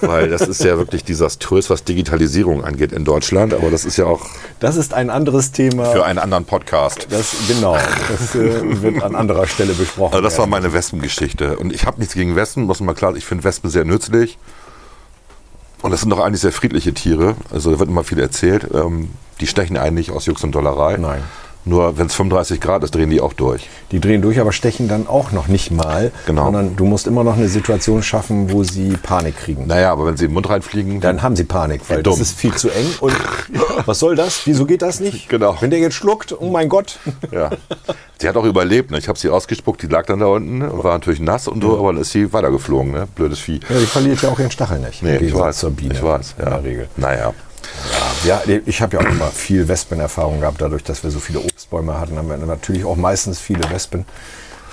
S1: Weil das ist ja wirklich desaströs, was Digitalisierung angeht in Deutschland. Aber das ist ja auch
S2: Das ist ein anderes Thema.
S1: für einen anderen Podcast.
S2: das, genau, das äh, wird an anderer Stelle besprochen.
S1: Also das war
S2: werden.
S1: meine Wespengeschichte. Und ich habe nichts gegen Wespen, muss man mal klar, ich finde Wespen sehr nützlich. Und das sind doch eigentlich sehr friedliche Tiere. Also da wird immer viel erzählt. Ähm, die stechen eigentlich aus Jux und Dollerei.
S2: Nein.
S1: Nur wenn es 35 Grad ist, drehen die auch durch.
S2: Die drehen durch, aber stechen dann auch noch nicht mal.
S1: Genau.
S2: Sondern du musst immer noch eine Situation schaffen, wo sie Panik kriegen.
S1: Naja, aber wenn sie in den Mund reinfliegen,
S2: Dann haben sie Panik, weil
S1: dumm.
S2: das ist viel zu eng. Und was soll das? Wieso geht das nicht?
S1: Genau.
S2: Wenn der jetzt schluckt, oh mein Gott.
S1: Ja. Sie hat auch überlebt. Ne? Ich habe sie ausgespuckt, die lag dann da unten ne? und war natürlich nass und so, aber dann ist sie weitergeflogen. Ne? Blödes Vieh.
S2: Ja, die verliert ja auch ihren Stachel nicht.
S1: Nee,
S2: Im
S1: ich
S2: Gegensatz
S1: weiß.
S2: Zur Biene.
S1: Ich weiß, ja.
S2: In der Regel.
S1: Naja.
S2: Ja, ich habe ja auch immer viel Wespenerfahrung gehabt, dadurch, dass wir so viele Obstbäume hatten, haben wir natürlich auch meistens viele Wespen.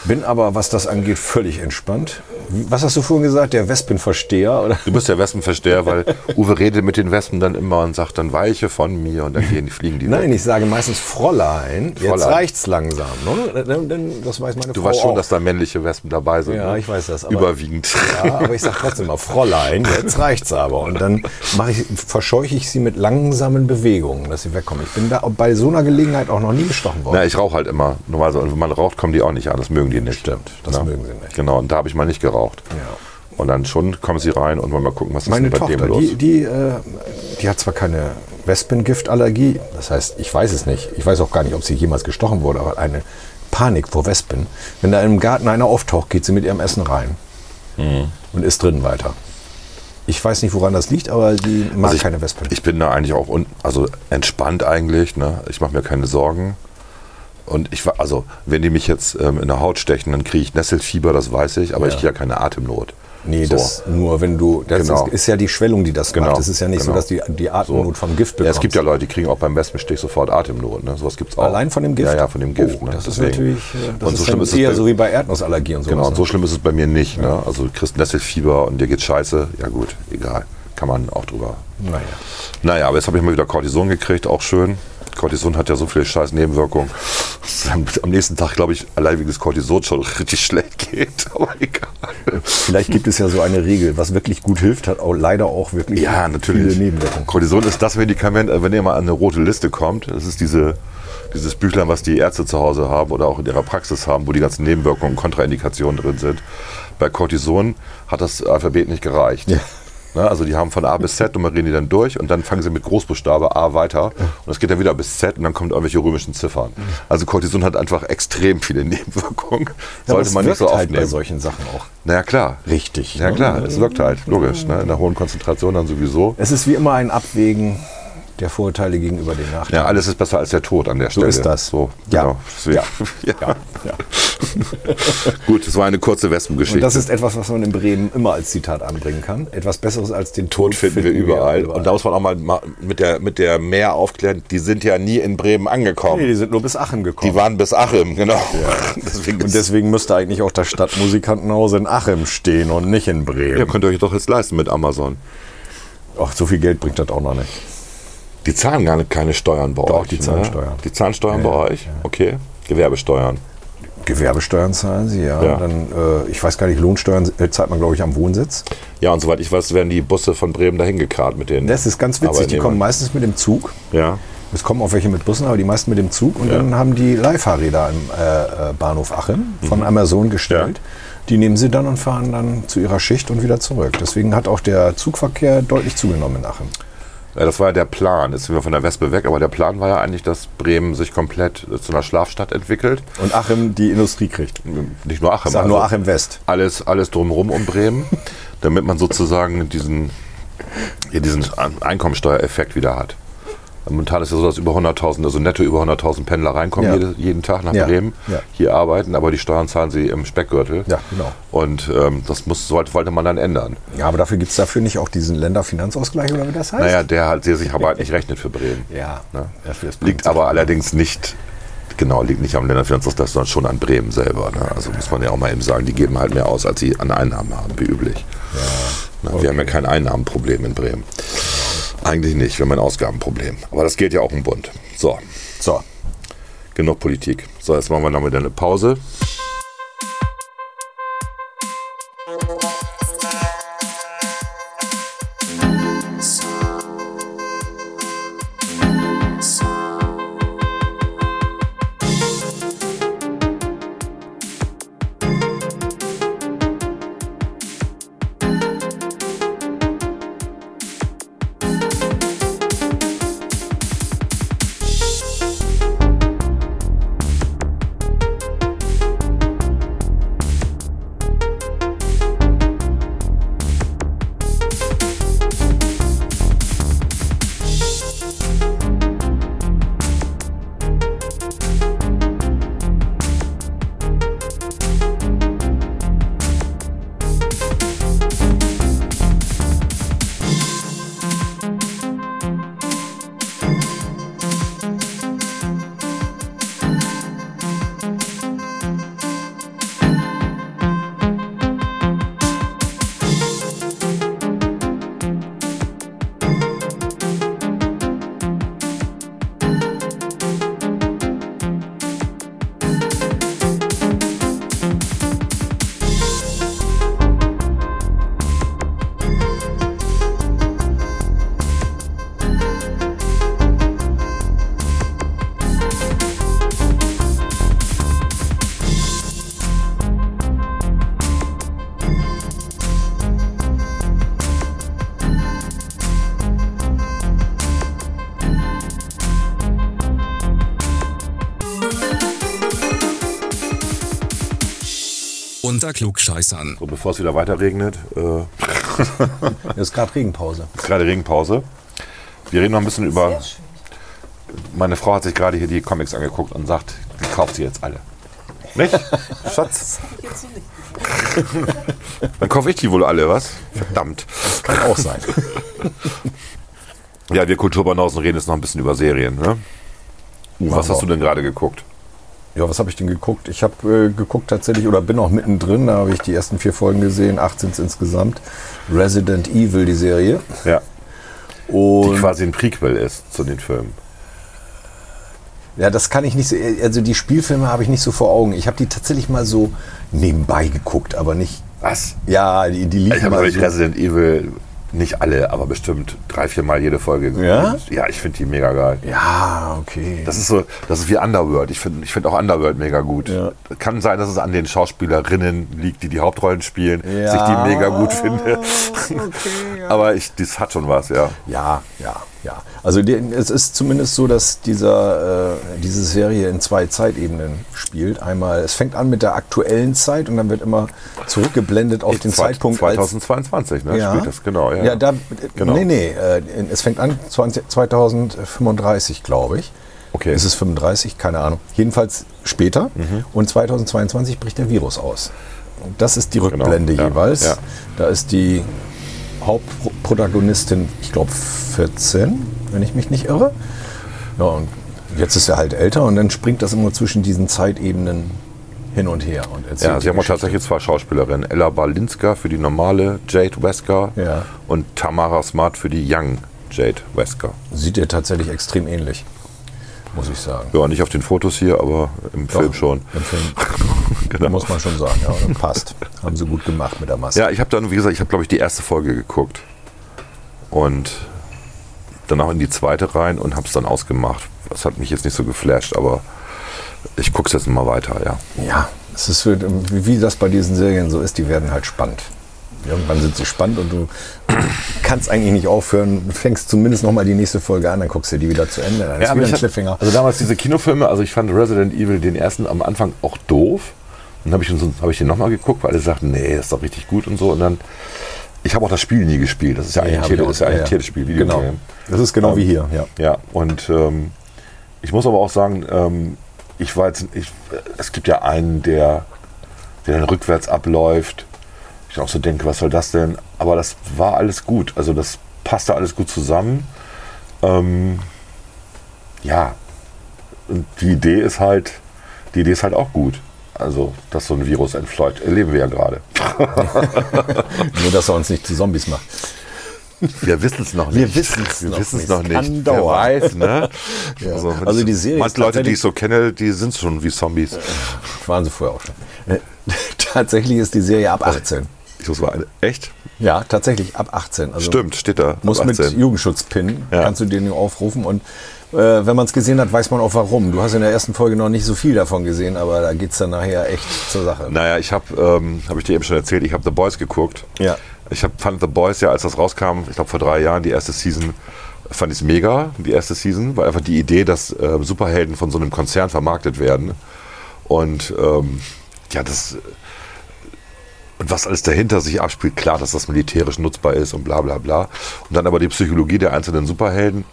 S2: Bin aber, was das angeht, völlig entspannt. Was hast du vorhin gesagt, der Wespenversteher? Oder?
S1: Du bist der Wespenversteher, weil Uwe redet mit den Wespen dann immer und sagt dann weiche von mir und dann gehen die fliegen die
S2: Nein,
S1: weg.
S2: ich sage meistens Fräulein. Jetzt
S1: Fräulein.
S2: reicht's langsam. Ne? Denn- denn Das weiß meine
S1: Du
S2: Frau
S1: weißt schon,
S2: auch.
S1: dass da männliche Wespen dabei sind.
S2: oh, Ja,
S1: ne?
S2: ich weiß das, aber-
S1: Überwiegend.
S2: Ja, Ah, aber ich sage trotzdem mal, Fräulein, jetzt reicht's aber. Und dann mach ich, verscheuche ich sie mit langsamen Bewegungen, dass sie wegkommen. Ich bin da bei so einer Gelegenheit auch noch nie gestochen worden.
S1: Na, ich rauche halt immer. Normalerweise, und wenn man raucht, kommen die auch nicht an. Das mögen die nicht. Stimmt,
S2: das mögen sie nicht.
S1: Genau, und da habe ich mal nicht geraucht.
S2: Ja.
S1: Und dann schon kommen sie rein und wollen mal gucken, was ist
S2: Meine
S1: denn bei
S2: Tochter,
S1: dem los?
S2: die, die, äh, die hat zwar keine Wespengiftallergie, das heißt, ich weiß es nicht. Ich weiß auch gar nicht, ob sie jemals gestochen wurde, aber eine Panik vor Wespen. Wenn da im Garten einer auftaucht, geht sie mit ihrem Essen rein
S1: Hm.
S2: und isst drin weiter. Ich weiß nicht, woran das liegt, aber die mag
S1: Also ich,
S2: keine Wespen.
S1: Ich bin da eigentlich auch un, also entspannt eigentlich. Ne? Ich mache mir keine Sorgen. Und ich war, also, wenn die mich jetzt ähm, in der Haut stechen, dann kriege ich Nesselfieber, das weiß ich, aber ich kriege ja keine Atemnot.
S2: nee,
S1: So.
S2: das nur, wenn du. Das
S1: Genau.
S2: ist, ist ja die Schwellung, die das
S1: Genau,
S2: macht. Es ist ja nicht
S1: genau.
S2: so, dass die, die Atemnot vom Gift
S1: Ja,
S2: bekommst.
S1: es gibt ja Leute, die kriegen auch beim Wespenstich sofort Atemnot. Ne? Sowas gibt's auch.
S2: Allein von dem Gift?
S1: Ja, ja, von dem Gift.
S2: Oh,
S1: ne?
S2: Das ist
S1: Deswegen.
S2: natürlich äh, das
S1: und so
S2: ist
S1: schlimm
S2: dann
S1: ist es
S2: eher
S1: bei-
S2: so wie bei Erdnussallergie und so.
S1: Genau, und so schlimm ist es bei mir nicht. Ne? Also du kriegst Nesselfieber und dir geht scheiße. Ja gut, egal. Kann man auch drüber.
S2: ne? Naja.
S1: Naja, aber jetzt habe ich mal wieder Cortison gekriegt, auch schön. Cortison hat ja so viele scheiß Nebenwirkungen. dass es Am am nächsten Tag, glaube ich, allein wegen des Cortison schon richtig schlecht geht. Oh Aber egal.
S2: Vielleicht gibt es ja so eine Regel, was wirklich gut hilft, hat auch leider auch wirklich
S1: Ja, natürlich.
S2: viele Nebenwirkungen.
S1: Cortison ist das Medikament, äh, wenn ihr mal an eine rote Liste kommt. Das ist diese, dieses Büchlein, was die Ärzte zu Hause haben oder auch in ihrer Praxis haben, wo die ganzen Nebenwirkungen und Kontraindikationen drin sind. Bei Cortison hat das Alphabet nicht gereicht.
S2: Ja.
S1: Ne, also die haben von A bis Z nummerieren die dann durch und dann fangen sie mit Großbuchstabe A weiter und es geht dann wieder bis Z und dann kommen irgendwelche römischen Ziffern. Also Cortison hat einfach extrem viele Nebenwirkungen.
S2: Aber
S1: Sollte
S2: es
S1: man nicht so
S2: wirkt halt
S1: aufnehmen.
S2: bei solchen Sachen auch.
S1: naja klar.
S2: Richtig,
S1: Ja
S2: ne?
S1: klar, es wirkt halt, logisch. Ne? In einer hohen Konzentration dann sowieso.
S2: Es ist wie immer ein Abwägen der Vorurteile gegenüber den Nachteilen.
S1: Ja, alles ist besser als der Tod an der Stelle.
S2: ist das.
S1: So,
S2: Ja.
S1: genau. Deswegen- Ja. Gut, das war eine kurze Wespengeschichte.
S2: Und das ist etwas, was man in Bremen immer als Zitat anbringen kann. Etwas Besseres als den Tod,
S1: Tod finden wir überall. Und da muss man auch mal ma- mit der, mit der Meer aufklären, die sind ja nie in Bremen angekommen.
S2: nee, die sind nur bis Aachen gekommen.
S1: Die waren bis Achim, genau. Deswegen
S2: und deswegen müsste eigentlich auch das Stadtmusikantenhaus in Achim stehen und nicht in
S1: ja,
S2: Bremen.
S1: könnt ihr euch doch jetzt leisten mit Amazon.
S2: Ach, so viel Geld bringt das auch noch nicht.
S1: Die zahlen gar nicht keine Steuern bei
S2: Doch,
S1: euch. ne?
S2: die zahlen Steuern.
S1: Die zahlen Steuern
S2: Ja,
S1: bei euch? Okay. Gewerbesteuern.
S2: Gewerbesteuern zahlen sie, ja.
S1: Ja.
S2: Dann, äh, ich weiß gar nicht, Lohnsteuern äh, zahlt man, glaube ich, am Wohnsitz.
S1: Ja, und soweit ich weiß, werden die Busse von Bremen dahin gekarrt mit denen.
S2: Das ist ganz witzig. Die kommen meistens mit dem Zug.
S1: Ja.
S2: Es kommen auch welche mit Bussen, aber die meisten mit dem Zug. Und dann haben die Leihfahrräder im äh, äh, Bahnhof Achim von Amazon gestellt. Die nehmen sie dann und fahren dann zu ihrer Schicht und wieder zurück. Deswegen hat auch der Zugverkehr deutlich zugenommen in Achim.
S1: Ja, Äh, das war ja der Plan. Jetzt sind wir von der Wespe weg, aber der Plan war ja eigentlich, dass Bremen sich komplett äh, zu einer Schlafstadt entwickelt.
S2: Und Achim die Industrie kriegt. Also
S1: Nicht nur Achim.
S2: Ich sag nur Achim West.
S1: Alles, alles drumherum um Bremen, damit man sozusagen diesen, ja, diesen Ein- Einkommensteuereffekt wieder hat. Also Momentan ist ja so, dass über 100.000, also netto über 100.000 Pendler reinkommen
S2: Ja.
S1: jede, jeden Tag nach
S2: Ja.
S1: Bremen,
S2: Ja.
S1: hier arbeiten, aber die Steuern zahlen sie im Speckgürtel.
S2: Ja, genau.
S1: Und ähm, das muss, sollte, wollte man dann ändern.
S2: Ja, aber dafür gibt es dafür nicht auch diesen Länderfinanzausgleich oder wie das heißt?
S1: Naja, der, halt, der sich aber halt nicht rechnet für Bremen.
S2: Ja,
S1: Ne?
S2: dafür ist
S1: Liegt aber allerdings nicht, genau, liegt nicht am Länderfinanzausgleich, sondern schon an Bremen selber. Ne? Also muss man ja auch mal eben sagen, die geben halt mehr aus, als sie an Einnahmen haben, wie üblich. Ne? Wir haben ja kein Einnahmenproblem in Bremen. Eigentlich nicht, wir haben ein Ausgabenproblem. Aber das gilt ja auch im Bund. So,
S2: So,
S1: genug Politik. So, jetzt machen wir noch wieder eine Pause.
S3: Unter Klugscheißern.
S1: So, bevor es wieder weiter regnet, äh,
S2: Ist gerade Regenpause.
S1: ist gerade Regenpause. Wir reden noch ein bisschen über. Meine Frau hat sich gerade hier die Comics angeguckt und sagt, die kauft sie jetzt alle. Nicht? Schatz? Dann kaufe ich die wohl alle, was? Verdammt.
S2: Kann auch sein.
S1: Ja, wir Kulturbanausen reden jetzt noch ein bisschen über Serien, ne? Was hast du denn gerade geguckt?
S2: Ja, was habe ich denn geguckt? Ich habe äh, geguckt tatsächlich oder bin auch mittendrin. Da habe ich die ersten vier Folgen gesehen, 18 insgesamt. Resident Evil, die Serie.
S1: Ja. Die
S2: Und
S1: quasi ein Prequel ist zu den Filmen.
S2: ja, das kann ich nicht so. Also die Spielfilme habe ich nicht so vor Augen. Ich habe die tatsächlich mal so nebenbei geguckt, aber nicht.
S1: Was?
S2: Ja, die, die liefen
S1: Ich habe
S2: mal
S1: wirklich
S2: so.
S1: Resident Evil, nicht alle, aber bestimmt drei, vier Mal jede Folge geguckt.
S2: Ja?
S1: Ja, ich finde die mega geil.
S2: Ja, okay.
S1: Das ist so, das ist wie Underworld. Ich finde ich find auch Underworld mega gut.
S2: Ja.
S1: Kann sein, dass es an den Schauspielerinnen liegt, die die Hauptrollen spielen,
S2: Ja. Oh,
S1: dass ich die mega gut finde.
S2: okay, ja.
S1: Aber ich, das hat schon was, ja.
S2: Ja, ja, ja. Also die, es ist zumindest so, dass dieser, äh, diese Serie in zwei Zeitebenen spielt. Einmal, es fängt an mit der aktuellen Zeit und dann wird immer zurückgeblendet auf den
S1: Zwei-
S2: Zeitpunkt, als
S1: 2022, ne? Spielt das, genau. Ja,
S2: da,
S1: Genau.
S2: Nee, nee, äh, es fängt an 20, 2035, glaube ich.
S1: Okay. Mhm.
S2: Ist es 35? Keine Ahnung. Jedenfalls später. Und 2022 bricht der Virus aus. Und Das ist die Rückblende
S1: Genau, ja,
S2: jeweils.
S1: ja.
S2: Da ist die Hauptprotagonistin, ich glaube 14, wenn ich mich nicht irre. Ja, und jetzt ist er halt älter und dann springt das immer zwischen diesen Zeitebenen hin und her. Und erzählt
S1: Ja,
S2: die
S1: sie haben auch
S2: Geschichte.
S1: tatsächlich zwei Schauspielerinnen. Ella Balinska für die normale Jade Wesker
S2: Ja.
S1: und Tamara Smart für die Young Jade Wesker.
S2: Sieht ihr tatsächlich extrem ähnlich, muss ich sagen.
S1: Ja, nicht auf den Fotos hier, aber im Film schon.
S2: Im Film
S1: Genau.
S2: muss man schon sagen, ja, dann passt. Haben sie gut gemacht mit der Maske.
S1: Ja, ich habe dann, wie gesagt, ich habe, glaube ich, die erste Folge geguckt. Und danach in die zweite rein und habe es dann ausgemacht. Das hat mich jetzt nicht so geflasht, aber ich gucke es jetzt mal weiter, ja.
S2: Ja, es ist wie wie das bei diesen Serien so ist, die werden halt spannend. Irgendwann sind sie spannend und du kannst eigentlich nicht aufhören, fängst zumindest nochmal die nächste Folge an, dann guckst du die wieder zu Ende, dann ist wieder ein Cliffhanger.
S1: also damals diese Kinofilme, also ich fand Resident Evil den ersten am Anfang auch doof. Dann habe ich, ihn so- hab ich den nochmal geguckt, weil alle sagten, nee, ist doch richtig gut und so. Und dann, ich habe auch das Spiel nie gespielt. Das ist ja
S2: Ja,
S1: eigentlich
S2: hab
S1: ein
S2: ich
S1: Tele-
S2: auch-
S1: ist ja eigentlich
S2: ja,
S1: ein
S2: ja.
S1: Telespiel,
S2: Genau.
S1: Videogame.
S2: Das ist genau wie hier, ja.
S1: Ja, und ähm, ich muss aber auch sagen, ähm, ich war jetzt, ich, es gibt ja einen, der, der dann rückwärts abläuft. Ich auch so denke, was soll das denn? Aber das war alles gut. Also das passte alles gut zusammen. Ähm, ja, und die Idee ist halt, die Idee ist halt auch gut. Also, dass so ein Virus entfleucht, erleben wir ja gerade.
S2: Nur, dass er uns nicht zu Zombies macht.
S1: Wir wissen es noch nicht.
S2: Wir wissen's
S1: Wir
S2: noch
S1: wissen's
S2: nicht.
S1: noch nicht.
S2: Andauernd.
S1: Wer weiß, ne? also,
S2: Also die Serie
S1: Manche
S2: ist
S1: Leute, die
S2: tatsächlich-
S1: ich so kenne, die sind schon wie Zombies.
S2: Waren sie vorher auch schon. Äh, Tatsächlich ist die Serie ab 18.
S1: Ich muss mal eine. Echt?
S2: Ja, tatsächlich ab 18. Also
S1: Stimmt, steht da.
S2: Muss
S1: ab
S2: mit
S1: 18.
S2: Jugendschutz pinnen,
S1: Ja.
S2: kannst du den aufrufen und äh, wenn man es gesehen hat, weiß man auch warum. Du hast in der ersten Folge noch nicht so viel davon gesehen, aber da geht es dann nachher echt zur Sache.
S1: Naja, ich habe, ähm, habe ich dir eben schon erzählt, ich habe The Boys geguckt.
S2: Ja.
S1: Ich hab, fand The Boys ja, als das rauskam, ich glaube vor drei Jahren, die erste Season, fand ich mega, die erste Season, weil einfach die Idee, dass äh, Superhelden von so einem Konzern vermarktet werden. Und ähm, ja, das. Und was alles dahinter sich abspielt, klar, dass das militärisch nutzbar ist und bla bla bla. Und dann aber die Psychologie der einzelnen Superhelden,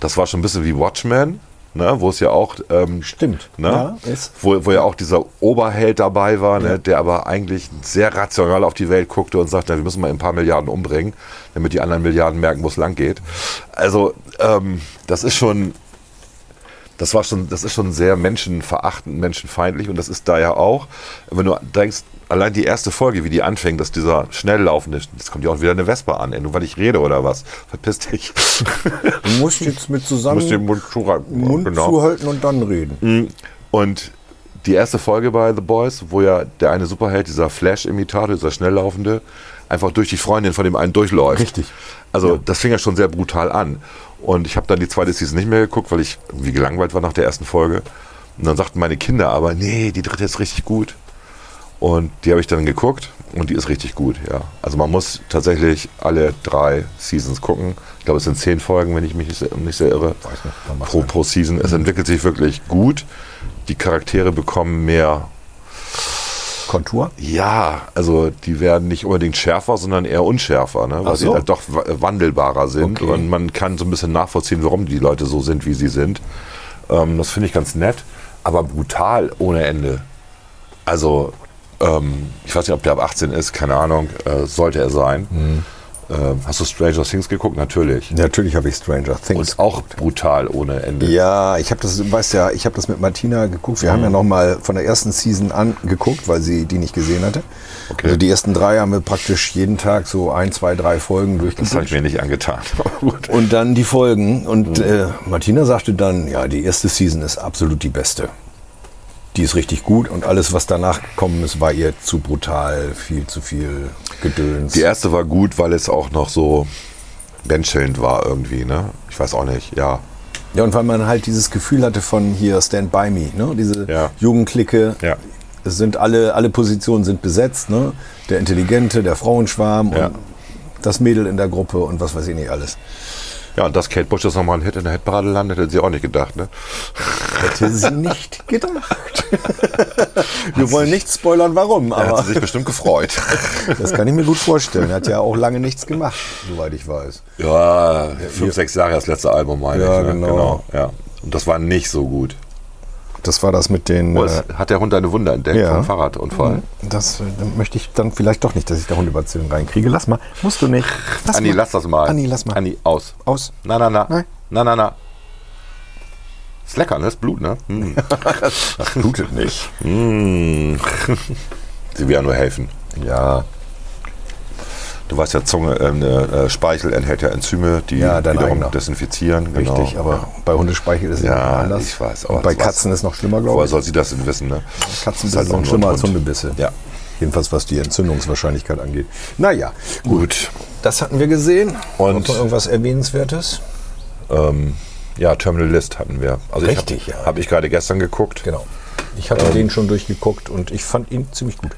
S1: das war schon ein bisschen wie Watchmen, ne, wo es ja auch ähm,
S2: Stimmt.
S1: Ne?
S2: Ja, ist.
S1: Wo, wo ja auch dieser Oberheld dabei war, ne? der aber eigentlich sehr rational auf die Welt guckte und sagte, wir müssen mal ein paar Milliarden umbringen, damit die anderen Milliarden merken, wo es lang geht. Also ähm, das ist schon, das war schon, das ist schon sehr menschenverachtend, menschenfeindlich und das ist da ja auch. Wenn du denkst, allein die erste Folge, wie die anfängt, dass dieser schnell laufende, jetzt kommt ja auch wieder eine Vespa an, ey, nur weil ich rede oder was, verpiss dich.
S2: Du musst jetzt mit
S1: Du
S2: zusammen
S1: musst den Mund, Genau. Mhm. zuhalten.
S2: Mund zuhalten und dann reden.
S1: Und die erste Folge bei The Boys, wo ja der eine Superheld, dieser Flash-Imitator, dieser Schnelllaufende, einfach durch die Freundin von dem einen durchläuft.
S2: Richtig.
S1: Also das fing ja schon sehr brutal an. Und ich habe dann die zweite Season nicht mehr geguckt, weil ich irgendwie gelangweilt war nach der ersten Folge. Und dann sagten meine Kinder aber, nee, die dritte ist richtig gut. Und die habe ich dann geguckt und die ist richtig gut, ja. Also man muss tatsächlich alle drei Seasons gucken. Ich glaube, es sind zehn Folgen, wenn ich mich nicht sehr- nicht sehr irre.
S2: nicht, kann man
S1: pro, pro Season. Es entwickelt sich wirklich gut. Die Charaktere bekommen mehr
S2: Kontur?
S1: Ja, also die werden nicht unbedingt schärfer, sondern eher unschärfer, ne? weil
S2: Ach
S1: sie
S2: so.
S1: halt doch wa- wandelbarer sind
S2: Okay.
S1: und man kann so ein bisschen nachvollziehen, warum die Leute so sind, wie sie sind. Ähm, das finde ich ganz nett, aber brutal ohne Ende. Also, ähm, ich weiß nicht, ob der ab 18 ist, keine Ahnung, äh, sollte er sein.
S2: Mhm.
S1: Ähm, hast du Stranger Things geguckt? Natürlich.
S2: Natürlich habe ich Stranger Things.
S1: Und auch brutal ohne Ende.
S2: Ja, ich habe das, du weißt ja, ich habe das mit Martina geguckt. Wir
S1: Mhm.
S2: haben ja noch mal von der ersten Season angeguckt, weil sie die nicht gesehen hatte.
S1: Okay.
S2: Also die ersten drei haben wir praktisch jeden Tag so ein, zwei, drei
S1: Das
S2: Folgen
S1: habe
S2: durchgeguckt.
S1: ich mir nicht angetan. Aber Gut.
S2: Und dann die Folgen. Und äh, Martina sagte dann, ja, die erste Season ist absolut die beste. Die ist richtig gut und alles, was danach gekommen ist, war ihr zu brutal, viel zu viel Gedöns.
S1: Die erste war gut, weil es auch noch so menschelnd war irgendwie, ne? Ich weiß auch nicht, ja.
S2: Ja, und weil man halt dieses Gefühl hatte von hier Stand By Me, ne? diese
S1: Ja.
S2: Jugendklicke.
S1: Ja.
S2: Es sind alle, alle Positionen sind besetzt, ne? Der Intelligente, der Frauenschwarm
S1: Ja.
S2: und das Mädel in der Gruppe und was weiß ich nicht alles.
S1: Ja, und dass Kate Bush das nochmal ein Hit in der Hitparade landet, hätte sie auch nicht gedacht, ne?
S2: Hätte sie nicht gedacht. Wir wollen nicht spoilern, warum,
S1: Da
S2: aber
S1: hat sie sich bestimmt gefreut.
S2: das kann ich mir gut vorstellen. Er hat ja auch lange nichts gemacht, soweit ich weiß.
S1: ja, fünf, sechs Jahre das letzte Album, meine
S2: Ja,
S1: ich. Ne?
S2: genau.
S1: ja. Und das war nicht so gut.
S2: Das war das mit den.
S1: Oh,
S2: äh,
S1: es hat der Hund eine Wunder entdeckt
S2: Ja.
S1: vom Fahrradunfall.
S2: Das äh, möchte ich dann vielleicht doch nicht, dass ich da Hundebazillen reinkriege. Lass mal. Musst du nicht. Lass
S1: Anni, lass das mal.
S2: Anni, lass mal.
S1: Anni, aus.
S2: Aus.
S1: Na, na, na.
S2: Nein.
S1: Na, na, na. Ist lecker, ne? Ist Blut, ne? Mm.
S2: Ach, blutet nicht.
S1: Mm. Sie will ja nur helfen.
S2: Ja.
S1: Du weißt ja, Zunge, ähm, äh, äh, Speichel enthält ja Enzyme, die
S2: Ja, dein
S1: wiederum
S2: eigener.
S1: desinfizieren. genau.
S2: Richtig, aber bei Hundespeichel ist es
S1: Ja,
S2: immer anders.
S1: ich weiß, aber
S2: Und bei
S1: sowas-
S2: Katzen ist noch schlimmer, glaube
S1: Woher
S2: ich.
S1: soll sie das denn wissen, ne?
S2: Katzenbisse
S1: ist halt auch
S2: sind
S1: nur
S2: schlimmer
S1: ein
S2: als
S1: Hund.
S2: Hundebisse.
S1: Ja.
S2: Jedenfalls was die Entzündungswahrscheinlichkeit angeht. Naja,
S1: Gut.
S2: das hatten wir gesehen.
S1: Und-
S2: Sonst noch irgendwas Erwähnenswertes?
S1: Ähm, ja, Terminal List hatten wir. Also
S2: Richtig,
S1: ich hab,
S2: ja.
S1: Habe ich gerade gestern geguckt.
S2: Genau. Ich hatte
S1: Ähm,
S2: den schon durchgeguckt und ich fand ihn ziemlich gut.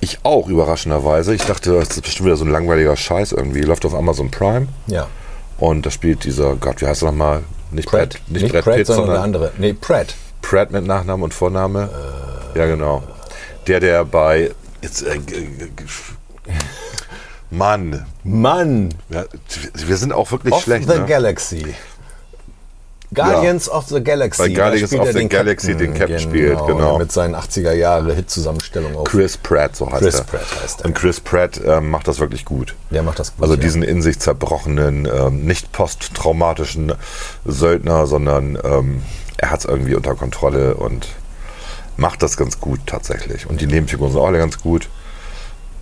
S1: Ich auch, überraschenderweise. Ich dachte, das ist bestimmt wieder so ein langweiliger Scheiß irgendwie. Läuft auf Amazon Prime
S2: Ja.
S1: und da spielt dieser, Gott, wie heißt er nochmal? Nicht Brad, nicht,
S2: nicht
S1: Brad,
S2: Pratt,
S1: Pitt,
S2: sondern,
S1: sondern
S2: der andere. Nee, Pratt.
S1: Pratt mit Nachnamen und Vorname.
S2: Äh.
S1: ja, genau. Der, der bei. Jetzt, äh, g- g- g- Mann,
S2: Mann,
S1: ja, wir sind auch wirklich
S2: of
S1: schlecht.
S2: the
S1: ne?
S2: Galaxy. Guardians of the Galaxy.
S1: Bei
S2: da
S1: Guardians
S2: spielt
S1: of
S2: er
S1: the Galaxy den Captain spielt, genau.
S2: der Mit seinen 80er Jahre Hit-Zusammenstellungen auf.
S1: Chris Pratt, so heißt
S2: Chris
S1: er.
S2: Pratt heißt er.
S1: Und Chris Pratt ähm, macht das wirklich gut.
S2: Der macht das gut,
S1: Also
S2: ja.
S1: diesen in sich zerbrochenen, ähm, nicht posttraumatischen Söldner, sondern ähm, er hat es irgendwie unter Kontrolle und macht das ganz gut tatsächlich. Und die Nebenfiguren sind auch alle ganz gut.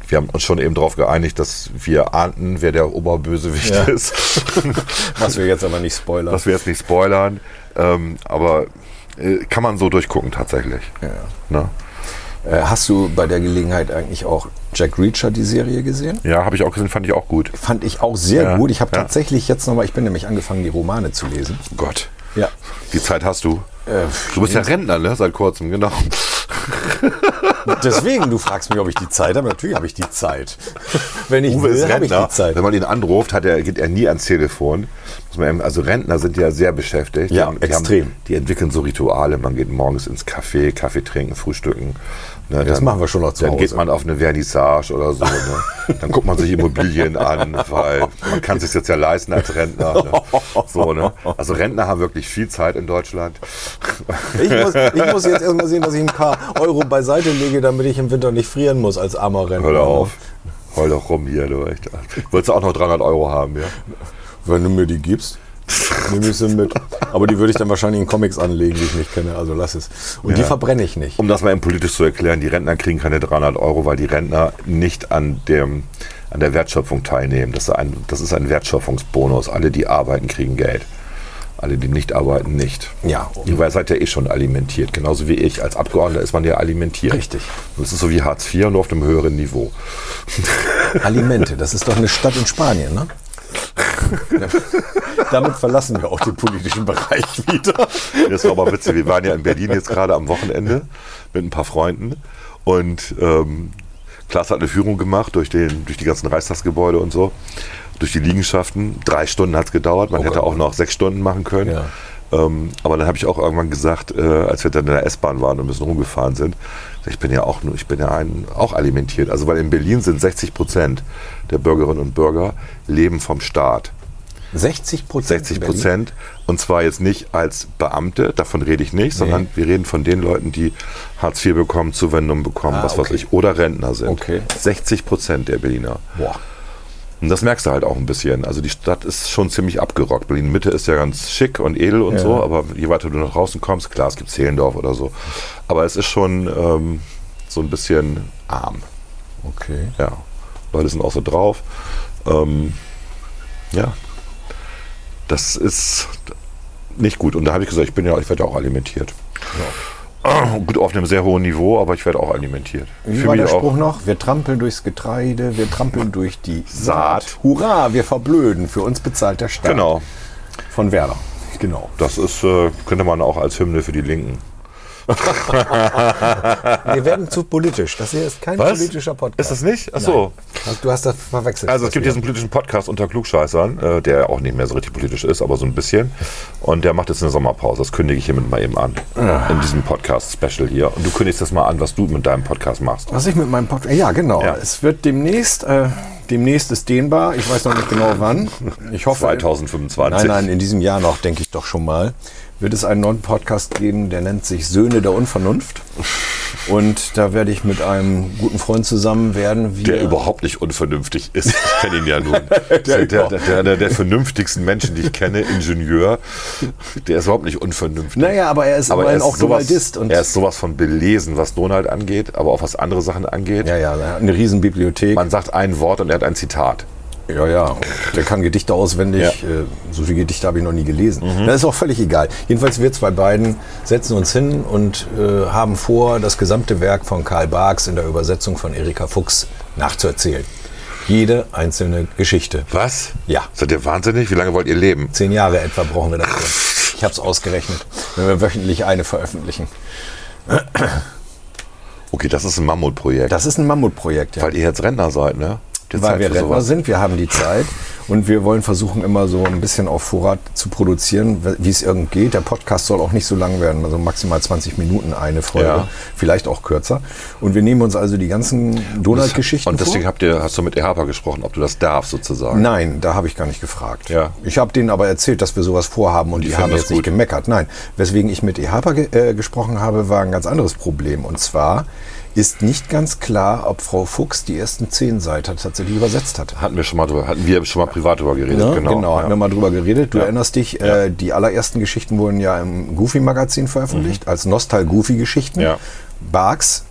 S1: Wir haben uns schon eben darauf geeinigt, dass wir ahnten, wer der Oberbösewicht
S2: Ja.
S1: ist.
S2: Was wir jetzt aber nicht spoilern.
S1: dass wir jetzt nicht spoilern. Ähm, aber äh, kann man so durchgucken tatsächlich.
S2: Ja.
S1: Ne?
S2: Äh, Hast du bei der Gelegenheit eigentlich auch Jack Reacher die Serie gesehen?
S1: Ja, habe ich auch gesehen, fand ich auch gut.
S2: Fand ich auch sehr
S1: Ja,
S2: gut. Ich habe
S1: ja.
S2: tatsächlich jetzt nochmal, ich bin nämlich angefangen, die Romane zu lesen.
S1: Gott.
S2: Ja.
S1: Die Zeit hast du.
S2: Äh,
S1: Du bist ja Rentner, ne? Seit kurzem, genau.
S2: Deswegen, du fragst mich, ob ich die Zeit habe. Natürlich habe ich die Zeit. Wenn ich
S1: Uwe ist
S2: will, habe ich die
S1: Rentner.
S2: Zeit.
S1: Wenn man ihn anruft, hat er, geht er nie ans Telefon. Muss man eben- Also Rentner sind ja sehr beschäftigt.
S2: Ja,
S1: die
S2: extrem.
S1: Haben, die entwickeln so Rituale. Man geht morgens ins Café, Kaffee trinken, frühstücken. Ne,
S2: das machen wir schon noch zu
S1: Dann
S2: Hause.
S1: geht man auf eine Vernissage oder so. Ne? dann guckt man sich Immobilien an, weil man kann es sich jetzt ja leisten als Rentner. Ne? So, ne? Also Rentner haben wirklich viel Zeit in Deutschland.
S2: Ich muss, ich muss jetzt erstmal sehen, dass ich ein paar Euro beiseite lege, damit ich im Winter nicht frieren muss als armer Rentner. Ne?
S1: Hör doch auf. Heul doch rum hier, du echt. Wolltest du auch noch 300 Euro haben, ja?
S2: Wenn du mir die gibst, nehme ich sie mit. Aber die würde ich dann wahrscheinlich in Comics anlegen, die ich nicht kenne. Also lass es. Und die verbrenne ich nicht.
S1: Um das mal eben politisch zu erklären, die Rentner kriegen keine 300 Euro, weil die Rentner nicht an, dem, an der Wertschöpfung teilnehmen. Das ist, ein, das ist ein Wertschöpfungsbonus. Alle, die arbeiten, kriegen Geld. Alle, die nicht arbeiten, nicht.
S2: Ja.
S1: Ihr we- seid ja eh schon alimentiert, genauso wie ich. Als Abgeordneter ist man ja alimentiert.
S2: Richtig.
S1: Das ist so wie Hartz IV, nur auf einem höheren Niveau.
S2: Alimente, das ist doch eine Stadt in Spanien, ne? Damit verlassen wir auch den politischen Bereich wieder.
S1: Das war aber witzig. Wir waren ja in Berlin jetzt gerade am Wochenende mit ein paar Freunden und ähm, Klaas hat eine Führung gemacht durch, den, durch die ganzen Reichstagsgebäude und so, durch die Liegenschaften. Drei Stunden hat es gedauert. Man hätte auch noch sechs Stunden machen können.
S2: Ja.
S1: Ähm, aber dann habe ich auch irgendwann gesagt, äh, als wir dann in der S-Bahn waren und ein bisschen rumgefahren sind, sag ich ich bin ja auch nur, ich bin ja ein, auch alimentiert. Also weil in Berlin sind 60 Prozent der Bürgerinnen und Bürger leben vom Staat.
S2: 60 Prozent.
S1: 60 Prozent. Und zwar jetzt nicht als Beamte, davon rede ich nicht, sondern wir reden von den Leuten, die Hartz IV bekommen, Zuwendungen bekommen,
S2: Ah,
S1: was weiß
S2: okay.
S1: ich, oder Rentner sind.
S2: Okay.
S1: 60 Prozent der Berliner.
S2: Boah.
S1: Und das merkst du halt auch ein bisschen. Also die Stadt ist schon ziemlich abgerockt. Berlin-Mitte ist ja ganz schick und edel und so, aber je weiter du nach draußen kommst, klar, es gibt Zehlendorf oder so. Aber es ist schon ähm, so ein bisschen arm.
S2: Okay.
S1: Ja. Leute sind auch so drauf. Ähm, ja. Das ist nicht gut. Und da habe ich gesagt, ich bin ja, ich werde ja auch alimentiert. Gut, auf einem sehr hohen Niveau, aber ich werde auch alimentiert.
S2: Wie
S1: Für
S2: war
S1: mich
S2: der
S1: auch-
S2: Spruch noch? Wir trampeln durchs Getreide, wir trampeln durch die
S1: Saat.
S2: Hurra, wir verblöden. Für uns bezahlt der Staat.
S1: Genau.
S2: Von Werder. Genau.
S1: Das ist, äh, könnte man auch als Hymne für die Linken.
S2: Wir werden zu politisch. Das hier ist kein politischer Podcast.
S1: Ist das nicht? Achso.
S2: Du hast das verwechselt.
S1: Also es gibt diesen politischen Podcast unter Klugscheißern, äh, der auch nicht mehr so richtig politisch ist, aber so ein bisschen. Und der macht jetzt eine Sommerpause. Das kündige ich hiermit mal eben an. In diesem Podcast-Special hier. Und du kündigst das mal an, was du mit deinem Podcast machst.
S2: Was ich mit meinem Podcast. Ja, genau.
S1: Ja.
S2: Es wird demnächst, äh, demnächst ist dehnbar. Ich weiß noch nicht genau wann. Ich hoffe.
S1: 2025.
S2: Nein, nein, in diesem Jahr noch, denke ich doch schon mal. Wird es einen neuen Podcast geben, der nennt sich Söhne der Unvernunft. Und da werde ich mit einem guten Freund zusammen werden. Wir
S1: Der überhaupt nicht unvernünftig ist. Ich kenne ihn ja nun. der,
S2: genau.
S1: der, der, der, der vernünftigsten Menschen, die ich kenne, Ingenieur. Der ist überhaupt nicht unvernünftig.
S2: Naja, aber er ist
S1: aber er
S2: immerhin
S1: ist,
S2: auch
S1: sowas,
S2: Donaldist und-
S1: er ist sowas von belesen, was Donald angeht, aber auch was andere Sachen angeht.
S2: Ja, ja, er hat eine riesen Bibliothek.
S1: Man sagt ein Wort und er hat ein Zitat.
S2: Ja, ja. Der kann Gedichte auswendig.
S1: Ja.
S2: Äh, So viele Gedichte habe ich noch nie gelesen. Das ist auch völlig egal. Jedenfalls wir zwei beiden setzen uns hin und äh, haben vor, das gesamte Werk von Karl Barks in der Übersetzung von Erika Fuchs nachzuerzählen. Jede einzelne Geschichte.
S1: Was?
S2: Ja.
S1: Seid ihr wahnsinnig? Wie lange wollt ihr leben?
S2: Zehn Jahre etwa brauchen wir dafür. Ich habe es ausgerechnet, wenn wir wöchentlich eine veröffentlichen.
S1: Okay, das ist ein Mammutprojekt.
S2: Das ist ein Mammutprojekt, ja.
S1: weil ihr jetzt Rentner seid, ne? Habt ihr
S2: weil
S1: Zeit
S2: wir
S1: für
S2: Rentner
S1: sowas?
S2: sind, wir haben die Zeit und wir wollen versuchen, immer so ein bisschen auf Vorrat zu produzieren, wie es irgend geht. Der Podcast soll auch nicht so lang werden, also maximal 20 Minuten eine Folge,
S1: Ja.
S2: vielleicht auch kürzer. Und wir nehmen uns also die ganzen Donald-Geschichten
S1: Und deswegen
S2: halt vor.
S1: habt ihr, hast du mit Erhaber gesprochen, ob du das darfst sozusagen.
S2: Nein, da habe ich gar nicht gefragt.
S1: Ja.
S2: Ich habe denen aber erzählt, dass wir sowas vorhaben und die,
S1: finden
S2: haben
S1: das
S2: jetzt nicht
S1: gut.
S2: gemeckert. Nein, weswegen ich mit EHAPA ge äh, gesprochen habe, war ein ganz anderes Problem. Und zwar ist nicht ganz klar, ob Frau Fuchs die ersten zehn Seiten tatsächlich übersetzt hat.
S1: Hatten wir schon mal drüber, hatten wir schon mal privat drüber geredet,
S2: Ne? Genau, hatten
S1: ja.
S2: wir mal drüber geredet. Du erinnerst dich, äh, die allerersten Geschichten wurden ja im Goofy-Magazin veröffentlicht, als Nostal-Goofy-Geschichten.
S1: Mhm. Ja.
S2: Barks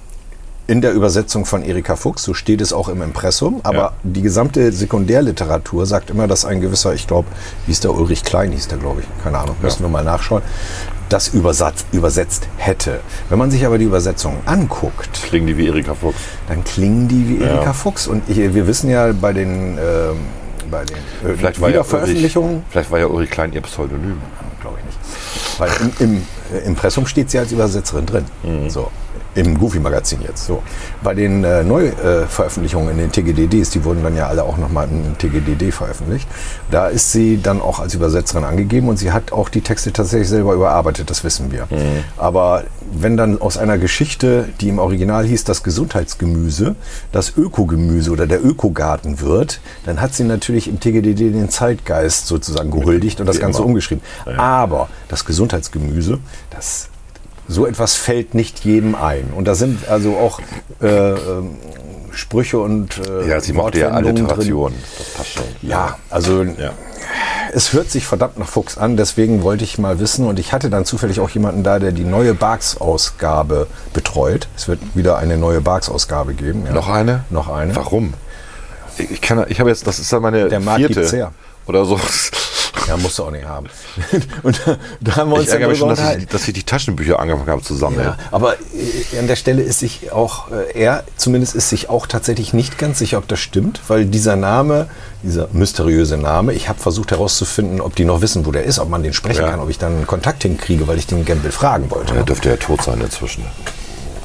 S2: in der Übersetzung von Erika Fuchs, so steht es auch im Impressum, aber
S1: Ja.
S2: die gesamte Sekundärliteratur sagt immer, dass ein gewisser, ich glaube, hieß der Ulrich Klein, hieß der, glaube ich, keine Ahnung, müssen wir mal nachschauen, das übersatz, übersetzt hätte. Wenn man sich aber die Übersetzung anguckt,
S1: Klingen die wie Erika Fuchs.
S2: dann klingen die wie Erika Fuchs. Und ich, wir wissen ja bei den, ähm, bei den äh, Wiederveröffentlichungen,
S1: Ulrich, vielleicht war ja Ulrich Klein ihr Pseudonym.
S2: glaube ich nicht, weil im, im äh, Impressum steht sie als Übersetzerin drin.
S1: Mhm.
S2: So. Im Goofy-Magazin jetzt. So. Bei den äh, Neuveröffentlichungen in den TGDDs, die wurden dann ja alle auch nochmal in TGDD veröffentlicht, da ist sie dann auch als Übersetzerin angegeben und sie hat auch die Texte tatsächlich selber überarbeitet, das wissen wir.
S1: Mhm.
S2: Aber wenn dann aus einer Geschichte, die im Original hieß, das Gesundheitsgemüse, das Ökogemüse oder der Ökogarten wird, dann hat sie natürlich im TGDD den Zeitgeist sozusagen gehuldigt und das
S1: Wie
S2: Ganze
S1: immer.
S2: umgeschrieben. Aber das Gesundheitsgemüse, das so etwas fällt nicht jedem ein. Und da sind also auch äh, ähm, Sprüche und äh,
S1: Ja, sie mochte ja
S2: Wortwendungen
S1: Alliteration. Das passt schon.
S2: Drin. Ja, also
S1: Ja.
S2: es hört sich verdammt nach Fuchs an, deswegen wollte ich mal wissen und ich hatte dann zufällig auch jemanden da, der die neue Barks-Ausgabe betreut. Es wird wieder eine neue Barks-Ausgabe geben. ja.
S1: Noch eine?
S2: Noch eine.
S1: Warum? Ich, ich kann, ich habe jetzt, das ist dann meine
S2: Der Markt gibt's
S1: vierte
S2: her.
S1: oder so.
S2: Ja, musst du auch nicht haben. Und da, da haben wir uns
S1: Ich ärgere
S2: dann
S1: mich schon,
S2: drüber
S1: dass ich,
S2: unterhalten.
S1: dass ich die Taschenbücher angefangen habe zu sammeln.
S2: Ja, aber äh, an der Stelle ist sich auch, äh, er zumindest ist sich auch tatsächlich nicht ganz sicher, ob das stimmt, weil dieser Name, dieser mysteriöse Name, ich habe versucht herauszufinden, ob die noch wissen, wo der ist, ob man den sprechen
S1: Ja.
S2: kann, ob ich dann einen Kontakt hinkriege, weil ich den Gamble fragen wollte. ne?
S1: Er dürfte ja tot sein inzwischen.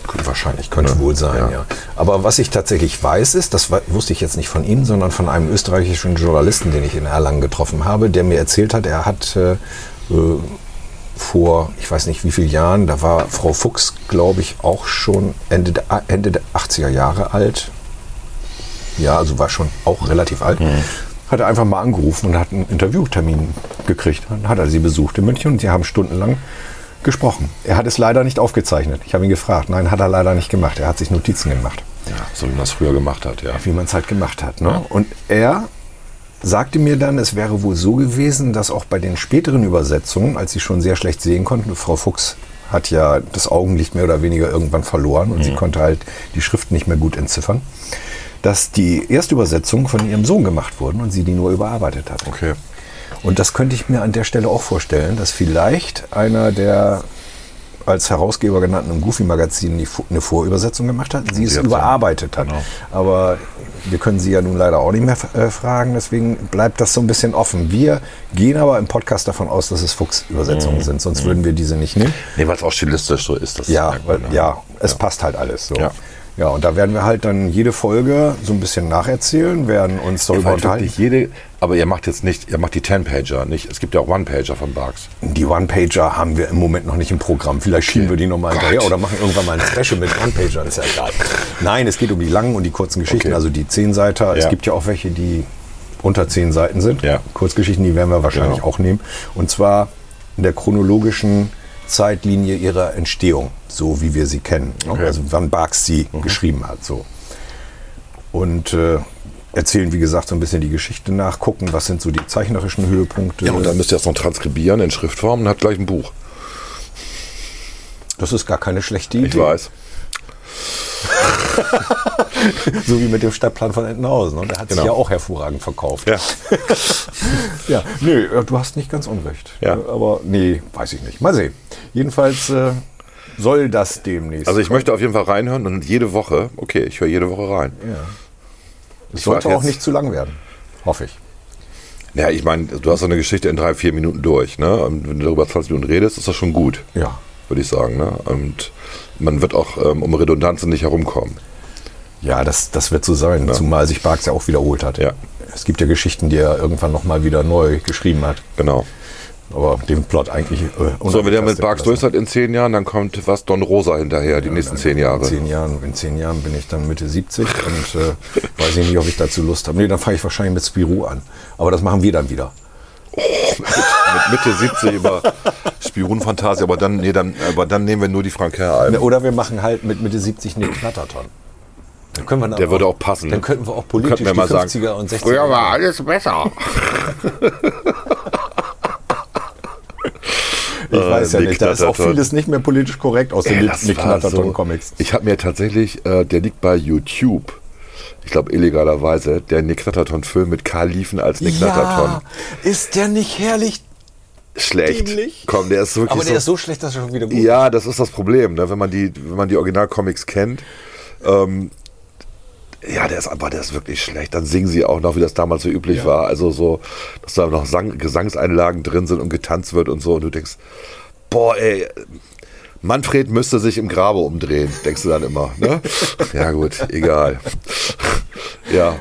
S2: Könnte Wahrscheinlich, könnte wohl sein, ja. Aber was ich tatsächlich weiß, ist, das wa- wusste ich jetzt nicht von ihm, sondern von einem österreichischen Journalisten, den ich in Erlangen getroffen habe, der mir erzählt hat, er hat äh, äh, vor, ich weiß nicht wie vielen Jahren, da war Frau Fuchs, glaube ich, auch schon Ende der, Ende der 80er Jahre alt. Ja, also war schon auch relativ alt. Hat er einfach mal angerufen und hat einen Interviewtermin gekriegt. Dann hat er sie besucht in München und sie haben stundenlang gesprochen. Er hat es leider nicht aufgezeichnet. Ich habe ihn gefragt. Nein, hat er leider nicht gemacht. Er hat sich Notizen gemacht
S1: Ja, so wie man das früher gemacht hat, ja.
S2: wie man es halt gemacht hat. Ne? Und er sagte mir dann, es wäre wohl so gewesen, dass auch bei den späteren Übersetzungen, als sie schon sehr schlecht sehen konnten, Frau Fuchs hat ja das Augenlicht mehr oder weniger irgendwann verloren und sie konnte halt die Schrift nicht mehr gut entziffern, dass die Erstübersetzungen von ihrem Sohn gemacht wurden und sie die nur überarbeitet hat.
S1: Okay.
S2: Und das könnte ich mir an der Stelle auch vorstellen, dass vielleicht einer der als Herausgeber genannten im Goofy-Magazin die Fu- eine Vorübersetzung gemacht hat, sie es
S1: hat's
S2: überarbeitet hat.
S1: Genau.
S2: Aber wir können sie ja nun leider auch nicht mehr äh, fragen, deswegen bleibt das so ein bisschen offen. Wir gehen aber im Podcast davon aus, dass es Fuchs-Übersetzungen
S1: Mhm.
S2: sind, sonst würden wir diese nicht nehmen.
S1: Nee, weil es auch stilistisch so ist. Das
S2: Ja,
S1: merkt
S2: weil,
S1: man, ne?
S2: ja, es passt halt alles so.
S1: Ja.
S2: ja, und da werden wir halt dann jede Folge so ein bisschen nacherzählen, werden uns
S1: Ihr
S2: darüber
S1: wollt
S2: unterhalten.
S1: wirklich jede, aber ihr macht jetzt nicht, ihr macht die Ten-Pager nicht. Es gibt ja auch One-Pager von Barks.
S2: Die One-Pager haben wir im Moment noch nicht im Programm. Vielleicht schieben wir die nochmal hinterher oder machen irgendwann mal ein Special mit One-Pagern, ist ja egal. Nein, es geht um die langen und die kurzen Geschichten,
S1: Okay.
S2: also die 10-Seiter. Es
S1: Ja.
S2: gibt ja auch welche, die unter 10 Seiten sind.
S1: Ja.
S2: Kurzgeschichten, die werden wir wahrscheinlich
S1: Genau.
S2: auch nehmen. Und zwar in der chronologischen Zeitlinie ihrer Entstehung, so wie wir sie kennen. Ne? Also wann Barks sie
S1: Mhm.
S2: geschrieben hat. So und äh, erzählen, wie gesagt, so ein bisschen die Geschichte nach, gucken, was sind so die zeichnerischen Höhepunkte.
S1: Ja, und dann müsst ihr das noch transkribieren in Schriftform und habt gleich ein Buch.
S2: das ist gar keine schlechte Idee.
S1: Ich weiß.
S2: So wie mit dem Stadtplan von Entenhausen. Und der hat sich
S1: Genau.
S2: ja auch hervorragend verkauft.
S1: Ja.
S2: ja, nö, äh, du hast nicht ganz unrecht.
S1: Ja.
S2: Äh, Aber nee, weiß ich nicht. Mal sehen. Jedenfalls äh, soll das demnächst.
S1: Also ich möchte auf jeden Fall reinhören und jede Woche, okay, ich höre jede Woche rein.
S2: es
S1: warte
S2: sollte auch
S1: jetzt-
S2: nicht zu lang werden. Hoffe ich.
S1: Ja, ich meine, du hast so eine Geschichte in drei, vier Minuten durch, ne? Und wenn du darüber 20 Minuten redest, ist das schon gut,
S2: Ja.
S1: würde ich sagen, ne? Und man wird auch ähm, um Redundanzen nicht herumkommen.
S2: Ja, das, das wird so sein, zumal sich Barks ja auch wiederholt hat.
S1: Ja.
S2: Es gibt ja Geschichten, die er irgendwann nochmal wieder neu geschrieben hat.
S1: Genau.
S2: Aber den Plot eigentlich. Äh,
S1: So, wenn der mit
S2: unangetastet
S1: Barks durch
S2: lassen.
S1: seid in zehn Jahren, dann kommt was Don Rosa hinterher, die nächsten zehn
S2: In
S1: Jahre.
S2: zehn, Jahren, in zehn Jahren bin ich dann Mitte 70 und äh, weiß ich nicht, ob ich dazu Lust habe. Nee, dann fange ich wahrscheinlich mit Spirou an. Aber das machen wir dann wieder.
S1: mit Mitte 70 über Spionfantasie, aber dann, nee, dann, aber dann nehmen wir nur die Frank Herr-Alben.
S2: Oder wir machen halt mit Mitte 70 einen Knatterton. Dann können wir dann
S1: Der
S2: auch,
S1: würde auch passen. ne?
S2: Dann könnten wir auch politisch
S1: Könnten wir
S2: die 50er und 60er.
S1: Früher war alles besser.
S2: ich weiß ja
S1: Nick
S2: nicht, da ist auch
S1: Äh, Knatterton.
S2: vieles nicht mehr politisch korrekt aus den Nick Knatterton-Comics.
S1: Ich habe mir tatsächlich, äh, der liegt bei YouTube. Ich glaube illegalerweise, der Nick Natterton-Film mit Karl Liefen als Nick Natterton.
S2: ist der nicht herrlich?
S1: Schlecht.
S2: dämlich.
S1: Komm, der ist wirklich
S2: Aber der
S1: so,
S2: ist so schlecht, dass er schon wieder gut
S1: Ja, das ist das Problem, ne? wenn man die, wenn man die Originalcomics kennt. Ähm, ja, der ist aber der ist wirklich schlecht. Dann singen sie auch noch, wie das damals so üblich war. Also so, dass da noch Sang Gesangseinlagen drin sind und getanzt wird und so. Und du denkst, boah, ey, Manfred müsste sich im Grabe umdrehen, denkst du dann immer. Ne? ja gut, egal. ja.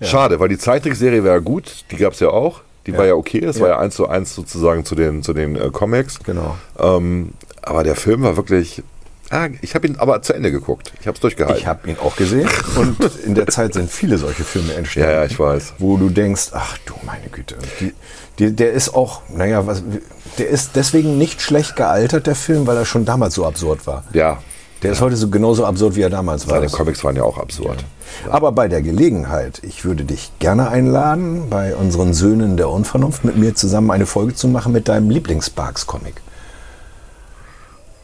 S1: Schade, weil die Zeichentrickserie war ja gut, die gab es ja auch. Die war ja okay, das war ja eins zu eins sozusagen zu den, zu den äh, Comics.
S2: Genau.
S1: Ähm, aber der Film war wirklich. Ah, ich habe ihn aber zu Ende geguckt. Ich habe es durchgehalten.
S2: Ich habe ihn auch gesehen und in der Zeit sind viele solche Filme entstanden.
S1: Ja, ja, ich weiß.
S2: Wo du denkst, ach du meine Güte. Und Die, die, der ist auch, naja, was, der ist deswegen nicht schlecht gealtert, der Film, weil er schon damals so absurd war.
S1: ja,
S2: Der ist heute so genauso absurd, wie er damals war.
S1: seine
S2: Das-
S1: Comics waren ja auch absurd.
S2: aber bei der Gelegenheit, ich würde dich gerne einladen, bei unseren Söhnen der Unvernunft mit mir zusammen eine Folge zu machen mit deinem Lieblings-Barks-Comic.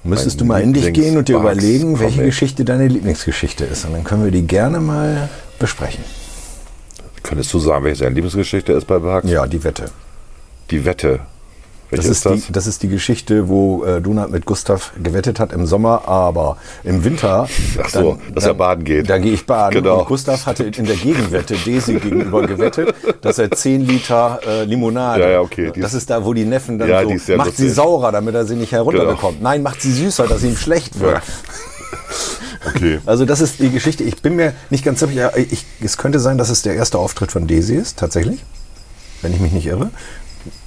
S2: Müsstest
S1: Mein
S2: du mal in dich gehen und dir
S1: Lieblings-Barks-Comic.
S2: überlegen, welche Geschichte deine Lieblingsgeschichte ist. Und dann können wir die gerne mal besprechen.
S1: Könntest du sagen, welche seine Lieblingsgeschichte ist bei Barks?
S2: Ja, die Wette.
S1: Die Wette.
S2: Das
S1: Welche
S2: ist, Die, das ist die Geschichte, wo äh, Donat mit Gustav gewettet hat im Sommer, aber im Winter.
S1: Ach so, dass er baden geht.
S2: Da gehe ich baden.
S1: Genau.
S2: Und Gustav hatte in der Gegenwette Desi gegenüber gewettet, dass er 10 Liter äh, Limonade.
S1: Ja, ja, okay, die
S2: Das
S1: ist-
S2: ist da, wo die Neffen dann
S1: Ja,
S2: so.
S1: die ist sehr
S2: macht sie
S1: lustig. Genau.
S2: saurer, damit er sie nicht herunterbekommt. Nein, macht sie süßer, dass ihm schlecht wird.
S1: Ja. Okay.
S2: Also das ist die Geschichte. Ich bin mir nicht ganz sicher. Ich, es könnte sein, dass es der erste Auftritt von Desi ist, tatsächlich. wenn ich mich nicht irre.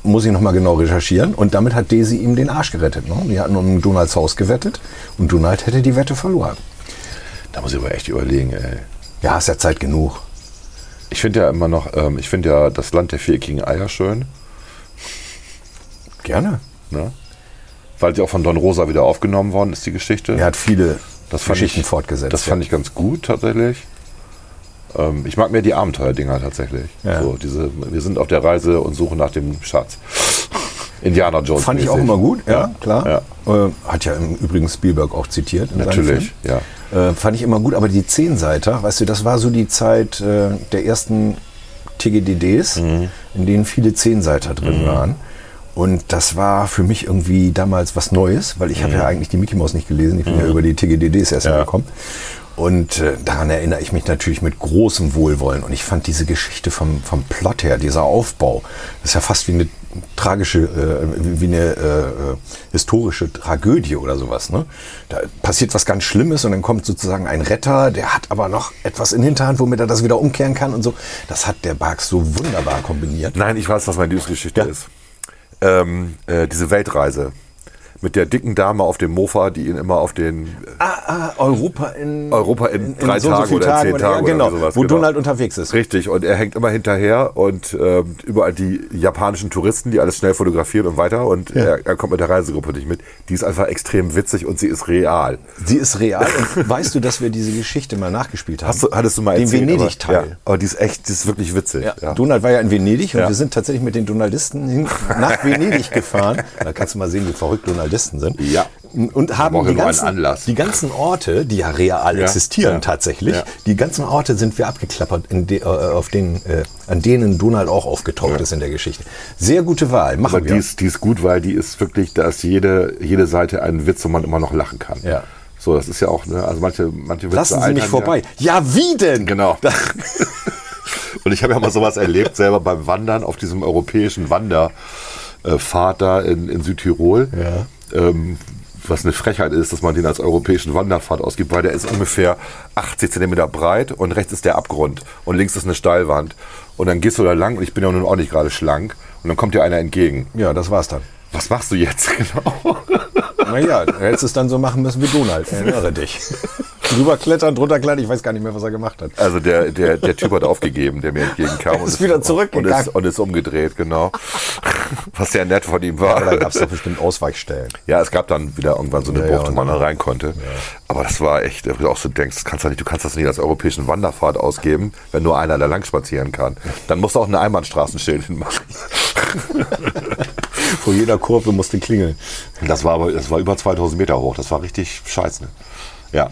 S2: Muss ich nochmal genau recherchieren. Und damit hat Desi ihm den Arsch gerettet. Ne? Die hatten um Donalds Haus gewettet und Donald hätte die Wette verloren.
S1: Da muss ich aber echt überlegen, ey.
S2: Ja, ist ja Zeit genug.
S1: Ich finde ja immer noch, ähm, ich finde ja das Land der viereckigen Eier schön,
S2: Gerne.
S1: ne? Weil sie auch von Don Rosa wieder aufgenommen worden ist, die Geschichte.
S2: Er hat viele
S1: das fand
S2: Geschichten
S1: ich,
S2: fortgesetzt.
S1: Das fand ich ganz gut tatsächlich. Ähm, ich mag mehr die Abenteuerdinger tatsächlich.
S2: Ja.
S1: So, diese, wir sind auf der Reise und suchen nach dem Schatz. Indiana Jones.
S2: Fand ich auch
S1: mäßig.
S2: immer gut, ja, klar. Äh, hat ja im Übrigen Spielberg auch zitiert. In seinem
S1: Natürlich,
S2: Film. Äh, fand ich immer gut, aber die Zehnseiter, weißt du, das war so die Zeit äh, der ersten TGDDs, in denen viele Zehnseiter drin waren. Und das war für mich irgendwie damals was Neues, weil ich habe ja eigentlich die Mickey Mouse nicht gelesen. Ich bin ja über die TGDDs erstmal
S1: Ja.
S2: gekommen. Und äh, daran erinnere ich mich natürlich mit großem Wohlwollen. Und ich fand diese Geschichte vom, vom Plot her, dieser Aufbau, das ist ja fast wie eine tragische, äh, wie eine äh, äh, historische Tragödie oder sowas. Ne? Da passiert was ganz Schlimmes und dann kommt sozusagen ein Retter, der hat aber noch etwas in Hinterhand, womit er das wieder umkehren kann und so. Das hat der Barks so wunderbar kombiniert.
S1: Nein, ich weiß, was meine Lieblingsgeschichte
S2: Ja.
S1: ist. Ähm, äh, diese Weltreise. Mit der dicken Dame auf dem Mofa, die ihn immer auf den.
S2: Ah, ah, Europa in
S1: Europa in drei
S2: und
S1: Tagen
S2: viel
S1: oder in zehn Tagen oder
S2: ja, genau,
S1: irgendwie sowas,
S2: wo
S1: genau.
S2: Donald unterwegs ist.
S1: Richtig, und er hängt immer hinterher und ähm, überall die japanischen Touristen, die alles schnell fotografieren und weiter. Und er, er kommt mit der Reisegruppe nicht mit. Die ist einfach extrem witzig und sie ist real.
S2: Sie ist real. Und weißt du, dass wir diese Geschichte mal nachgespielt haben?
S1: Hast du, hattest du mal
S2: Den
S1: erzählt? Aber, ja,
S2: Venedig-Teil.
S1: aber die ist echt, die ist wirklich witzig.
S2: Ja.
S1: ja.
S2: Donald war ja in Venedig und
S1: Ja.
S2: wir sind tatsächlich mit den Donaldisten hin nach Venedig gefahren. Da kannst du mal sehen, wie verrückt Donaldisten sind.
S1: Ja.
S2: Und haben
S1: brauchen
S2: die
S1: nur einen
S2: ganzen,
S1: Anlass.
S2: die ganzen Orte, die ja real
S1: Ja.
S2: existieren
S1: Ja.
S2: tatsächlich,
S1: Ja.
S2: die ganzen Orte sind wir abgeklappert, in de, äh, auf den, äh, an denen Donald auch aufgetaucht ist in der Geschichte. Sehr gute Wahl,
S1: Aber
S2: machen
S1: Also die
S2: wir.
S1: ist, die ist gut, weil die ist wirklich, da ist jede, jede Seite ein Witz, wo man immer noch lachen kann.
S2: Ja.
S1: So, das ist ja auch, ne, also manche, manche Witze
S2: Lassen Sie
S1: altern
S2: mich
S1: ja.
S2: vorbei. Ja, wie denn?
S1: Genau. Und ich habe ja mal sowas erlebt, selber beim Wandern auf diesem europäischen Wanderpfad da in, in Südtirol. Ähm, was eine Frechheit ist, dass man den als europäischen Wanderpfad ausgibt, weil der ist ungefähr 80 Zentimeter breit und rechts ist der Abgrund und links ist eine Steilwand. Und dann gehst du da lang und ich bin ja nun auch nicht gerade schlank. Und dann kommt dir einer entgegen.
S2: Ja, das war's dann.
S1: Was machst du jetzt genau?
S2: Naja, du hättest es dann so machen müssen wie Donald. Erinnere dich. Drüber klettern, drunter klettern, ich weiß gar nicht mehr, was er gemacht hat.
S1: Also der, der, der Typ hat aufgegeben, der mir entgegenkam. und
S2: Ist wieder
S1: Und
S2: zurückgegangen.
S1: ist, und ist umgedreht, genau. Was sehr nett von ihm war.
S2: Aber da gab es doch bestimmt Ausweichstellen.
S1: Ja, es gab dann wieder irgendwann so eine
S2: Ja, ja,
S1: Bucht, wo
S2: und-
S1: man da rein konnte. Aber das war echt, wo du auch so denkst, das kannst du, nicht, du kannst das nicht als europäischen Wanderpfad ausgeben, wenn nur einer da lang spazieren kann. Dann musst du auch eine Einbahnstraßenschild hinmachen.
S2: Vor jeder Kurve musste klingeln.
S1: Das war aber, das war über 2000 Meter hoch. Das war richtig scheiße. ne? Ja.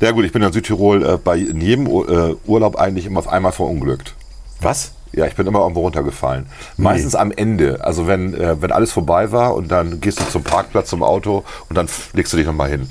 S1: Ja gut, ich bin in Südtirol äh, bei in jedem Ur- äh, Urlaub eigentlich immer auf einmal verunglückt.
S2: Was?
S1: Ja, ich bin immer irgendwo runtergefallen. Meistens am Ende. Also wenn, äh, wenn alles vorbei war und dann gehst du zum Parkplatz, zum Auto und dann f- legst du dich nochmal hin.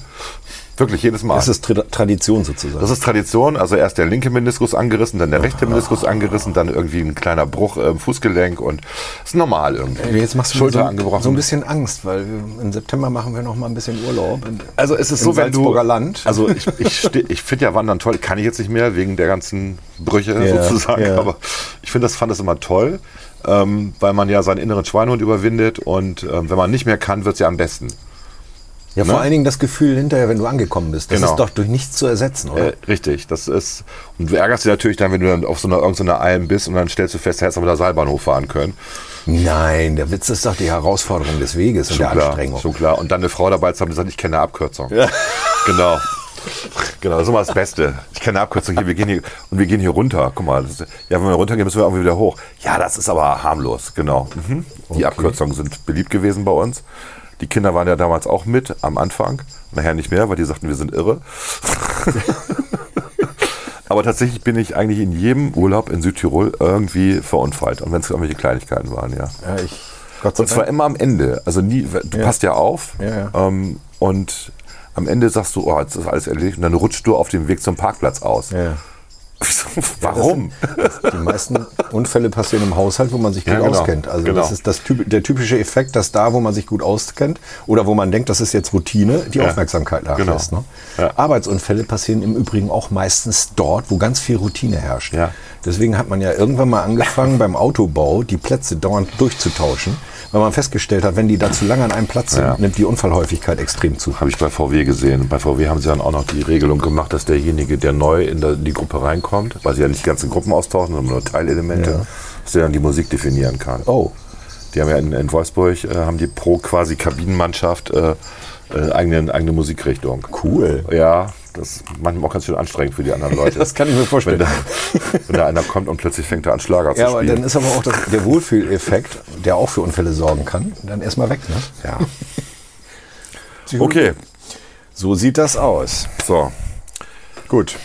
S1: Wirklich jedes Mal.
S2: Das ist Tra Tradition sozusagen.
S1: Das ist Tradition. Also erst der linke Meniskus angerissen, dann der rechte Meniskus angerissen, dann irgendwie ein kleiner Bruch äh, im Fußgelenk und ist normal irgendwie.
S2: Jetzt machst du mir
S1: Schulter
S2: so,
S1: angebrochen.
S2: so ein bisschen Angst, weil wir, im September machen wir noch mal ein bisschen Urlaub. Und
S1: Also es ist
S2: Im
S1: so, wenn du
S2: Salzburger Land.
S1: also ich ich, steh- ich finde ja Wandern toll, kann ich jetzt nicht mehr wegen der ganzen Brüche
S2: Ja,
S1: sozusagen,
S2: ja.
S1: aber ich finde das fand das immer toll, ähm, weil man ja seinen inneren Schweinehund überwindet und ähm, wenn man nicht mehr kann, wird's ja am besten.
S2: ja, vor allen Dingen das Gefühl hinterher, wenn du angekommen bist. Das
S1: Genau.
S2: ist doch durch nichts zu ersetzen, oder?
S1: Äh, richtig, das ist und du ärgerst dich natürlich dann, wenn du dann auf so einer irgendeiner Alm bist und dann stellst du fest, hättest aber der Seilbahnhof fahren können.
S2: Nein, der Witz ist doch die Herausforderung des Weges und
S1: Schon
S2: der
S1: klar,
S2: Anstrengung.
S1: Schon klar. Und dann eine Frau dabei zu haben, die sagt, ich kenne eine Abkürzung. Genau. Genau, das ist immer das Beste. Ich kenne eine Abkürzung hier, wir gehen hier und wir gehen hier runter. Guck mal, das ist, ja, wenn wir runtergehen, müssen wir irgendwie wieder hoch. Ja, das ist aber harmlos, genau. Mhm. Die Abkürzungen sind beliebt gewesen bei uns. Die Kinder waren ja damals auch mit am Anfang, nachher nicht mehr, weil die sagten, wir sind irre. Aber tatsächlich bin ich eigentlich in jedem Urlaub in Südtirol irgendwie verunfallt. Und wenn es irgendwelche Kleinigkeiten waren, ja.
S2: Ja, ich, Gott sei
S1: Und zwar
S2: Dank.
S1: immer am Ende. Also nie, du passt ja auf.
S2: Ja,
S1: Ähm, und am Ende sagst du, oh, jetzt ist alles erledigt. Und dann rutschst du auf dem Weg zum Parkplatz aus.
S2: Ja.
S1: Warum?
S2: Die meisten Unfälle passieren im Haushalt, wo man sich gut
S1: Ja, genau.
S2: auskennt. Also
S1: Genau.
S2: das ist das, typ- der typische Effekt, dass da, wo man sich gut auskennt oder wo man denkt, das ist jetzt Routine, die Aufmerksamkeit nachlässt.
S1: Genau.
S2: Ne?
S1: Ja.
S2: Arbeitsunfälle passieren im Übrigen auch meistens dort, wo ganz viel Routine herrscht.
S1: Ja.
S2: Deswegen hat man ja irgendwann mal angefangen, beim Autobau die Plätze dauernd durchzutauschen, weil man festgestellt hat, wenn die da zu lange an einem Platz sind,
S1: Ja.
S2: nimmt die Unfallhäufigkeit extrem zu.
S1: Habe ich bei VW gesehen. Bei VW haben sie dann auch noch die Regelung gemacht, dass derjenige, der neu in der- die Gruppe reinkommt, weil sie ja nicht die ganzen Gruppen austauschen, sondern nur Teilelemente, dass der dann die Musik definieren kann.
S2: Oh,
S1: Die haben ja in, in Wolfsburg, äh, haben die pro quasi Kabinenmannschaft äh, äh, eigene, eigene Musikrichtung.
S2: cool.
S1: Ja, das ist manchmal auch ganz schön anstrengend für die anderen Leute.
S2: Das kann ich mir vorstellen.
S1: Wenn da, wenn da einer kommt und plötzlich fängt er an Schlager
S2: Ja,
S1: zu
S2: aber
S1: spielen.
S2: dann ist aber auch das, der Wohlfühleffekt, der auch für Unfälle sorgen kann, dann erstmal weg. Ne?
S1: ja. Okay,
S2: So sieht das aus.
S1: so. Gut.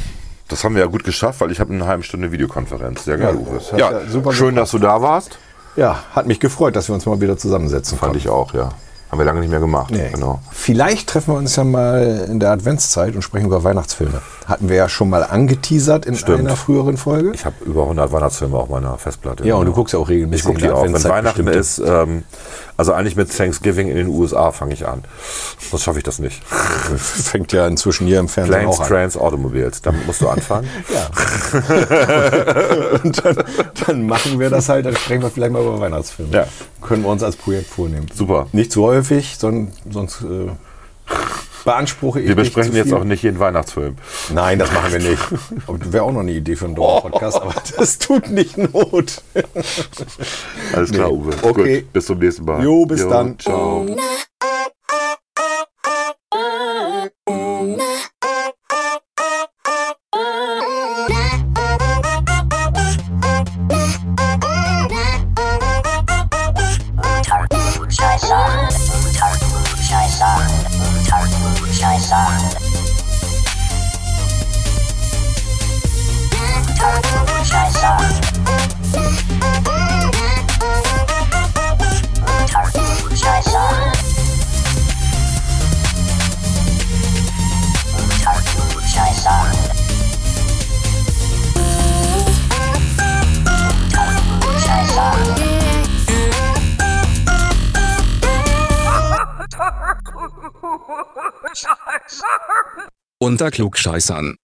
S1: Das haben wir ja gut geschafft, weil ich habe eine halbe Stunde Videokonferenz. Sehr geil,
S2: Ja,
S1: Uwe.
S2: das hat ja super
S1: schön, dass du da warst.
S2: Ja, hat mich gefreut, dass wir uns mal wieder zusammensetzen
S1: Fand ich auch, ja. Haben wir lange nicht mehr gemacht.
S2: Nee.
S1: Genau.
S2: Vielleicht treffen wir uns ja mal in der Adventszeit und sprechen über Weihnachtsfilme. Hatten wir ja schon mal angeteasert in
S1: Stimmt.
S2: einer früheren Folge.
S1: Ich habe über 100 Weihnachtsfilme auf meiner Festplatte.
S2: Ja, und du guckst ja auch regelmäßig
S1: Ich gucke
S2: in
S1: die
S2: der
S1: auch. Wenn
S2: Adventszeit
S1: Weihnachten
S2: bestimmte.
S1: ist, ähm, also eigentlich mit Thanksgiving in den USA fange ich an. Sonst schaffe ich das nicht.
S2: Fängt ja inzwischen hier im Fernsehen
S1: Planes,
S2: auch an.
S1: Trains, Automobiles. Damit musst du anfangen.
S2: Und dann, dann machen wir das halt, dann sprechen wir vielleicht mal über Weihnachtsfilme.
S1: Ja.
S2: Können wir uns als Projekt vornehmen.
S1: Super.
S2: Nicht zu häufig, sondern sonst äh, beanspruche ich
S1: Wir
S2: nicht
S1: besprechen
S2: zu
S1: jetzt
S2: viel.
S1: auch nicht jeden Weihnachtsfilm.
S2: Nein, das machen wir nicht. Wäre auch noch eine Idee für einen Dauer-Podcast, aber das tut nicht Not.
S1: Alles klar, Uwe.
S2: Okay.
S1: Gut, bis zum nächsten Mal.
S2: Jo, bis dann.
S1: Ciao.
S3: Unter Klugscheißern.